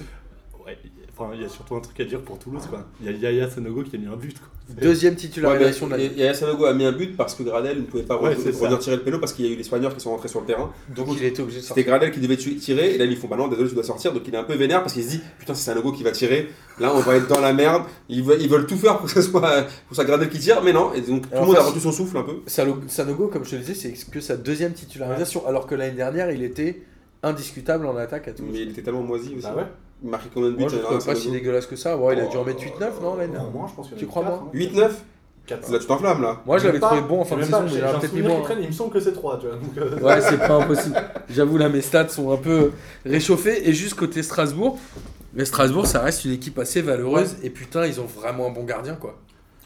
Ouais, enfin, il y a surtout un truc à dire pour Toulouse, quoi. Il y a Yaya Sanogo qui a mis un but, quoi.
Deuxième titularisation de l'année.
Et Yasanogo a mis un but parce que Gradel ne pouvait pas
Ouais,
re-
c'est ça.
revenir tirer le péno parce qu'il y a eu les soigneurs qui sont rentrés sur le terrain.
Donc il était obligé de
C'était
sortir.
Gradel qui devait tu- tirer et là ils font bah non désolé je dois sortir donc il est un peu vénère parce qu'il se dit putain c'est Sanogo qui va tirer là on va être dans la merde ils veulent, ils veulent tout faire pour que ce soit pour que ce soit Gradel qui tire mais non et donc tout
Alors,
le monde a
face-
retenu son souffle un peu
Salo- Sanogo, comme je te le disais, c'est que sa deuxième titularisation. Alors que l'année dernière, il était indiscutable en attaque à Toulouse.
mais il était tellement moisi aussi
Bah ouais.
il marquait combien de buts
Moi, je
en
ne
général,
trouve euh, pas si
Sanogo
dégueulasse que ça. Ouais, il a dû en mettre 8-9, non, l'année
Non, moi, je pense qu'il y en a
Tu
eu
crois
quatre,
pas
hein.
8-9
Quatre.
là tu t'enflammes là
Moi, je l'avais
Même pas.
trouvé bon en fin de
Même
saison,
pas,
mais
j'ai
il
un
a peut-être mis
souvenir qui
moins. hein.
traîne, il me semble que c'est 3, tu vois. donc, euh,
Ouais, c'est pas impossible. J'avoue, là, mes stats sont un peu réchauffées. Et juste côté Strasbourg, mais Strasbourg, ça reste une équipe assez valeureuse. Et putain, ils ont vraiment un bon gardien, quoi.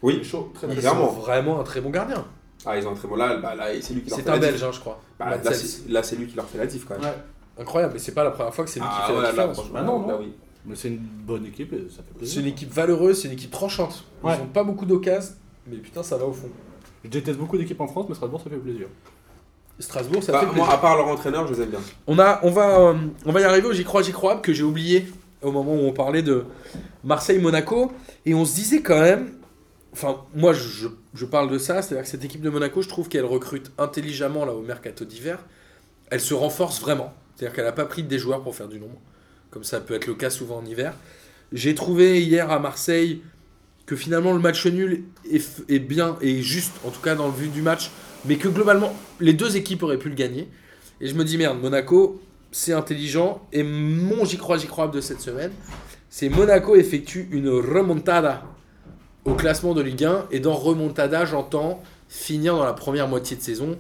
il
oui
est chaud, très
Ils
très
Clairement.
ont vraiment un très bon gardien.
ah ils ont un très bon là bah, là c'est lui qui leur
C'est
fait
un
la diff.
Belge, hein, je crois.
Bah, là,
Madsels.
c'est- là c'est lui qui leur fait la diff quand même
Ouais.
Incroyable, mais c'est pas la première fois que c'est lui
ah
qui fait
ouais
la
là,
différence.
franchement,
Bah non, non.
là, oui.
Mais c'est une bonne équipe et ça fait plaisir.
C'est une équipe valeureuse, c'est une équipe tranchante. Ils
Ouais.
ont pas beaucoup d'occasions, mais putain, ça va au fond.
Je déteste beaucoup d'équipes en France, mais Strasbourg, ça fait plaisir.
Strasbourg, ça
Bah,
fait
moi
plaisir.
à part leur entraîneur je les aime bien
On, a, on, va, euh, on va y arriver au J'y crois, J'y crois, que j'ai oublié au moment où on parlait de Marseille-Monaco. Et on se disait quand même, enfin, moi je, je- je parle de ça, c'est-à-dire que cette équipe de Monaco, je trouve qu'elle recrute intelligemment là au mercato d'hiver. Elle se renforce vraiment. C'est-à-dire qu'elle n'a pas pris des joueurs pour faire du nombre, comme ça peut être le cas souvent en hiver. J'ai trouvé hier à Marseille que finalement le match nul est, f- est bien et juste, en tout cas dans le vu du match, mais que globalement les deux équipes auraient pu le gagner. Et je me dis merde, Monaco, c'est intelligent. Et mon j'y crois, j'y crois de cette semaine, c'est Monaco effectue une remontada au classement de Ligue 1. Et dans remontada, j'entends finir dans la première moitié de saison,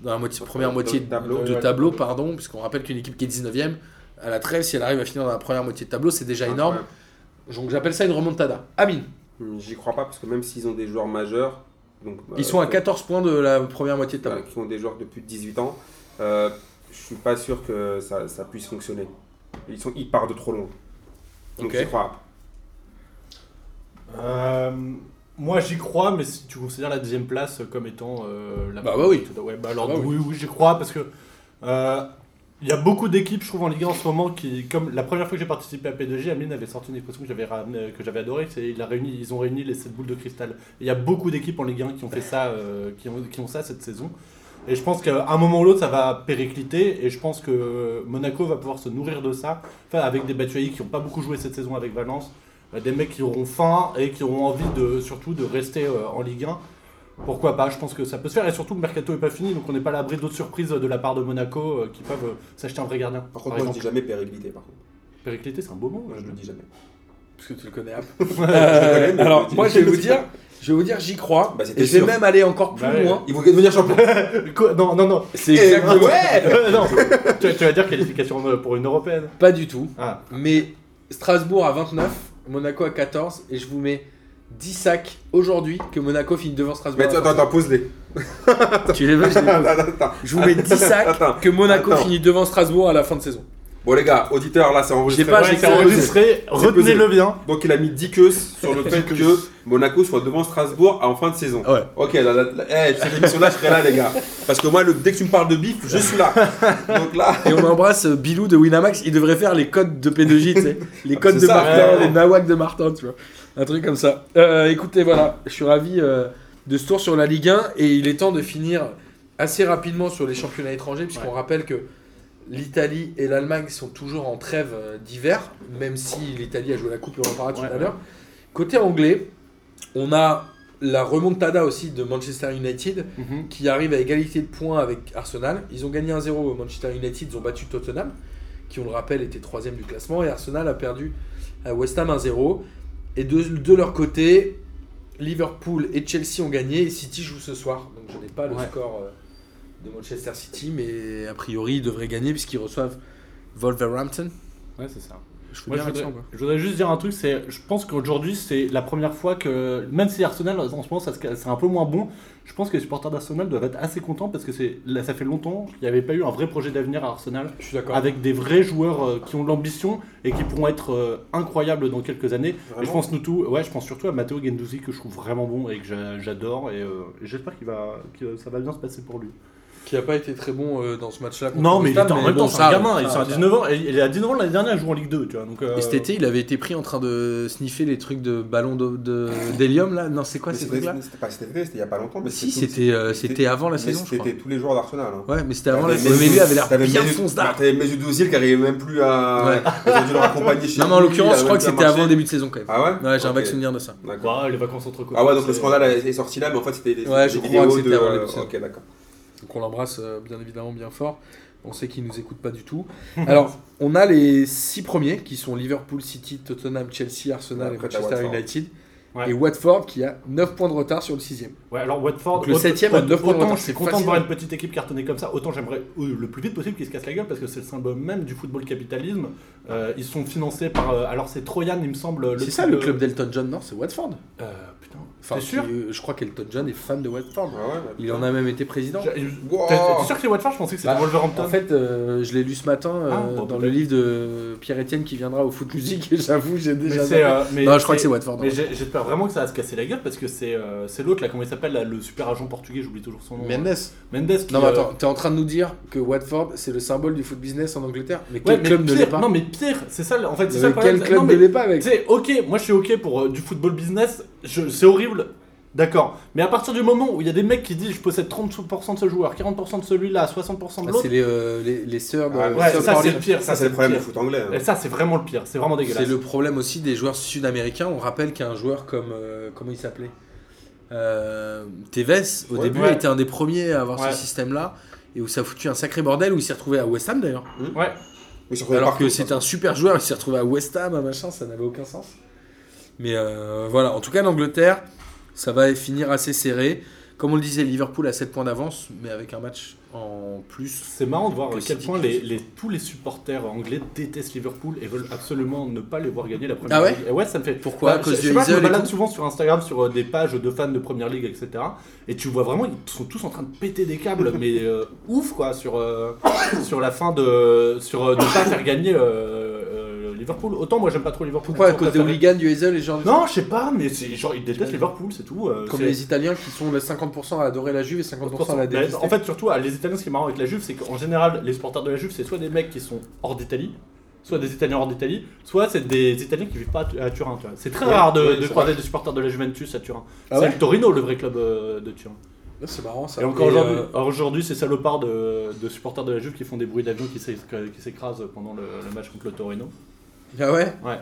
dans la moitié- première
Dans
moitié
le
de
tableau.
de tableau, pardon, puisqu'on rappelle qu'une équipe qui est 19ème, à la trêve, si elle arrive à finir dans la première moitié de tableau, c'est déjà énorme. Donc j'appelle ça une remontada. Amine,
Hmm, J'y crois pas parce que même s'ils ont des joueurs majeurs, donc, euh,
ils sont à 14 points de la première moitié de
voilà,
tableau.
qui ont des joueurs de plus de 18 ans, euh, je suis pas sûr que ça, ça puisse fonctionner. Ils sont ils partent de trop loin. Donc
Ok.
j'y crois. pas.
Euh, moi, j'y crois, mais si tu considères la deuxième place comme étant euh, la
Bah, bah oui.
Ouais, bah alors,
Bah oui.
oui, oui, j'y crois parce que. euh, il y a beaucoup d'équipes, je trouve, en Ligue 1 en ce moment qui, comme la première fois que j'ai participé à P2G, Amine avait sorti une expression que j'avais ramené- que j'avais adorée, c'est il a réuni, ils ont réuni les 7 boules de cristal. Et Il y a beaucoup d'équipes en Ligue 1 qui ont fait ça, euh, qui, ont, qui ont ça cette saison. Et je pense qu'à un moment ou l'autre, ça va péricliter. Et je pense que euh, Monaco va pouvoir se nourrir de ça. Enfin, avec des Batshuayi qui n'ont pas beaucoup joué cette saison avec Valence. euh, Des mecs qui auront faim et qui auront envie de, surtout de rester euh, en Ligue 1. Pourquoi pas Je pense que ça peut se faire. Et surtout, le mercato n'est pas fini. Donc, on n'est pas à l'abri d'autres surprises de la part de Monaco euh, qui peuvent euh, s'acheter un vrai gardien.
Par contre,
Par
moi je
exemple.
dis jamais pérennité par contre.
Péricliter, c'est un beau mot.
Moi, je le dis jamais.
parce que tu le connais. Hap.
connais, mais
Euh, alors,
tu-
moi, je vais vous dire, je vais vous dire, j'y crois.
Bah, c'était
et je vais
sûr.
même aller encore plus
Bah ouais.
loin.
Il voulait devenir champion.
Quoi non, non, non. Euh,
C'est
Et-
exactement
ouais
non. Tu, tu vas dire qualification euh, pour une européenne.
pas du tout.
Ah.
Mais Strasbourg à 29, Monaco à 14, et je vous mets 10 sacs aujourd'hui que Monaco finit devant Strasbourg.
Mais attends,
à
attends, attends, pose-les.
la fin. Tu les veux, je les veux.
Attends, Ah, attends.
Je vous mets 10 sacs
Attends,
que Monaco
attends.
finit devant Strasbourg à la fin de saison.
Bon, les gars, auditeurs, là, c'est enregistré.
J'ai pas- Ah,
Ouais,
j'ai
c'est
que-
enregistré.
posé.
Retenez-le bien.
Donc, il a mis 10 queues sur le fait que Monaco soit devant Strasbourg en fin de saison.
Ouais.
Ok, là, là, là, eh, cette émission-là, je serai là, les gars. Parce que moi, le- dès que tu me parles de bif, je suis là. Donc là,
Et on embrasse euh, Bilou de Winamax, il devrait faire les codes de P2J, tu sais. Les codes
c'est
de
ça,
Martin,
ouais, ouais.
les nawaks de Martin, tu vois. Un truc comme ça. Euh, écoutez, voilà, je suis ravi euh, de ce tour sur la Ligue 1 et il est temps de finir assez rapidement sur les championnats étrangers, puisqu'on rappelle que l'Italie et l'Allemagne sont toujours en trêve euh, d'hiver, même si l'Italie a joué la Coupe, on en parlera tout
Ouais,
à l'heure. Côté anglais, on a la remontada aussi de Manchester United qui arrive à égalité de points avec Arsenal. Ils ont gagné 1-0 au Manchester United, ils ont battu Tottenham, qui on le rappelle était troisième du classement, et Arsenal a perdu à West Ham 1-0. Et de, de leur côté, Liverpool et Chelsea ont gagné, et City joue ce soir. Donc je n'ai pas le
Ouais.
score euh, de Manchester City, mais a priori ils devraient gagner puisqu'ils reçoivent Wolverhampton.
Ouais, c'est ça.
Je fais
Moi,
bien
je, voudrais,
l'accent, quoi.
je voudrais juste dire un truc, c'est, je pense qu'aujourd'hui c'est la première fois que, même si Arsenal en ce moment ça se- c'est un peu moins bon, je pense que les supporters d'Arsenal doivent être assez contents parce que c'est, là, ça fait longtemps qu'il n'y avait pas eu un vrai projet d'avenir à Arsenal,
Je suis d'accord.
avec des vrais joueurs euh, qui ont de l'ambition et qui pourront être euh, incroyables dans quelques années. Et je
Vraiment
pense nous tout, ouais, je pense surtout à Matteo Gendouzi que je trouve vraiment bon et que j'a- j'adore et euh, et j'espère qu'il va, que ça va bien se passer pour lui.
Qui n'a pas été très bon euh, dans ce match-là. contre
Non, mais il
West Ham,
est en même
bon,
temps, c'est un
ça,
gamin,
ça,
il sort à
ça.
19 ans, et il est à 19 ans l'année dernière, il joue en Ligue 2, tu vois. Donc, euh,
Et cet été, il avait été pris en train de sniffer les trucs de ballon d'hélium, de, d'hélium, là Non, c'est quoi
Mais
ces
C'était
trucs-là
c'était pas cet été, c'était il y a pas longtemps. Mais
Si,
c'était-
c'était euh, c'était avant la
mais
saison, je crois.
C'était tous les joueurs d'Arsenal. hein.
Ouais, mais c'était avant la
T'avais
saison. Mais lui
Mesut-
avait l'air
t'avais
bien
Mesut-
fonce d'art.
T'avais Mesut Ozil qui arrivait même plus à.
Ouais.
Ils ont dû le raccompagner chez
Non, mais en
lui, il
l'occurrence,
a
je crois
même
que
pas
c'était avant
marché.
le début de saison quand même.
Ah ouais
Ouais, j'ai un
Ok.
vague souvenir de ça.
D'accord.
bah, les vacances entre copains,
Ah ouais, donc le
c'est-
scandale est est sorti là, mais en fait c'était des,
Ouais,
des
je crois
vidéos
que c'était
de.
avant l'épisode.
Ok, d'accord.
Donc on l'embrasse euh, bien évidemment bien fort. On sait qu'il nous écoute pas du tout. Alors, on a les six premiers qui sont Liverpool, City, Tottenham, Chelsea, Arsenal
Ouais,
et
après, t'as
Manchester
Watford.
United.
Ouais.
Et Watford qui a 9 points de retard sur le sixième.
Ouais, alors Watford,
Donc le
autant-
septième a neuf points de
autant
retard,
je
c'est
suis content de
fascinant.
voir une petite équipe cartonnée comme ça, autant j'aimerais euh, le plus vite possible qu'ils se cassent la gueule parce que c'est le symbole même du football capitalisme. Euh, ils sont financés par. euh, alors c'est Troyan, il me semble.
C'est ça le euh, club d'Elton John, non C'est Watford.
Euh, putain.
Enfin,
T'es sûr
qui- Je crois qu'Elton John est fan de Watford.
Ah ouais, bah,
Il en a même été président.
J'ai- T'es
Wow.
t'es sûr que c'est Watford Je pensais que c'était
Bah,
Wolverhampton.
En fait, euh, je l'ai lu ce matin euh,
Ah, bon,
dans
peut-être.
le livre de Pierre-Étienne qui viendra au foot musique et j'avoue, j'ai
mais
déjà.
c'est. euh, mais
non, je crois que c'est
c'est-
Watford. hein.
Mais
ouais.
j'ai- j'espère vraiment que ça va se casser la gueule parce que c'est euh, c'est l'autre là, comment il s'appelle là, le super agent portugais, j'oublie toujours son nom.
Mendes.
Mendes. qui,
Non, mais
euh,
attends, t'es en train de nous dire que Watford c'est le symbole du foot business en Angleterre Mais
Ouais,
quel
mais
club ne l'est
pire,
pas
non mais pire, c'est ça le- en fait, c'est
Mais
ça le problème.
Quel club
Non,
ne
mais-
l'est pas,
Tu
mec
sais, ok, moi je suis ok pour euh, du football business, je- c'est horrible, d'accord. Mais à partir du moment où il y a des mecs qui disent je possède 30% de ce joueur, 40% de celui-là, 60% de
Ah,
l'autre,
C'est les, euh, les, les sœurs de.
Ah,
les
ouais,
sœurs
ça
Pauli.
c'est le pire.
Ça, c'est le problème du
pire.
foot anglais. hein.
Et ça c'est vraiment le pire, c'est vraiment
C'est
dégueulasse.
le problème aussi des joueurs sud-américains. On rappelle qu'un joueur comme. euh, comment il s'appelait Euh, Tevez, au
Ouais,
début,
ouais.
était un des premiers à avoir
Ouais.
ce système-là. Et où ça a foutu un sacré bordel, où il s'est retrouvé à West Ham d'ailleurs.
Ouais,
Mais surtout
Alors
partout,
que
ça.
c'était un super joueur, il s'est retrouvé à West Ham, à machin, ça n'avait aucun sens. Mais euh, voilà, en tout cas, l'Angleterre, ça va finir assez serré. Comme on le disait, Liverpool a 7 points d'avance, mais avec un match en plus.
c'est marrant de voir
Que
à quel
City
point
qui
les,
fait
les- tous les supporters anglais détestent Liverpool et veulent absolument ne pas les voir gagner la première
Ah ouais
ligue. Et ouais, ça me fait
Pourquoi À
Bah,
cause
je-
de
je sais pas, je me
Hazel et
balade
tout
souvent sur Instagram sur euh, des pages de fans de première ligue, etc. Et tu vois vraiment, ils sont tous en train de péter des câbles, mais euh, ouf quoi, sur, euh, sur la fin de. sur euh, ne pas faire gagner euh, euh, Liverpool. Autant moi j'aime pas trop Liverpool.
Pourquoi à
Toujours
cause des
préféré-
hooligans du Hazel et ce genre de
Non, je sais pas, mais c'est genre ils détestent Liverpool, c'est tout. euh,
Comme
c'est-
les Italiens qui sont les 50% à adorer la Juve et 50% à la
Mais
détester.
en fait, surtout, ah, les Italiens, ce qui est marrant avec la Juve, c'est qu'en général, les supporters de la Juve, c'est soit des mecs qui sont hors d'Italie, soit des Italiens hors d'Italie, soit c'est des Italiens qui vivent pas à Tu- à Turin. tu vois. C'est très
Ouais,
rare de,
ouais,
de
c'est
croiser des supporters de la Juventus à Turin.
Ah
c'est
ouais
le Torino, le vrai club euh, de Turin.
c'est marrant ça.
Et encore aujourd'hui,
euh,
alors aujourd'hui, ces salopards de, de supporters de la Juve qui font des bruits d'avion qui s'é- qui s'écrasent pendant le, le match contre le Torino.
Ah ouais
Ouais.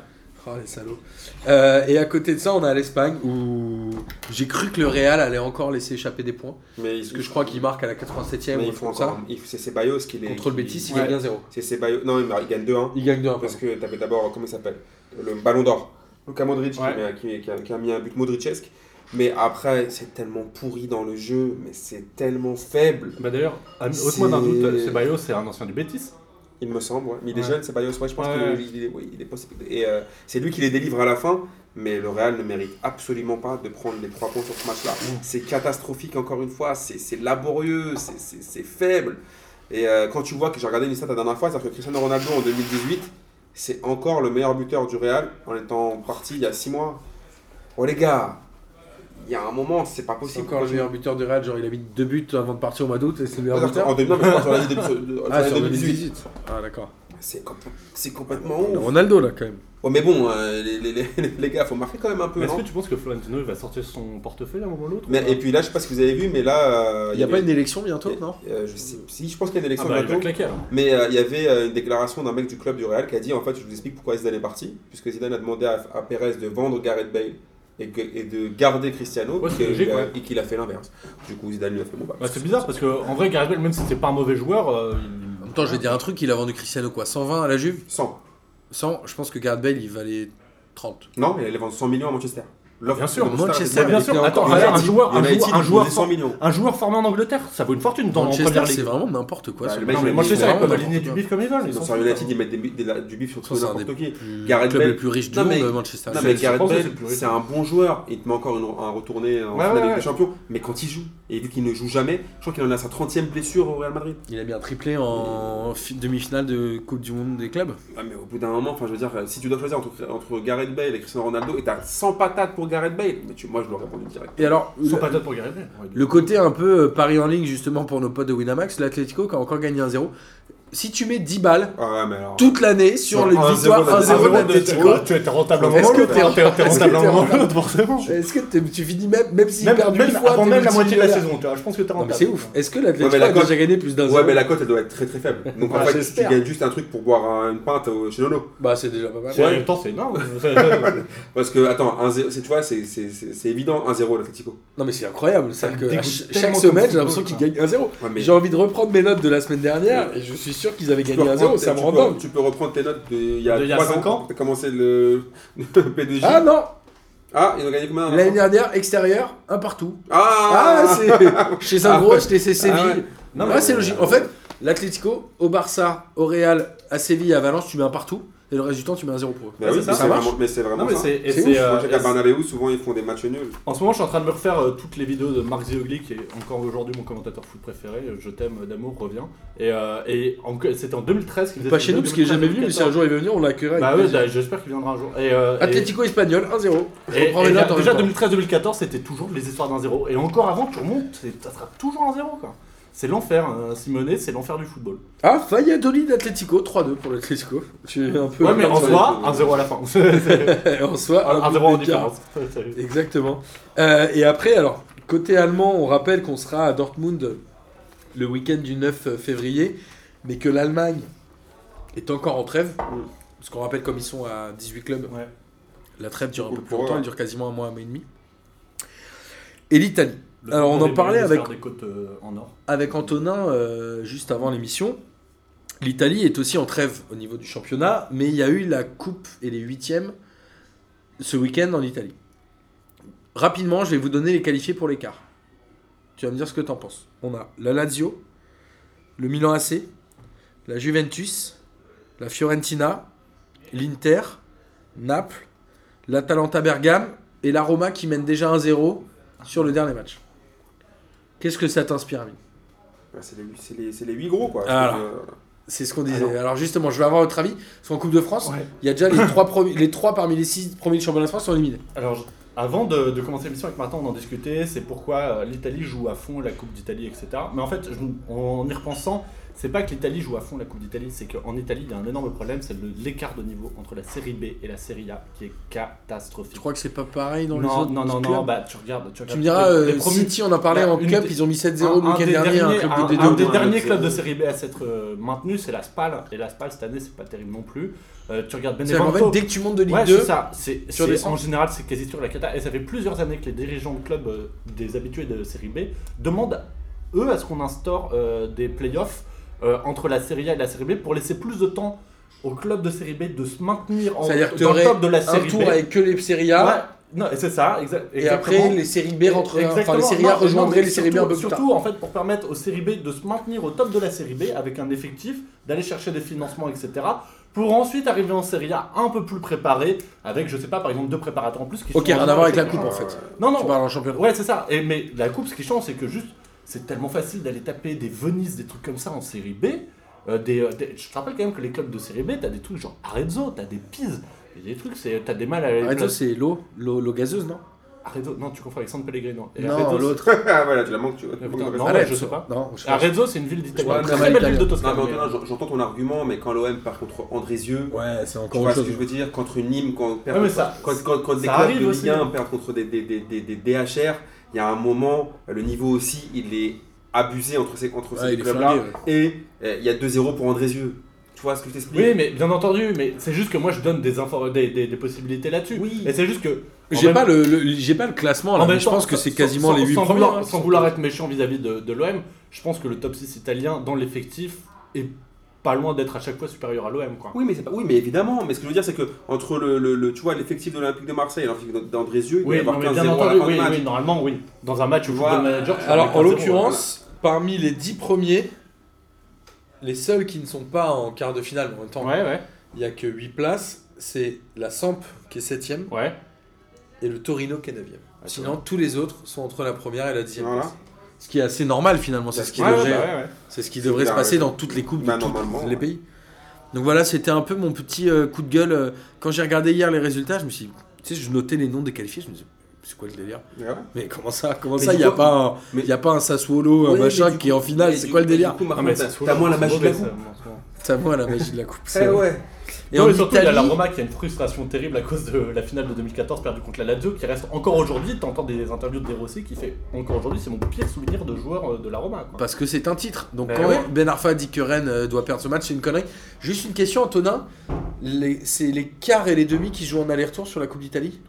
Oh les salauds. Euh, et à côté de ça, on a l'Espagne où j'ai cru que le Real allait encore laisser échapper des points.
Mais
Parce que je crois qu'il marque à la 87e
Mais
ou
il
faut
faut
comme ça.
encore. il faut- C'est Ceballos qui les.
Contre le Betis, il
Ouais.
gagne bien 0.
C'est Ceballos. Non, il gagne hein. 2-1.
Il gagne 2
Parce que t'avais d'abord, comment il s'appelle Le ballon d'or. Luka Modric qui
Ouais.
met- qui, qui a, qui a mis un but modricesque. Mais après, c'est tellement pourri dans le jeu, mais c'est tellement faible,
Bah d'ailleurs, à-
C'est-
ôte-moi d'un doute, Ceballos, c'est un ancien du Bétis.
il me semble. ouais. Mais il est
Ouais.
jeune, c'est Bayos, ouais, je pense
Ouais.
qu'il est, oui, il est possible. Et euh, c'est lui qui les délivre à la fin, mais le Real ne mérite absolument pas de prendre les trois points sur ce match-là. C'est catastrophique, encore une fois, c'est c'est laborieux, c'est- c'est c'est faible. Et euh, quand tu vois que j'ai regardé une stat la dernière fois, c'est-à-dire que Cristiano Ronaldo en 2018, c'est encore le meilleur buteur du Real en étant parti il y a 6 mois. Oh les gars, il y a un moment, c'est pas
C'est
possible.
encore le meilleur buteur du Real, genre il a mis deux buts avant de partir au mois d'août et c'est le
Ah,
meilleur
C'est-à-dire qu'en
buteur.
2009, je crois, sur l'année de- sur- de-
Ah,
sur
sur
l'année 2018.
2018. Ah, d'accord.
C'est com- c'est complètement ouf.
Ronaldo là quand même.
Ouais, mais bon, euh, les, les, les, les gars, faut marquer quand même un peu.
Mais Est-ce
non
que tu penses que Florentino il va sortir son portefeuille à un moment ou l'autre
mais, et puis là, je sais pas si vous avez vu, mais là. euh,
Il n'y a pas
avait-
une élection bientôt, non
euh, je sais, si, je pense qu'il y a une
Ah
élection
bah, il va
bientôt.
claquer alors.
Mais euh, il y avait euh, une déclaration d'un mec du club du Real qui a dit en fait, je vous explique pourquoi Zidane est parti, puisque Zidane a demandé à, à Perez de vendre Gareth Bale et, que- et de garder Cristiano,
Ouais, c'est
et, qu'il
logique,
a-
ouais.
et qu'il a fait l'inverse. Du coup, Zidane lui a fait mon bac.
Bah, c'est bizarre parce que en vrai, Gareth Bale, même si c'était pas un mauvais joueur, euh, il-
En même temps, je vais dire un truc, il a vendu Cristiano quoi 120 à la Juve
100.
100, je pense que Gareth Bale il valait 30.
Non, il allait vendre 100 millions à Manchester. L'offre
Bien sûr,
de
Manchester,
était
bien sûr.
encore-
Attends,
United-
regarde, un joueur- un
United,
joueur- un
il
joueur-
vendait 100 millions.
un joueur formé en Angleterre, ça vaut une fortune dans en
Manchester,
première
c'est
ligue.
vraiment n'importe quoi.
Bah,
sur le
le mec,
Non
terrain.
mais
ils
Manchester,
vraiment
ils peuvent
n'importe
aligner du
quoi.
bif comme ils veulent. ils
Dans
s'en
sur
foutent,
United,
hein.
ils mettent des- des- la- du bif sur tout
C'est un des
n'importe qui.
plus-
Gareth
club
Bale-
le plus riche du
Non, mais-
monde, euh, Manchester.
Non,
Je-
mais
je
Gareth
pense que
Bale,
c'est le plus riche.
c'est un bon joueur. Il te met encore une- un retourné en
Ouais,
finale
ouais,
Ligue
ouais.
des Champions. Mais quand il joue, et vu qu'il ne joue jamais, je crois qu'il en a sa 30e blessure au Real Madrid.
Il a bien triplé en fi- demi-finale de Coupe du Monde des clubs.
Ah, mais au bout d'un moment, enfin, je veux dire, si tu dois choisir entre, entre Gareth Bale et Cristiano Ronaldo, et t'as 100 patates pour Gareth Bale, mais tu- moi je dois répondre direct.
Et alors,
Ils sont
le-
pas pour Gareth Bale.
Le côté un peu euh, pari en ligne justement pour nos potes de Winamax, l'Atletico qui a encore gagné 1-0. Si tu mets 10 balles
Ah ouais, mais alors.
toute l'année sur
Sur
les
1-0
victoires
d'Atletico.
Ah,
1-0
vraiment,
d'Atletico,
tu as été rentable à un
Est-ce
moment
que
l'autre,
t'es-
hein. T'es- t'es rentable à un
est-ce que
moment
t'es-
l'autre, forcément.
est-ce que t'es- tu finis même, même s'il
Même,
perd
même,
mille fois
avant
t'es
même la moitié de la
multimillionnaire.
saison, tu vois, je pense que t'es
Non mais
rentable.
c'est ouf. Est-ce que l'Atletico
Ouais, mais la
a déjà
cote-
gagné plus d'un
Ouais,
zéro
mais la cote elle doit être très très faible. Donc en
Ah,
fait, tu
j'espère.
gagnes juste un truc pour boire un- une pinte au- chez Nono.
Bah c'est déjà pas mal.
C'est-
Ouais.
En même temps, c'est énorme. C'est- c'est-
Parce que, attends, 1-0, c'est- tu vois, c'est- c'est c'est- c'est évident 1-0 l'Atletico.
Non mais c'est incroyable. ça
me
que
dégoûte
à ch-
tellement
chaque
comme
semaine j'ai
football,
l'impression qu'ils
quoi.
gagnent 1-0.
Ouais, mais-
J'ai envie de reprendre mes notes de la semaine dernière et je suis sûr qu'ils avaient
Tu peux
gagné 1-0.
reprendre
Ça
tes-
me
tu
rend
peux-
dingue.
Tu peux reprendre tes notes d'il y a
D'il y a
3
cinq ans
ans. T'as commencé le, le PDG.
Ah non
Ah, ils ont gagné combien
L'année dernière, extérieur, un partout.
Ah,
Ah, c'est chez Saint-Gros, chez Séville.
Ah ouais. euh,
Non,
Non,
mais
mais-
c'est logique. En fait, l'Atlético, au Barça, au Real, à Séville, à Valence, tu mets un partout. Et le reste du temps, tu mets un zéro pour eux.
Bah oui,
Ouais,
mais
ça,
c'est
ça
vraiment, mais c'est vraiment
Non, mais
ça.
c'est- et
C'est
c'est,
ouf,
Moi,
euh,
j'ai qu'à
et-
Bernabeu, souvent ils font des matchs nuls.
En ce moment, je suis en train de me refaire euh, toutes les vidéos de Marc Ziogli, qui est encore aujourd'hui mon commentateur foot préféré. euh, Je t'aime euh, d'amour, reviens. Et, euh, et en- c'était en 2013 qu'il faisait
Pas
cette
chez nous,
vidéo,
parce qu'il est jamais venu, mais
2013,
si un jour il veut venir, on l'accueillera.
Bah
avec
ouais,
plaisir.
bah, j'espère qu'il viendra un jour. Et,
bah,
euh, et-
Atlético espagnol, 1-0.
Et,
Reprends
et
les notes hein,
déjà-
en même
déjà
temps.
2013-2014, c'était toujours les histoires d'un zéro. Et encore avant, tu remontes, c'est- ça sera toujours un zéro. quoi. C'est l'enfer, hein. Simonet, c'est l'enfer du football.
Ah, Valladolid, Atlético, 3-2 pour l'Atlético. Tu es un peu.
Ouais, mais en
ça,
soi,
c'est-
un zéro à la fin. C'est-
Euh, en soi,
un
euh, un
zéro en
but d'écart.
différence. C'est-
Exactement. Euh, et après, alors, côté allemand, on rappelle qu'on sera à Dortmund le week-end du 9 février, mais que l'Allemagne est encore en trêve. Parce qu'on rappelle, comme ils sont à 18 clubs,
Ouais.
la trêve dure un
Cool
peu plus
pour eux,
longtemps,
hein.
elle dure quasiment un mois, un mois et demi. Et l'Italie,
Le
Alors, on en
football est
parlait
mérité de
avec-
faire des côtes euh, en or.
avec Antonin euh, juste avant l'émission. L'Italie est aussi en trêve au niveau du championnat, mais il y a eu la coupe et les huitièmes ce week-end en Italie. Rapidement, je vais vous donner les qualifiés pour l'écart. Tu vas me dire ce que t'en penses. On a la Lazio, le Milan AC, la Juventus, la Fiorentina, l'Inter, Naples, l'Atalanta Bergame et la Roma qui mène déjà 1-0 sur le dernier match. Qu'est-ce que ça t'inspire, Amine
Bah, c'est les, c'est les, c'est les 8 gros quoi.
Ah.
C'est, euh,
C'est ce qu'on disait.
Alors.
Alors, justement, je vais avoir votre avis. Parce qu'en Coupe de France, il y a déjà les trois, premi- les trois parmi les six premiers du championnat de France sont éliminés.
Alors, je- avant de, de commencer l'émission avec Martin, on en discutait, c'est pourquoi euh, l'Italie joue à fond la Coupe d'Italie, etc. Mais en fait, je- en y repensant, c'est pas que l'Italie joue à fond la Coupe d'Italie, c'est qu'en Italie, il y a un énorme problème, c'est le- l'écart de niveau entre la Série B et la Série A qui est catastrophique.
Je crois que c'est pas pareil dans
non,
les autres
non, non,
clubs.
non, bah tu regardes. Tu,
Tu
regardes
me diras,
les-
euh,
les promus-
City, on en parlait
Bah,
en
une
Cup,
des-
ils ont mis 7-0
un-
le
un
week-end
des
dernier, un
derniers-
club
un-
de D2.
un des
ouais,
derniers
c'est-
clubs de Série B à s'être euh, maintenu, c'est la Spal. Et la Spal, cette année, c'est pas terrible non plus. Euh, tu regardes
C'est-à-dire qu'en
Benevento.
fait, dès que tu montes de Ligue
Ouais,
2,
c'est ça. C'est,
sur
c'est-
des cent-
en général, c'est quasi sûr la cata. Et ça fait plusieurs années que les dirigeants de clubs, euh, des habitués de série B, demandent, eux, à ce qu'on instaure euh, des playoffs euh, entre la série A et la série B pour laisser plus de temps au club de série B de se maintenir en, dans
C'est-à-dire que tu
le
aurais
top de la
un
série B.
tour avec que les Serie A.
Ouais, non, et c'est ça, exa-
Et après,
exactement.
les séries B rentreraient, enfin les
Exactement.
séries A
Non, mais
rejoindraient
non,
les séries B un
surtout-
peu plus tard.
Surtout, en fait, pour permettre aux séries B de se maintenir au top de la série B avec un effectif, d'aller chercher des financements, etc. Pour ensuite arriver en série A un peu plus préparé, avec, je sais pas, par exemple, deux préparateurs en plus qui
Ok,
sont
rien à voir avec la
etc.
coupe en fait.
Non, non,
Tu parles en championnat.
ouais, c'est ça. Et, mais la coupe, ce qui change, c'est que juste, c'est tellement facile d'aller taper des Venise, des trucs comme ça en série B. Euh, des, euh, des- je te rappelle quand même que les clubs de série B, t'as des trucs genre Arezzo, t'as des Pise, et des trucs, c'est- t'as des mal à aller.
Arezzo, c'est l'eau, l'eau l'eau gazeuse, non
Arezzo, non, tu confonds avec San Pellegrino. Et
Non,
Arezzo,
l'autre.
Ah voilà, tu la manques, tu vois.
Mais putain,
Non,
non.
Arezzo.
je sais pas.
Non, je sais pas.
Arezzo, c'est une ville d'Italie.
Ouais,
Très
mais
belle
Italie.
ville de Toscane.
mais Antonin, j'en- j'entends ton argument, mais quand l'OM perd contre Andrézieux,
Ouais, c'est
tu
encore
vois
autre
ce
chose.
que je veux dire Contre Nîmes, quand, on perd
hein. Ouais, mais
contre-
ça-
quand, quand- quand des
ça
clubs
arrive
de
aussi. hein.
Ligue 1 perdent contre des, des, des, des, des DHR, il y a un moment, le niveau aussi, il est abusé entre ces, entre
Ouais,
ces
il est
clubs-là.
flingué,
Et euh, il y a 2-0 pour Andrézieux. Tu vois ce que je t'explique
Oui, mais bien entendu, mais c'est juste que moi je donne des, infos, des, des, des possibilités là-dessus.
Oui.
Et c'est juste que. en
J'ai
même-
pas le, le- j'ai pas le classement Oh là,
en même
mais je
temps,
pense que
sans-
c'est quasiment
sans-
les 8
sans
premiers.
vouloir,
hein,
sans
qui
vouloir
sont-
être méchant vis-à-vis de, de l'OM, je pense que le top 6 italien dans l'effectif est pas loin d'être à chaque fois supérieur à l'OM. quoi.
Oui mais, c'est pas... oui, mais évidemment. Mais ce que je veux dire, c'est que entre le, le, le- tu vois, l'effectif de l'Olympique de Marseille et l'effectif d'Andrézieux, il doit y
Oui, non,
avoir
mais
15-0
bien
à
entendu,
la fin
oui,
de match.
oui, normalement, oui. Dans un match où
Tu
vous
vois,
le manager, tu
Alors,
mets
en
15-0,
l'occurrence, parmi les 10 premiers, les seuls qui ne sont pas en quart de finale, mais en même temps,
Ouais, ouais,
il n'y a que 8 places, c'est la Samp qui est 7ème
ouais.
et le Torino qui est 9ème.
Ah,
Sinon, tous les autres sont entre la première et la 10ème.
Voilà.
Ce qui est assez normal finalement, c'est ce qui
Ouais,
devrait,
ouais,
c'est ce qui devrait
bien,
se passer
ouais.
dans toutes les coupes de
Bah,
tous
normalement,
les
ouais.
pays. Donc voilà, c'était un peu mon petit euh, coup de gueule. euh, Quand j'ai regardé hier les résultats, je me suis dit, tu sais, je notais les noms des qualifiés, je me disais, c'est quoi le délire
Mais ouais.
Mais comment ça Comment
Mais
ça,
du
il n'y a,
coup-
pas un-
mais-
y a pas un Sassuolo, un
Ouais, mais
machin
du
qui est en finale
Et
C'est
du-
quoi le
et
délire
Du coup, Marco,
Ah, mais
t'as-
c'est souvent-
t'as moins la magie de la
c'est
coupe.
mauvais, ça, en ce moment.
Ça, moi, la magie de la coupe. c'est
Eh
vrai.
ouais.
Et
non,
en
mais surtout, il y a la
Italie,
Roma qui a une frustration terrible à cause de la finale de 2014 perdue contre la Lazio, qui reste encore aujourd'hui. T'entends des interviews de De Rossi qui fait encore aujourd'hui, c'est mon pire souvenir de joueur euh, de la Roma. Quoi.
parce que c'est un titre. Donc
Ben
quand
ouais.
Ben Arfa dit que Rennes euh, doit perdre ce match, c'est une connerie. Juste une question, Antonin. Les- C'est les quarts et les demi qui jouent en aller-retour sur la Coupe d'Italie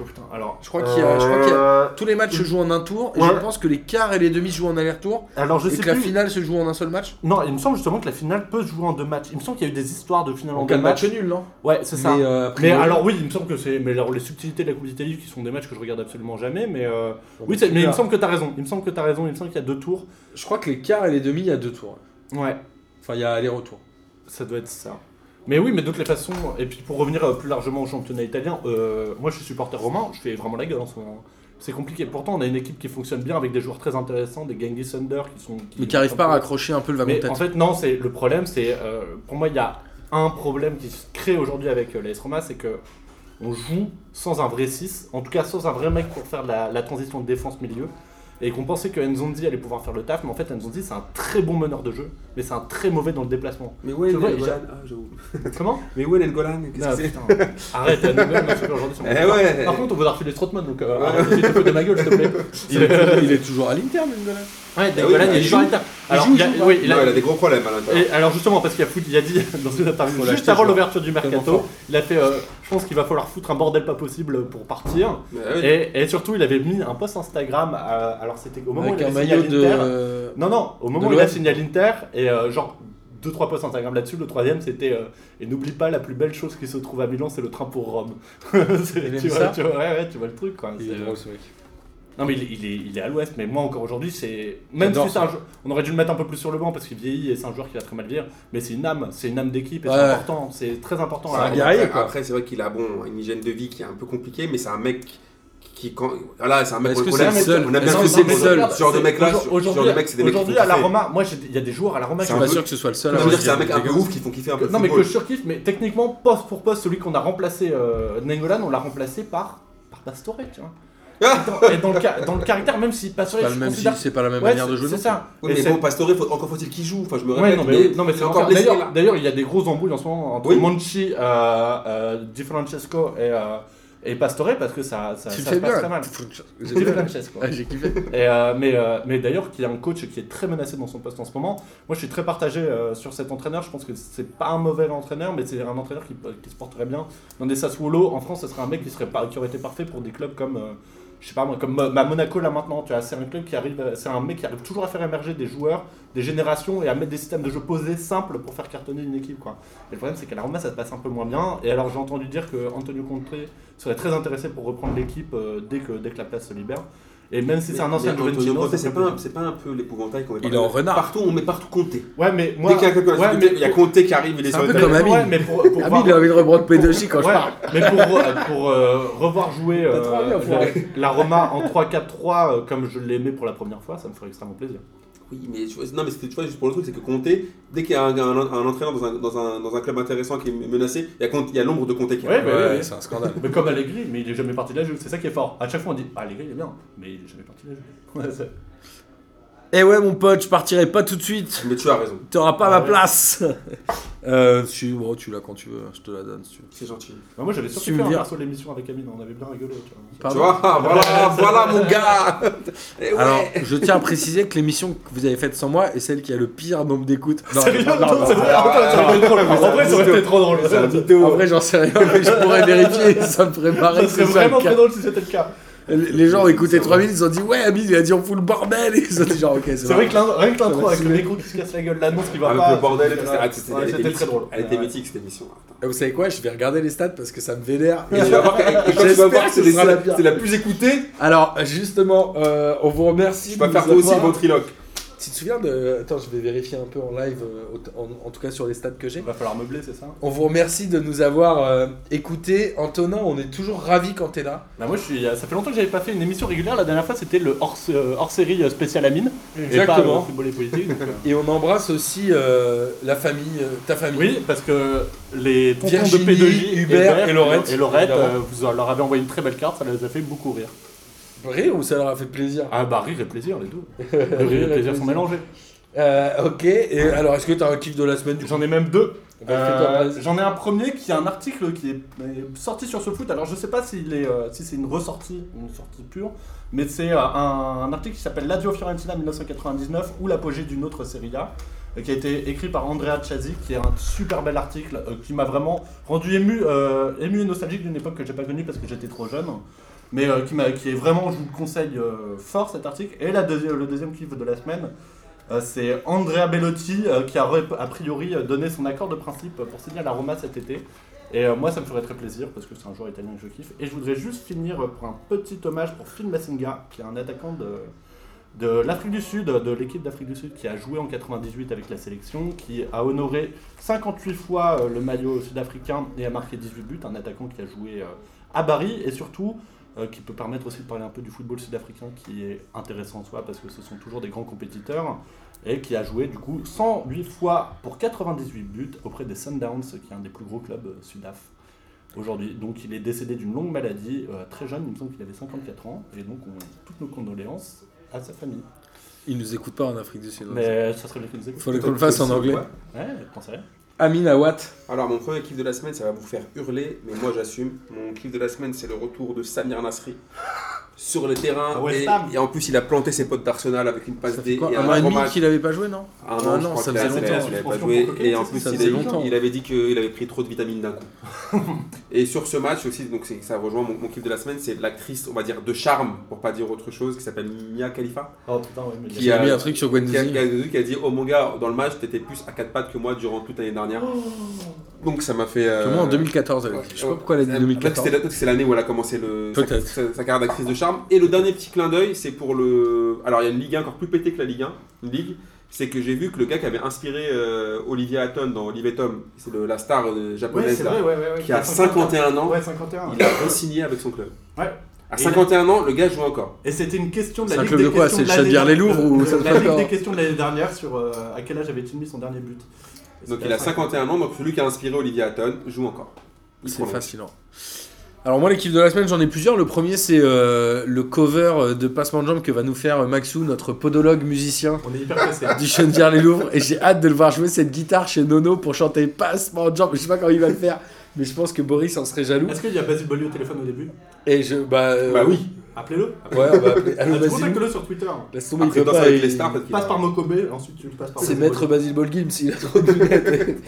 Oh, putain, alors.
Je crois qu'il y a- je crois qu'il y a
Euh,
Tous les matchs se jouent en un tour, et
Ouais.
je pense que les quarts et les demi se jouent en aller-retour,
Alors je
et
sais
que la
plus.
finale se joue en un seul match.
Non, il me semble justement que la finale peut se jouer en deux matchs. Il me semble qu'il y a eu des histoires de finale en,
En cas
deux
de match
matchs.
nul, non
Ouais, c'est ça.
Mais,
Mais,
euh, a priori-
alors oui, il me semble que c'est. Mais alors les subtilités de la Coupe d'Italie qui sont des matchs que je regarde absolument jamais. Mais euh, oui, c'est- mais il me semble que t'as raison. Il me semble que t'as raison. Il me semble qu'il y a deux tours.
Je crois que les quarts et les demi, il y a deux tours.
Ouais.
Enfin, il y a aller-retour.
Ça doit être ça. Mais oui, mais de toutes les façons, et puis pour revenir euh, plus largement au championnat italien, euh, moi je suis supporter romain, je fais vraiment la gueule en ce moment. C'est compliqué. Pourtant, on a une équipe qui fonctionne bien avec des joueurs très intéressants, des Genghis Thunder qui sont.
Mais qui arrive pas à accrocher un peu le wagon
Mais
tête.
en fait, non, c'est le problème, c'est. euh, pour moi, il y a un problème qui se crée aujourd'hui avec euh, l'AS Roma, c'est que on joue sans un vrai 6, en tout cas sans un vrai mec pour faire la, la transition de défense-milieu. Et qu'on pensait que Nzonzi allait pouvoir faire le taf, mais en fait Nzonzi c'est un très bon meneur de jeu, mais c'est un très mauvais dans le déplacement.
Mais où est
Tu vois,
le
il y a-
Golan Ah, j'avoue.
Comment
Mais où est le Golan Qu'est-ce
Ah,
que c'est
putain. Arrête, la nouvelle, on a fait aujourd'hui sur
Eh
mon téléphone.
ouais.
Par contre, on veut leur filer Strotman, donc euh, arrête de te foutre de ma gueule, s'il te plaît.
il, est, il est toujours à l'Inter, Mingala.
Ouais,
Ah oui,
Dagolan,
il
il est sur
joue.
la table. Alors,
joue,
il a-
il joue,
oui, il
Non,
a-
elle a des gros problèmes à l'intérieur.
et alors justement, parce qu'il y a foot, il a dit dans une interview
Faut
juste
l'acheter,
avant
ce joueur.
l'ouverture du
Tellement
mercato,
fort.
il a fait euh, je pense qu'il va falloir foutre un bordel pas possible pour partir.
Mais oui.
Et, et surtout, il avait mis un post Instagram, euh, alors c'était au moment
Avec
où il
un
avait signé à
maillot de.
l'Inter. Non, non, au moment
De
où il a
l'OM.
signé à l'Inter, et euh, genre deux trois posts Instagram là-dessus, le troisième c'était euh, Et n'oublie pas, la plus belle chose qui se trouve à Milan, c'est le train pour Rome. C'est-
Il aime
tu, vois,
ça
tu vois, ouais, ouais, tu vois le truc quoi.
Il est
C'est- euh,
drôle, ce mec.
Non, mais il, il est, il est à l'ouest, mais moi encore aujourd'hui, c'est. Même si
J'adore
c'est un jou- On aurait dû le mettre un peu plus sur le banc parce qu'il vieillit et c'est un joueur qui va très mal vieillir, mais c'est une âme, c'est une âme d'équipe et
Ouais.
c'est important, c'est très important. hein.
C'est
à-
un gars. guerrier,
après,
quoi.
après, c'est vrai qu'il a bon, une hygiène de vie qui est un peu compliquée, mais c'est un mec qui. Quand, voilà, c'est un mec
Est-ce
on
que
connaît,
c'est le
on
seul
a bien
Est-ce
vu
que c'est
comment-
le seul
Ce genre de mec là, ce genre
aujourd'hui,
de mec, c'est des mecs qui
aujourd'hui,
font
à la
kiffer.
Roma, moi j'ai- il y a des joueurs à la Roma
Je
qui
suis
un
pas
peu-
sûr que ce soit le seul.
Je
à
veux
avoir
dire, c'est un
des
mec un peu
gars.
ouf qui font kiffer un peu. le
Ah, Non, mais que
football.
je surkiffe, mais techniquement, poste pour poste, celui qu'on a remplacé, euh, Nengolan, on l'a remplacé par, par Pastore, tu vois.
Ah
Et dans, et dans le, ca- dans le caractère, même si Pastore,
C'est pas
je
le même
considère-
style, c'est pas la même
Ouais,
manière de
c'est-
jouer.
C'est ça.
Oui,
Et
mais
c'est-
bon, Pastore, faut- encore faut-il qu'il joue. Enfin, je me
Ouais,
répète.
non, mais, non, mais c'est
il est encore
encore
blessé.
D'ailleurs,
là.
d'ailleurs, il y a des gros embrouilles en ce moment entre
Oui.
Monchi, euh, euh, Di Francesco et, euh, et Pastore parce que ça, ça,
Tu le
ça
fais
se passe
bien.
très mal.
J'ai
Di
kiffé.
Francesco.
Ah, J'ai kiffé.
Et, euh, mais euh, mais d'ailleurs, qu'il y a un coach qui est très menacé dans son poste en ce moment. Moi, je suis très partagé euh, sur cet entraîneur. Je pense que c'est pas un mauvais entraîneur, mais c'est un entraîneur qui, qui se porterait bien dans des Sassuolo. En France, ce serait un mec qui, serait par- qui aurait été parfait pour des clubs comme. euh, je sais pas moi, comme ma Monaco là maintenant, tu vois, c'est un club qui arrive, euh, c'est un mec qui arrive toujours à faire émerger des joueurs, des générations et à mettre des systèmes de jeu posés simples pour faire cartonner une équipe quoi. Et le problème c'est qu'à la Roma ça se passe un peu moins bien. Et alors j'ai entendu dire que Antonio Conte serait très intéressé pour reprendre l'équipe euh, dès que dès que la place se libère. Et même si c'est un ancien Juventino,
c'est pas, un- c'est pas un peu l'épouvantail qu'on met
Il est
partout.
en renard.
Partout, on met partout compté.
Ouais mais moi,
Dès qu'il y a quelqu'un
ouais, mais-
il y a Comté qui arrive, il est
C'est
sur
un
le
peu
terrain.
comme Amine.
Ouais, mais pour, pour
Amine,
voir-
il a envie de reprendre pédogie quand je
Ouais,
parle.
Mais pour, euh, pour euh, revoir jouer euh,
T'as trop envie, enfoiré.
la, la Roma en 3-4-3 euh, comme je l'aimais pour la première fois, ça me ferait extrêmement plaisir.
Oui, mais tu vois, non, mais c'était- tu vois, juste pour le truc, c'est que Comté, dès qu'il y a un, un- un entraîneur dans un, dans, un, dans un club intéressant qui est menacé, il y a Conte- il y a l'ombre de Comté qui
Ouais,
arrive.
bah, oui, oui.
c'est un scandale.
Mais comme Allegri, mais il est jamais parti de la Juve, c'est ça qui est fort. À chaque fois on dit ah, Allegri il est bien, mais il est jamais parti de la Juve. Ouais, c'est-
Eh ouais, mon pote, je partirai pas tout de suite.
Mais tu as raison,
T'auras pas
Ah
ma
ouais.
place. euh, tu, bon, tu l'as quand tu veux. Je te la donne si tu veux.
c'est gentil.
Bah, moi j'avais
Tu
surtout
me
fait un
viens.
perso de l'émission avec Amine, on avait bien rigolé. Tu vois.
Pardon.
Tu vois,
Ah
voilà, voilà mon gars Eh ouais.
Alors, je tiens à préciser que l'émission que vous avez faite sans moi est celle qui a le pire nombre d'écoutes. Non,
Sérieux
non, non,
Non,
non.
c'est vrai, attends, ça aurait été drôle. En vrai, ça aurait été trop drôle.
C'est
Ça
la
ça
En
vidéo.
vrai, j'en sais rien, mais je pourrais vérifier. Ça me préparait.
serait vraiment très drôle si c'était le cas.
Les gens ont écouté 3 minutes, ils ont dit Ouais, Amine, il a dit on fout le bordel. Et ils ont dit genre, Ok,
C'est vrai que l'in- rien que
Ça
l'intro
va
avec le
saouler.
micro qui se casse la gueule, l'annonce qui va
Avec
pas.
le bordel et tout,
bah, c'était-
c'était- ah, c'était
ouais,
elle était
c'était très
mythique.
drôle.
Elle était
Ouais.
mythique cette émission. Attends.
Et Vous savez quoi Je vais regarder les stats parce que ça me vénère.
Et tu vas voir que- et quand tu vas
J'espère
voir que
que
c'est
ce
les-
sera la pire.
c'est la plus écoutée,
Alors, justement, euh, on vous remercie.
je vais
de
faire
nous
toi aussi
avoir-
ventriloque.
Tu te souviens de. Attends, je vais vérifier un peu en live, euh, au- en, en tout cas sur les stats que j'ai.
Il va falloir meubler, c'est ça
On vous remercie de nous avoir euh, écoutés. Antonin, on est toujours ravis quand t'es là.
Bah moi je suis, ça fait longtemps que j'avais pas fait une émission régulière. La dernière fois c'était le hors, euh, hors série euh, spécial Amine. Et pas, euh, football et politique. donc, euh.
Et on embrasse aussi euh, la famille, euh, ta famille.
oui, parce que les tontons
Virginie,
de P2J,
Hubert et Laurette,
et Laurette
évidemment.
euh, vous leur avez envoyé une très belle carte, ça les a fait beaucoup rire.
Rire ou ça leur a fait plaisir
Ah bah rire et plaisir les deux. Le rire et le plaisir sont mélangés.
Euh, ok, et alors est-ce que t'as un kiff de la semaine du coup
J'en ai même deux.
Eh ben, Fais-toi
Euh,
plaisir.
J'en ai un premier qui est un article qui est est sorti sur ce foot. Alors je sais pas s'il est, euh, si c'est une ressortie, une sortie pure, mais c'est euh, un, un article qui s'appelle Lazio Fiorentina 1999 ou l'apogée d'une autre Serie A, euh, qui a été écrit par Andrea Chazzi, qui est un super bel article euh, qui m'a vraiment rendu ému, euh, ému et nostalgique d'une époque que j'ai pas connue parce que j'étais trop jeune. Mais euh, qui, m'a- qui est vraiment, je vous le conseille euh, fort cet article. Et la deuxi- le deuxième kiff de la semaine, euh, c'est Andrea Bellotti euh, qui a re- a priori euh, donné son accord de principe pour signer à la Roma cet été. Et euh, moi, ça me ferait très plaisir parce que c'est un joueur italien que je kiffe. Et je voudrais juste finir euh, pour un petit hommage pour Phil Massinga, qui est un attaquant de, de l'Afrique du Sud, de l'équipe d'Afrique du Sud qui a joué en 98 avec la sélection, qui a honoré 58 fois euh, le maillot sud-africain et a marqué 18 buts. Un attaquant qui a joué euh, à Bari et surtout euh, qui peut permettre aussi de parler un peu du football sud-africain qui est intéressant en soi parce que ce sont toujours des grands compétiteurs et qui a joué du coup 108 fois pour 98 buts auprès des Sundowns, qui est un des plus gros clubs euh, sudaf aujourd'hui. Donc il est décédé d'une longue maladie, euh, très jeune, il me semble qu'il avait 54 ans, et donc on, toutes nos condoléances à sa famille.
Ils nous écoutent pas en Afrique du Sud. hein.
Mais euh, ça serait bien qu'ils nous écoutent.
Faut qu'on le fasse en anglais.
Ouais.
Ouais, t'en sais rien.
Amina Watt.
Alors, mon premier kiff de la semaine, ça va vous faire hurler, mais moi j'assume. Mon kiff de la semaine, c'est le retour de Samir Nasri sur le terrain.
Ah ouais,
et,
Sam.
et en plus, il a planté ses potes d'Arsenal avec une passe
Ça fait
D
quoi
et
Un
un
mois et
grand
demi
match.
qu'il avait pas joué, non
Ah
Ah
non,
non,
je crois
ça
qu'il
faisait
a- il a-
longtemps.
il avait pas
Suspension
joué.
pour cocaïne,
Et en
ça,
plus,
ça
il,
faisait
a-
longtemps.
il avait dit qu'il avait pris trop de vitamines d'un coup. et sur ce match aussi, donc c'est- ça rejoint mon, mon kiff de la semaine, c'est l'actrice, on va dire, de charme, pour pas dire autre chose, qui s'appelle Mia Khalifa.
Oh putain, ouais, mais
Qui
J'ai
a-
mis un truc sur
Qui a,
Gwendouzi.
qui a- qui a dit Oh mon gars, dans le match, t'étais plus à quatre pattes que moi durant toute l'année dernière.
Oh.
Donc ça m'a fait. euh,
Comment en 2014 elle
ouais,
était. Je sais pas
ouais.
pourquoi elle a dit
Euh, peut-être
2014.
que c'était la- C'est l'année où elle a commencé le, sa,
Peut-être.
sa- sa carrière d'actrice de charme. Et le dernier petit clin d'œil, c'est pour le. Alors il y a une Ligue 1 encore plus pétée que la Ligue 1, une ligue. C'est que j'ai vu que le gars qui avait inspiré euh, Olivier Hatton dans Olivier Tom, c'est le- la star euh,
Ouais,
japonaise
c'est
là,
vrai, ouais, ouais, ouais.
qui a 51 ans,
Ouais, 51.
il a re-signé avec son club.
Ouais.
À
Et-
51 ans, le gars joue encore.
Et c'était une question de
C'est
la
un
Ligue
club
des
de quoi
questions
C'est le
l'année-
Chaudière-les Louvres
de-
ou
de-
ça
La
fait
Ligue
encore
des questions de l'année dernière sur euh, à quel âge avait-il mis son dernier but Et
Donc
c'était
il
à
a
50.
51 ans, donc celui qui a inspiré Olivier Hatton joue encore. Il
C'est
prolonge.
fascinant. Alors moi l'équipe de la semaine j'en ai plusieurs. Le premier c'est euh, le cover euh, de Passement de Jambes que va nous faire euh, Maxou, notre podologue musicien
On est hyper pressé.
du Chenvière les Louvres. Et j'ai hâte de le voir jouer cette guitare chez Nono pour chanter Passement de Jambes. Je sais pas quand il va le faire, mais je pense que Boris en serait jaloux.
Est-ce qu'il y a Basile Boli au téléphone au début
Et je... Bah, euh,
Bah oui, Ah,
Appelez-le.
Ouais, on va appeler... Allô
Appelez-le.
Basile
Contacte-le Ah, sur Twitter.
Laisse tomber, il
après
peut
danse
pas,
avec
il-
les stars, peut-être qu'il
Passe par Mokobé, ensuite tu passes par
C'est
Basile
maître
Boli.
Basile Bolgim s'il a trop de lunettes.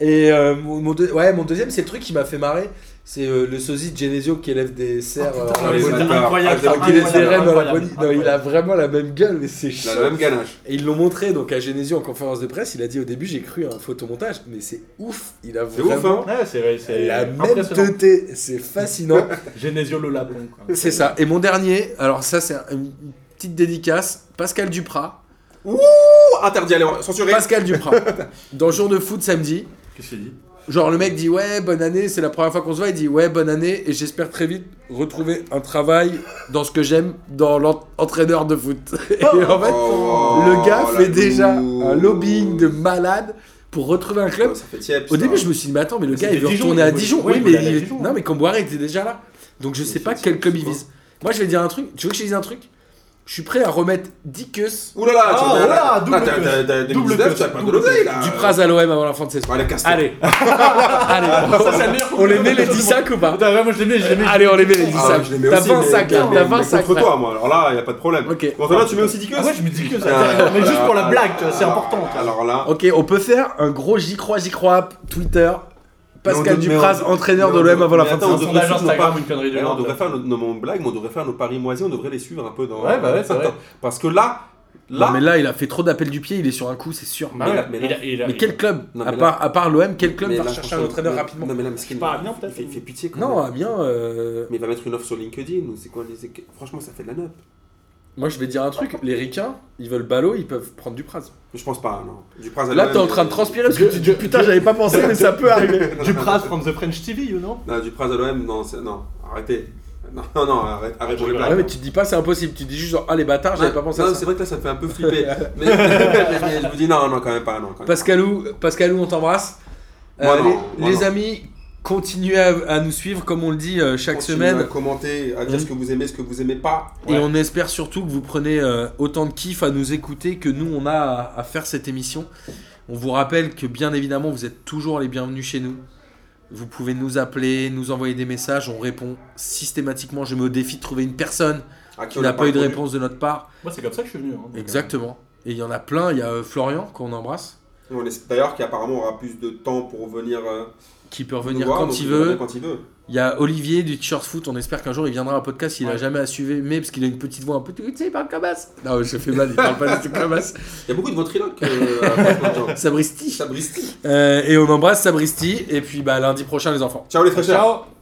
Et euh, mon, mon deux- ouais, mon deuxième, c'est le truc qui m'a fait marrer. C'est euh, le sosie de Genesio qui élève des cerfs.
Putain,
euh,
Ah,
en
les
mais
bonne-
c'était
bâtards.
incroyable,
Ah,
ça,
donc
qui
il
les
est
CRM dans la
incroyable,
bonne- Non, il a vraiment la même gueule, mais c'est
Il a
chiant.
la même ganache.
Et ils l'ont montré donc à Genesio en conférence de presse. Il a dit au début j'ai cru à un photomontage, mais c'est ouf. Il a
C'est ouf,
vraiment
hein
Ouais, c'est c'est
la même
impressionnant.
teuté. C'est fascinant.
Genesio le Lablon. quoi.
c'est ça. Et mon dernier, alors ça c'est une petite dédicace, Pascal Duprat.
Oh, interdit, allez, on- censuré.
Pascal Duprat. dans Jour de foot samedi,
Qu'est-ce qu'il dit
Genre le mec dit ouais bonne année, c'est la première fois qu'on se voit, il dit ouais bonne année et j'espère très vite retrouver un travail dans ce que j'aime, dans l'entraîneur de foot. Et en fait,
Oh,
le gars
la
fait déjà
loose.
un lobbying de malade pour retrouver un club.
Ça fait tiep,
Au
ça.
début je me suis dit mais attends mais le gars il
c'était
veut
Dijon,
retourner
il
à
voulait-
Dijon,
oui,
oui
il
mais
voulait aller à
il-
Dijon,
non mais Comboire était déjà là. Donc je sais pas quel club il vise. Moi je vais dire un truc, tu veux que je te dise un truc Je suis prêt à remettre 10 queues
Ouh là là, tu
Ah,
vois,
oh
là,
là,
là,
double
t'as-
queue.
t'as- t'as-
Double
2019,
queue,
t'as pas de
double
l'oseille,
queue.
là.
du Pras à l'OM avant la fin de saison.
Allez, casse-toi.
Euh. Allez, allez,
Ça, c'est la meilleure
Ah, on les met les
conclusion
10
du
sacs ou pas
Putain, ouais, moi je l'ai mis, je l'ai mis.
Allez, on les met les 10
Ah,
sacs.
je les mets
T'as
aussi,
20
mais-
sacs,
mais-
là. T'as
mais
20 sacs.
Contre
là.
toi, moi. Alors là, y a pas de problème.
Ok.
Bon, enfin, là, tu mets aussi 10
Ah ouais, je me dis que
Ah,
ça. Mais juste pour la
ah,
blague, tu vois, c'est
ah,
important. tu vois.
Alors là.
Ok, on peut faire un gros j'y crois, j'y crois, app, Twitter.
Mais on
Pascal
doit-
Dupraz,
mais on-
entraîneur
mais
de
on
l'OM
doit-
avant la
mais
fin de
attends,
saison.
Un
on devrait
sondage
suivre nos
Instagram,
paris.
une connerie du
Alors,
genre.
on devrait faire nos, nos blagues, mais on devrait faire nos paris moisis, on devrait les suivre un peu dans.
Ouais, bah ouais, c'est vrai.
Parce que là, là,
Non, mais là, il a fait trop d'appels du pied, il est sur un coup, c'est sûr.
Mais là- mais là-
Il a- il a-
Mais quel club
Non, mais
À
là-
part à part l'OM, quel club
mais
va
là,
rechercher un
franchement,
entraîneur
mais-
rapidement
Non, mais là, mais ce qui
pas Amiens, peut-être
il fait, il fait pitié quand
Non,
même.
Amiens. euh,
Mais il va mettre une offre sur LinkedIn, ou c'est quoi les... Franchement, ça fait de la nappe.
Moi, je vais dire un truc. Les Ricains, ils veulent ballot, ils peuvent prendre Dupraz.
Mais je pense pas, non. Du Prince
Là,
Albert,
t'es en
mais- euh,
train de transpirer parce que
Dieu-
tu te dis
Dieu-
putain, j'avais pas pensé, mais ça peut arriver.
Du Pras from the French TV, you know
Non, du Prince de l'OM, non, c'est- non, arrêtez. Non, non, non, arrête, arrête pour les blagues.
Ouais, mais tu te dis pas, c'est impossible. Tu te dis juste, genre, ah les bâtards, j'avais pas pensé à
non, c'est
ça.
vrai que là, ça me fait un peu flipper. mais, mais- mais je vous dis non, non, quand même pas, non. Quand même.
Pascalou, Pascalou, on t'embrasse. Euh,
Moi, non,
les
moi,
les
non.
amis, continuez à, à nous suivre comme on le dit euh, chaque
Continuez
semaine.
à commenter, à dire
Mhm.
ce que vous aimez, ce que vous aimez pas.
Et on espère surtout que vous prenez euh, autant de kiff à nous écouter que nous on a à, à faire cette émission. On vous rappelle que bien évidemment vous êtes toujours les bienvenus chez nous. Vous pouvez nous appeler, nous envoyer des messages, on répond systématiquement. Je me défie de trouver une personne
À qui
qui
on
n'a
a
pas eu de
répondu.
réponse de notre part.
Moi, c'est comme ça que je suis venu. hein.
Exactement. Et il y en a plein, il y a euh, Florian qu'on embrasse,
On espère D'ailleurs, qu'apparemment, on aura plus de temps pour venir. euh,
qui peut
nous
revenir
voir,
quand
donc
il
il revient
veut.
Quand il veut.
Il y a Olivier du T-shirt foot, on espère qu'un jour il viendra à un podcast, il a
Ouais.
jamais à suivre, mais parce qu'il a une petite voix un peu, tu sais, il parle comme as. Non, je fais mal, il parle pas du tout comme as.
Il y a beaucoup de ventriloques euh, à Paris-Saint-Jean.
Sabristi.
Sabristi.
Euh, et on embrasse Sabristi, et puis bah, lundi prochain les enfants.
Ciao les fraîcheurs.
Ciao